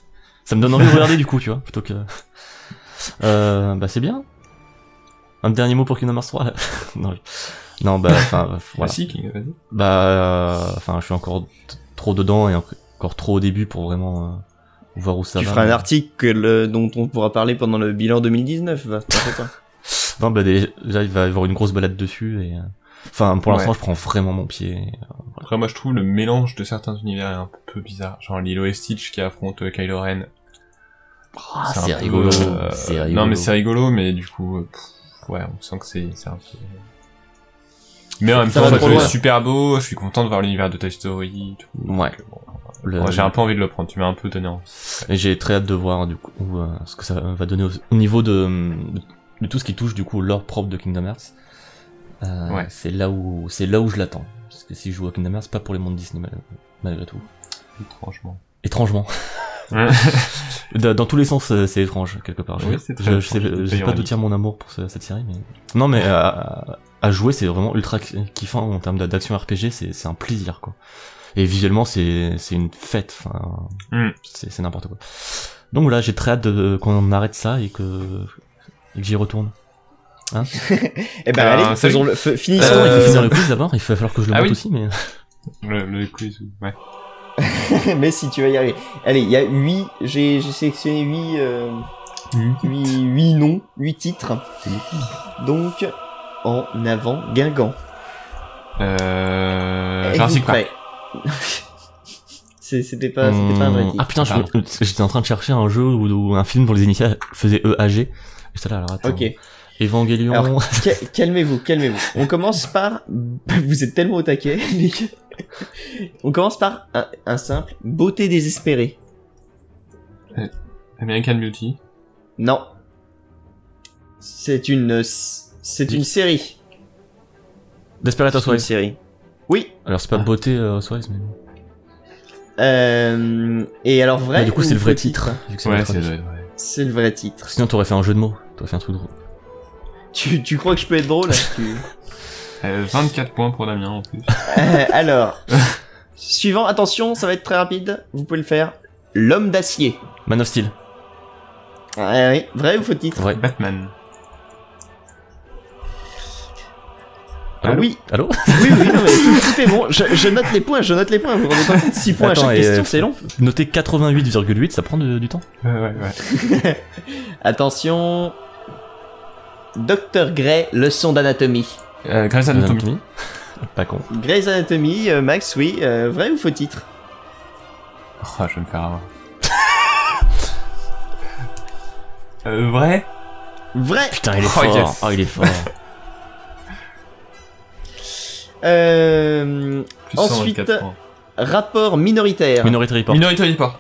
S1: ça me donne envie de regarder du coup, tu vois, plutôt que. Euh, bah, c'est bien. un dernier mot pour Kingdom Hearts 3 là non, je- non, bah, enfin, voilà.
S3: Vas-y, King, vas-y.
S1: Bah, euh, enfin, je suis encore t- trop dedans et encore trop au début pour vraiment euh, voir où ça
S2: tu
S1: va.
S2: feras un article que le- dont on pourra parler pendant le bilan 2019. va, t'en fais pas.
S1: Non, bah, déjà, il va y avoir une grosse balade dessus et. euh, Enfin, pour l'instant,
S3: Ouais.
S1: je prends vraiment mon pied.
S3: Après, moi, je trouve le mélange de certains univers est un peu bizarre. Genre Lilo et Stitch qui affrontent euh, Kylo Ren.
S1: Ah,
S3: un
S1: c'est
S3: peu,
S1: rigolo.
S3: euh,
S1: C'est
S3: Non,
S1: rigolo.
S3: mais c'est rigolo, mais du coup, euh, pff, ouais, on sent que c'est c'est un peu. Mais en même
S2: Ça
S3: temps,
S2: va
S3: ça
S2: trop
S3: peut être
S2: loin.
S3: super beau, je suis content de voir l'univers de Toy Story. Tout,
S1: Ouais.
S3: donc, bon,
S1: Le-
S3: moi, J'ai un peu envie de le prendre, tu m'as un peu donné envie.
S1: Et j'ai très hâte de voir du coup euh, ce que ça va donner au, au niveau de, de, tout ce qui touche du coup l'or propre de Kingdom Hearts. Euh,
S3: Ouais.
S1: C'est là où c'est là où je l'attends. Parce que si je joue à Kingdom Hearts, pas pour les mondes Disney mal- malgré tout.
S3: Franchement.
S1: Étrangement. Dans dans tous les sens, euh, c'est étrange quelque part. Je-
S3: Oui, c'est très
S1: je, je sais,
S3: étrange.
S1: je
S3: C'est
S1: sais pas d'où
S3: ironique.
S1: tient mon amour pour ce- cette série, mais non, mais à, à jouer, c'est vraiment ultra kiffant en termes d'action RPG. C'est c'est un plaisir quoi. Et visuellement, c'est c'est une fête. Enfin,
S3: Mm.
S1: c'est c'est n'importe quoi. Donc voilà, j'ai très hâte de- qu'on arrête ça et que, et que j'y retourne.
S2: Eh ben,
S3: Euh,
S2: allez,
S3: salut.
S2: faisons le, f- finissons.
S1: Attends, Ah, il
S2: euh,
S1: faut finir le quiz d'abord. Il va falloir que je le
S3: Ah
S1: monte
S3: oui.
S1: aussi, mais
S3: Le, le quiz, ouais.
S2: mais si tu vas y arriver. Allez, il y a 8, j'ai j'ai sélectionné 8,
S1: Hmm.
S2: huit huit noms, 8 titres. Donc, en avant, Guingamp.
S3: Euh.
S1: Euh,
S2: Êtes-vous
S3: Jurassic Park.
S2: prêts C'est- C'était pas, Bah, c'était pas un vrai
S1: Hum, ah
S2: titre.
S1: putain, je- j'étais en train de chercher un jeu ou ou un film dont les initiales E faisaient EAG. Et ça là, alors attends.
S2: Ok,
S1: Evangelion.
S2: Alors, Ca- calmez-vous, calmez-vous. On commence par... Vous êtes tellement au taquet, les gars. On commence par un, un simple beauté désespérée.
S3: American Beauty.
S2: Non. C'est une... euh, s- C'est une série.
S1: Desperate
S2: C'est une
S1: Housewives.
S2: série. Oui.
S1: Alors c'est pas
S3: Ah.
S1: beauté euh, Housewives, mais.
S2: Euh, et alors vrai
S1: Bah, du coup,
S2: ou
S1: c'est le vrai
S2: faux
S1: titre. Vu que c'est
S3: Ouais,
S1: notre
S3: c'est
S1: titre.
S3: vrai. ouais.
S2: C'est le vrai titre.
S1: Sinon, t'aurais fait un jeu de mots. T'aurais fait un truc drôle.
S2: Tu, tu crois que je peux être drôle Tu-
S3: Euh, 24 points pour Damien en plus.
S2: Euh, Alors, suivant, attention, ça va être très rapide, vous pouvez le faire. L'homme d'acier.
S1: Man of Steel.
S2: Ah oui, vrai ou faux titre
S1: Vrai.
S3: Batman.
S2: Ah Oui,
S1: Allô
S2: oui, oui, non, mais tout, tout est bon. Je, je note les points, je note les points. Vous vous rendez pas compte 6 points
S1: Attends,
S2: à chaque
S1: et,
S2: question,
S1: euh,
S2: c'est long.
S1: Noter 88,8, ça prend de- du temps.
S3: Ouais, ouais, ouais.
S2: Attention. Dr Gray, leçon d'anatomie.
S3: Euh, Grey's Anatomy.
S1: Pas con.
S2: Grey's Anatomy, euh, Max, oui, euh, vrai ou faux titre
S3: Oh, je vais me faire avoir. euh, vrai
S2: Vrai
S1: Putain, il est
S3: Oh,
S1: fort.
S3: yes.
S1: Oh, il est fort.
S2: Euh,
S3: Plus
S2: Ensuite,
S3: 124 points.
S2: Rapport minoritaire.
S1: Minority Report.
S3: Minority Report.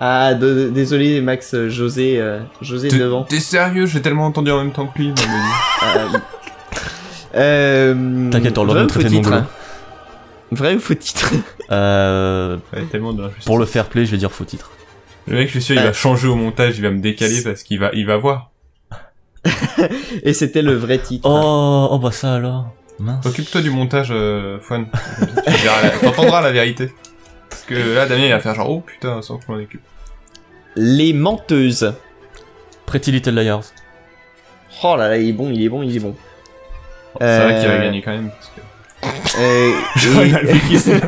S2: ah, de- désolé Max, euh, José, euh, José
S3: T'es-
S2: devant.
S3: T'es sérieux J'ai tellement entendu en même temps que lui. mais-
S2: Euh, euh,
S1: T'inquiète, on
S2: vrai
S1: l'aura
S2: ou
S1: traité
S2: faux
S1: de
S2: titre hein
S1: mongolo.
S2: Vrai ou faux titre
S1: Euh,
S3: Ouais, tellement de l'injustice.
S1: pour le fair play, je vais dire faux titre.
S3: Le mec, je suis sûr, il
S2: Ouais.
S3: va changer au montage, il va me décaler parce qu'il va, il va voir.
S2: Et c'était le vrai titre.
S1: Oh, oh bah ça alors. Mince.
S3: Occupe-toi du montage, euh, Fouane. Tu verras la- T'entendras la vérité. Parce que là, Damien, il va faire genre, oh putain, sans que je m'en occupe.
S2: Les menteuses.
S1: Pretty Little Liars.
S2: Oh là là, il est bon, il est bon, il est bon.
S3: C'est vrai qu'il va gagner quand même. Parce que...
S2: Euh,
S3: Genre, il a le
S2: et,
S3: mec qui s'est-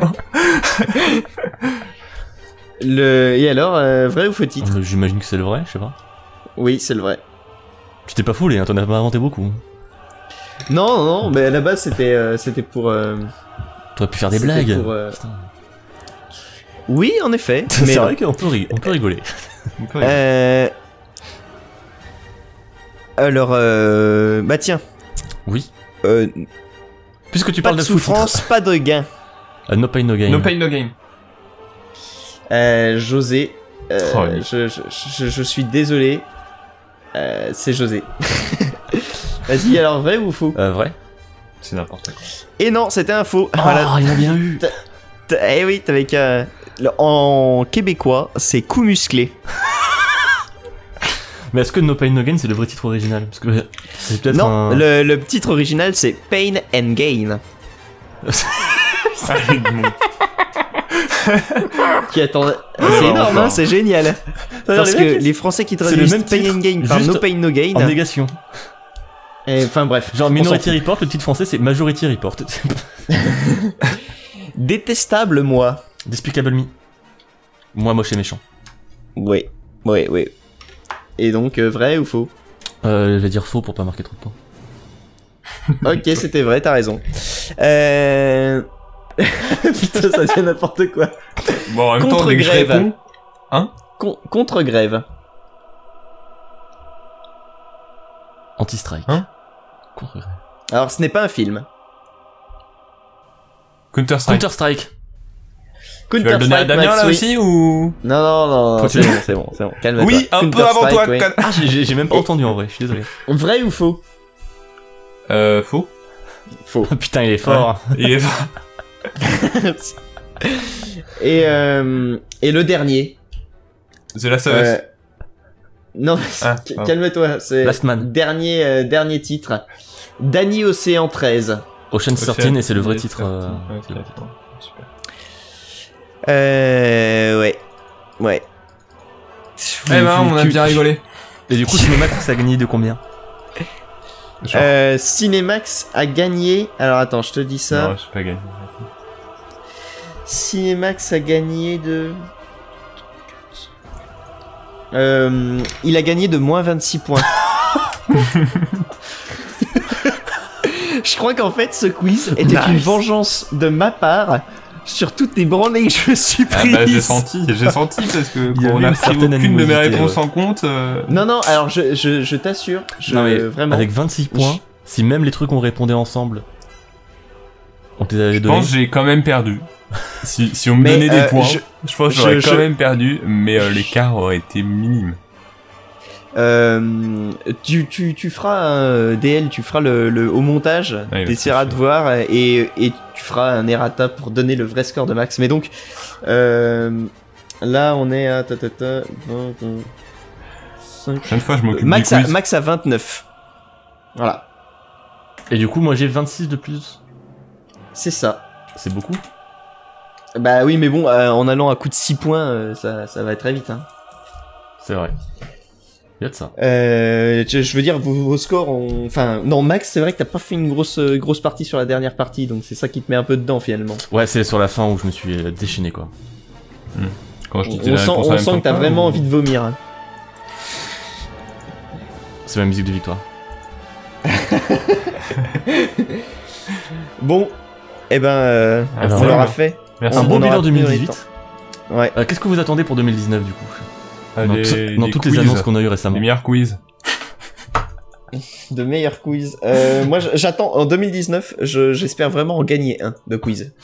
S2: le- et alors, euh, vrai ou faux titre
S1: Euh, J'imagine que c'est le vrai, je sais pas.
S2: Oui, c'est le vrai.
S1: Tu t'es pas foulé, hein, t'en as pas inventé beaucoup.
S2: Non, non, non, mais à la base c'était euh, c'était pour. euh,
S1: T'aurais pu faire des
S2: c'était
S1: blagues.
S2: pour, euh,
S1: Putain.
S2: Oui, en effet. mais
S1: C'est
S2: non.
S1: vrai qu'on peut, ri- on peut rigoler.
S3: On peut rigoler.
S2: Euh, Alors, euh, bah tiens,
S1: Oui.
S2: euh,
S1: Puisque tu
S2: pas
S1: parles
S2: de
S1: de
S2: souffrance, pas de gain.
S1: Euh, no pain no gain.
S3: No pain, no game.
S2: Euh, José, euh,
S3: Oh, oui.
S2: je, je, je, je suis désolé. Euh, c'est José. Vas-y, alors vrai ou faux
S1: Euh, vrai.
S3: C'est n'importe quoi.
S2: Et Eh non, c'était un faux. Voilà.
S1: Oh, il a bien eu.
S2: T- Eh oui, t'avais qu'à. le- En québécois, c'est coup musclé.
S1: Mais est-ce que No Pain No Gain c'est le vrai titre original Parce que c'est peut-être
S2: Non,
S1: un...
S2: le, le titre original, c'est Pain and Gain.
S3: Allez, bon.
S2: Qui attend. C'est
S3: non,
S2: énorme,
S3: non.
S2: hein, c'est génial. Parce
S1: les
S2: que
S1: mecs,
S2: les Français qui
S1: le
S2: traduisent
S1: même
S2: Pain
S1: titre,
S2: and Gain par
S1: juste
S2: No Pain
S1: en
S2: No Gain, pain, no gain
S1: en négation.
S2: Et, Eh, Enfin bref.
S1: Genre
S2: on
S1: Minority
S2: s'en fout.
S1: Report, le titre français c'est Majority Report.
S2: Détestable moi.
S1: Despicable Me. Moi moche et méchant.
S2: Oui, oui, oui. Et donc euh, vrai ou faux
S1: Euh, je vais dire faux pour pas marquer trop de points.
S2: Ok, c'était vrai, t'as raison. Euh... Putain, ça devient n'importe quoi.
S3: Bon, en même temps,
S2: Contre
S3: dès que je
S2: grève.
S3: réponds-
S2: Con- contre grève.
S1: Anti-strike.
S3: Hein
S1: Contre-
S2: Alors, ce n'est pas un film.
S3: Counter-Strike.
S1: Counter-Strike.
S3: Tu vas le donner à
S2: Counter-Strike
S3: Damien
S2: Max,
S3: là
S2: oui.
S3: aussi ou
S2: Non, non, non, non,
S1: Faut
S2: c'est
S1: que-
S2: bon, c'est bon, c'est bon. Calme-toi.
S3: Oui, un peu avant
S2: Counter-Strike,
S3: toi.
S2: oui.
S3: con-
S1: Ah, j'ai- j'ai j'ai même pas entendu en vrai, je suis désolé.
S2: Vrai ou faux
S3: Euh, faux.
S2: Faux.
S1: Putain, il est
S3: fort. Il est fort.
S2: et, euh, et le dernier.
S3: The Last of Us.
S2: euh, Non,
S3: Ah,
S2: c-
S3: pardon.
S2: calme-toi. C'est
S1: Last Man.
S2: dernier, euh, dernier titre. Danny Océan 13.
S1: Ocean 13 et c'est le vrai
S3: Ocean
S1: titre.
S3: 13,
S1: euh,
S3: ouais,
S1: c'est le vrai
S3: c'est
S1: titre.
S3: vrai. Super.
S2: Euh, ouais. Ouais.
S3: Eh ben, on a
S2: Tu-
S3: bien rigolé.
S1: Et du coup, Cinémax, ça a gagné de combien
S3: Genre,
S2: Euh, Cinemax a gagné. Alors attends, je te dis ça.
S3: Non, je pas gagné.
S2: Cinemax a gagné de. Euh, il a gagné de moins 26 points. je crois qu'en fait, ce quiz était une vengeance de ma part sur toutes les branlées que je me suis
S3: Ah
S2: prise.
S3: bah, j'ai senti, j'ai senti parce que
S1: Il y
S3: quand on
S1: avait
S3: a
S1: une
S3: pris
S1: certaine
S3: aucune de mes
S1: animosité,
S3: réponses
S1: ouais.
S3: en compte. euh,
S2: Non, non, alors je, je, je t'assure, je,
S1: Non, mais
S2: vraiment.
S1: Avec 26 points, si même les trucs on répondait ensemble, on te les avait
S3: Je
S1: donnés.
S3: pense que j'ai quand même perdu. Si, si on me
S2: Mais,
S3: donnait
S2: euh,
S3: des points,
S2: je-
S3: je, pense que j'aurais
S2: je-
S3: quand
S2: je-
S3: même perdu, mais euh, l'écart aurait été minime.
S2: Euh, tu, tu, tu feras un DL, tu feras le, le au montage,
S3: Ah, il va
S2: tu essaieras
S3: faire
S2: de voir et, et tu feras un errata pour donner le vrai score de Max. Mais donc euh, là on est à ta, ta, ta, vingt, vingt, cinq.
S3: Prochaine fois, je m'occupe du
S2: Max
S3: quiz.
S2: à, Max à 29. Voilà,
S1: Et du coup, moi j'ai 26 de plus.
S2: c'est ça.
S1: C'est beaucoup
S2: Bah oui mais bon euh, en allant à coup de 6 points euh, ça, ça va très vite. Hein.
S1: C'est vrai. Il y a de ça.
S2: Euh, je, je veux dire vos, vos scores ont... Enfin non Max c'est vrai que t'as pas fait une grosse, euh, grosse partie sur la dernière partie donc c'est ça qui te met un peu dedans finalement.
S1: Ouais, c'est sur la fin où je me suis euh, déchaîné quoi.
S3: Quand je
S2: On,
S3: te dis la
S2: sent,
S3: réponse en
S2: on
S3: même
S2: sent
S3: temps
S2: que t'as
S3: toi, euh,
S2: vraiment
S3: ou-
S2: envie de vomir. hein.
S1: C'est ma musique de victoire.
S2: Bon, eh ben, euh,
S3: Ah,
S1: Alors,
S2: on
S1: voilà.
S2: l'aura fait.
S3: Merci.
S1: Un
S2: on
S1: bon
S2: aura
S1: bilan
S2: plus dans les temps.
S1: 2018.
S2: Ouais.
S1: Euh, Qu'est-ce que vous attendez pour 2019 du coup
S3: Ah,
S1: Dans,
S3: des-
S1: tout- dans
S3: des
S1: toutes les
S3: quiz.
S1: annonces qu'on a eues
S3: Les
S1: récemment.
S3: meilleurs quiz.
S2: De meilleurs quiz. Euh, moi, j- j'attends en 2019. je- J'espère vraiment en gagner un de quiz.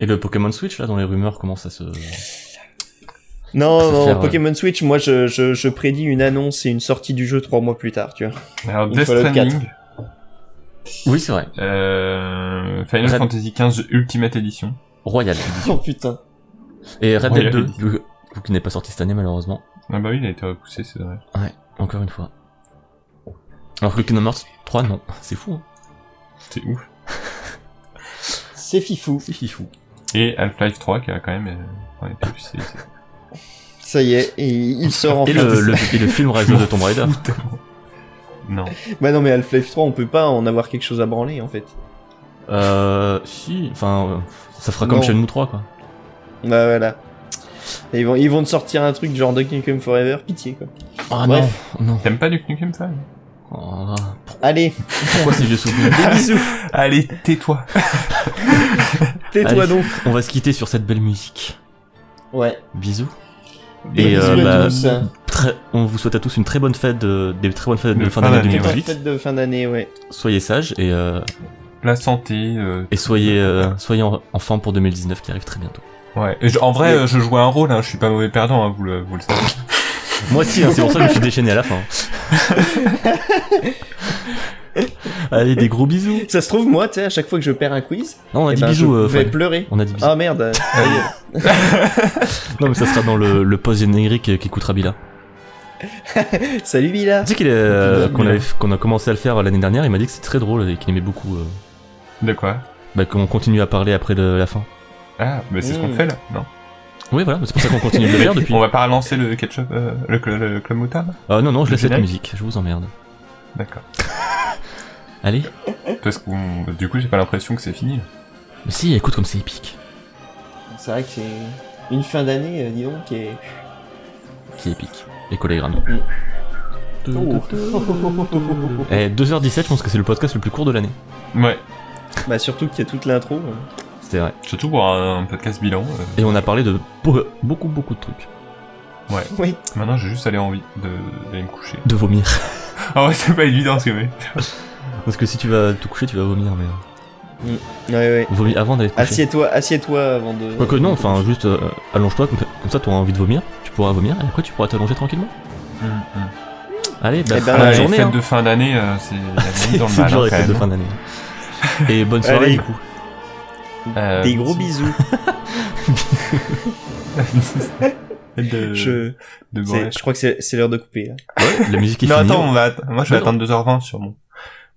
S1: Et le Pokémon Switch là, dans les rumeurs, comment ça se. Ça
S2: Non,
S1: fait
S2: non,
S1: faire,
S2: Pokémon Switch. Moi, je, je, je prédis une annonce et une sortie du jeu trois mois plus tard. Tu vois.
S3: Alors,
S2: Il
S3: Death
S2: faut le
S3: Stranding,
S1: Oui, c'est vrai.
S3: euh, Final
S1: Red-
S3: Fantasy XV Ultimate Edition.
S1: Royal.
S2: Oh putain.
S1: Et Red Dead
S3: Royal.
S1: 2, le- le- qui n'est pas sorti cette année malheureusement.
S3: Ah bah oui, il a été repoussé, c'est vrai.
S1: Ouais, encore une fois. Alors que Kingdom Hearts 3, non. C'est fou, hein.
S3: C'était ouf.
S2: C'est fifou.
S1: C'est fifou.
S3: Et Half-Life 3 qui a quand même euh, ouais, pu- c'est- c'est-
S2: Ça y est, il, il sort
S1: Et
S2: enfin.
S1: le, le- et le film Rise de Tomb Raider.
S3: Non.
S2: Bah non, mais Half-Life 3, on peut pas en avoir quelque chose à branler en fait.
S1: Euh, si, enfin, euh, ça fera comme
S2: Non.
S1: Shenmue 3, quoi.
S2: Bah voilà. Et Ils vont, ils vont te sortir un truc genre Duck Nukem Forever, pitié quoi.
S1: Ah
S2: Bref.
S1: non, non.
S3: T'aimes pas du Nukem ça
S1: Oh,
S2: Allez,
S1: pourquoi ces vieux souvenirs
S2: des bisous,
S3: Allez, tais-toi.
S2: tais-toi
S1: Allez.
S2: donc.
S1: On va se quitter sur cette belle musique.
S2: Ouais.
S1: Bisous.
S2: Des
S1: Et,
S2: bisous
S1: euh,
S2: à
S1: bah,
S2: tous.
S1: Très- on vous souhaite à tous une très bonne fête, de, des très bonnes fêtes de
S3: De
S1: fin
S3: fin
S1: d'année
S3: d'année,
S2: Bonne
S1: 2018.
S2: fête de fin d'année, ouais.
S1: Soyez sages et, euh,
S3: La santé. euh,
S1: et soyez, euh, soyez en, en forme pour 2019 qui arrive très bientôt.
S3: Ouais. Et je- en vrai,
S2: Et-
S3: euh, je jouais un rôle, hein, je suis pas mauvais perdant, hein, vous, le, vous le savez.
S1: Moi aussi, hein, c'est pour ça que je suis déchaîné à la fin. Allez, des gros bisous.
S2: Ça se trouve, moi, tu sais, à chaque fois que je perds un quiz,
S1: Non, on a
S2: eh
S1: dit
S2: ben,
S1: bisous.
S2: je
S1: euh,
S2: vais
S1: Fred.
S2: pleurer.
S1: on a dit bisous.
S2: Ah merde. ça y est.
S1: Non, mais ça sera dans le, le post générique qu'écoutera Bila.
S2: Salut Villa.
S1: Tu sais qu'il est, euh,
S3: Bila.
S1: qu'on avait- qu'on a commencé à le faire l'année dernière, il m'a dit que c'est très drôle et qu'il aimait beaucoup. euh,
S3: De quoi
S1: bah, qu'on continue à parler après le- la fin.
S3: Ah, mais c'est ce qu'on
S2: Mm.
S3: fait là, non
S1: Oui, voilà, c'est pour ça qu'on continue de le faire depuis.
S3: On va pas relancer le ketchup, euh, le, cl- le club moutarde
S1: Ah non, non, je
S3: Le
S1: laisse cette
S3: générique
S1: musique, je vous emmerde.
S3: D'accord.
S1: Allez.
S3: Parce que on- du coup, j'ai pas l'impression que c'est fini. là.
S1: Mais si, écoute comme c'est épique.
S2: C'est vrai que c'est une fin d'année, euh, dis donc, qui est.
S1: C'est épique. Les collégrammes.
S2: Oh.
S1: Eh, 2h17, je pense que c'est le podcast le plus court de l'année.
S3: Ouais,
S2: bah, surtout qu'il y a toute l'intro. hein.
S1: C'était vrai.
S3: surtout pour un, podcast bilan. euh,
S1: Et on a parlé de beau- beaucoup, beaucoup de trucs.
S2: Oui.
S3: maintenant, j'ai juste aller envie de- d'aller me coucher.
S1: De vomir.
S3: Ah ouais, c'est pas évident ce que mais.
S1: Parce que si tu vas te coucher, tu vas vomir, mais.
S2: Ouais, ouais.
S1: Vomir avant d'aller te
S2: Ah,
S1: coucher.
S2: Assieds-toi, assieds-toi avant de.
S1: Quoique non, enfin juste euh, allonge-toi, comme, comme ça t'auras envie de vomir, tu pourras vomir et après tu pourras t'allonger tranquillement.
S3: Hum, hum.
S1: Allez, bah,
S2: Eh ben,
S1: bonne
S3: Ah, les
S1: journée.
S3: fêtes
S1: hein.
S3: de fin d'année, euh, c'est la
S1: C'est
S3: nuit dans le mal.
S1: toujours
S3: hein,
S1: les
S3: quand
S1: fêtes de
S3: même.
S1: fin d'année. Et bonne soirée
S2: Allez.
S1: du coup.
S3: Euh,
S2: Des gros bisous.
S3: de,
S2: Je,
S3: de
S2: c'est-
S3: Borel.
S2: je crois que c'est c'est l'heure de couper là.
S1: Ouais, la musique est
S3: Non,
S1: finie.
S3: attends, on va att- moi je vais
S1: Ouais,
S3: attendre 2h20 sur mon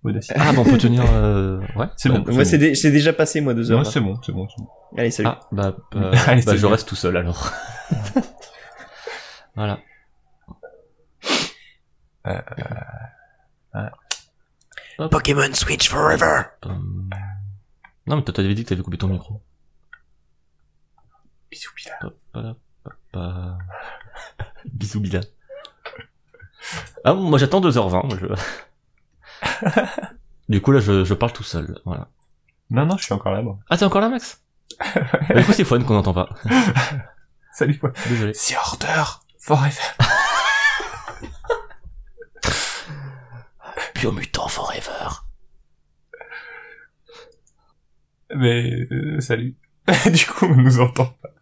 S3: Audacity.
S1: Ah bah on peut tenir... Euh... Ouais.
S3: C'est
S1: bah,
S3: bon.
S2: Moi, c'est dé- c'est déjà passé, moi, deux heures. hein.
S3: Moi c'est bon, c'est bon, c'est bon.
S2: Allez, salut.
S1: Ah bah, euh,
S3: Allez,
S1: bah
S3: c'est
S1: je
S3: bien.
S1: reste tout seul alors. voilà.
S3: Euh, euh,
S1: Hop.
S2: Pokémon Switch Forever!
S1: Euh, Non mais toi t'avais dit que t'avais coupé ton micro.
S3: Bisous, bisous.
S1: Voilà, papa. Bah, Bisous, Bila. Ah, moi j'attends 2h20. Moi, je... du coup, là, je, je parle tout seul. Voilà.
S3: Non, non, je suis encore là, moi.
S1: Ah, t'es encore là, Max Bah, Du coup, c'est fun qu'on n'entend pas.
S3: Salut, moi.
S1: Désolé.
S3: C'est Order Forever.
S1: Pure mutant forever.
S3: Mais, euh, salut. du coup, on nous entend pas.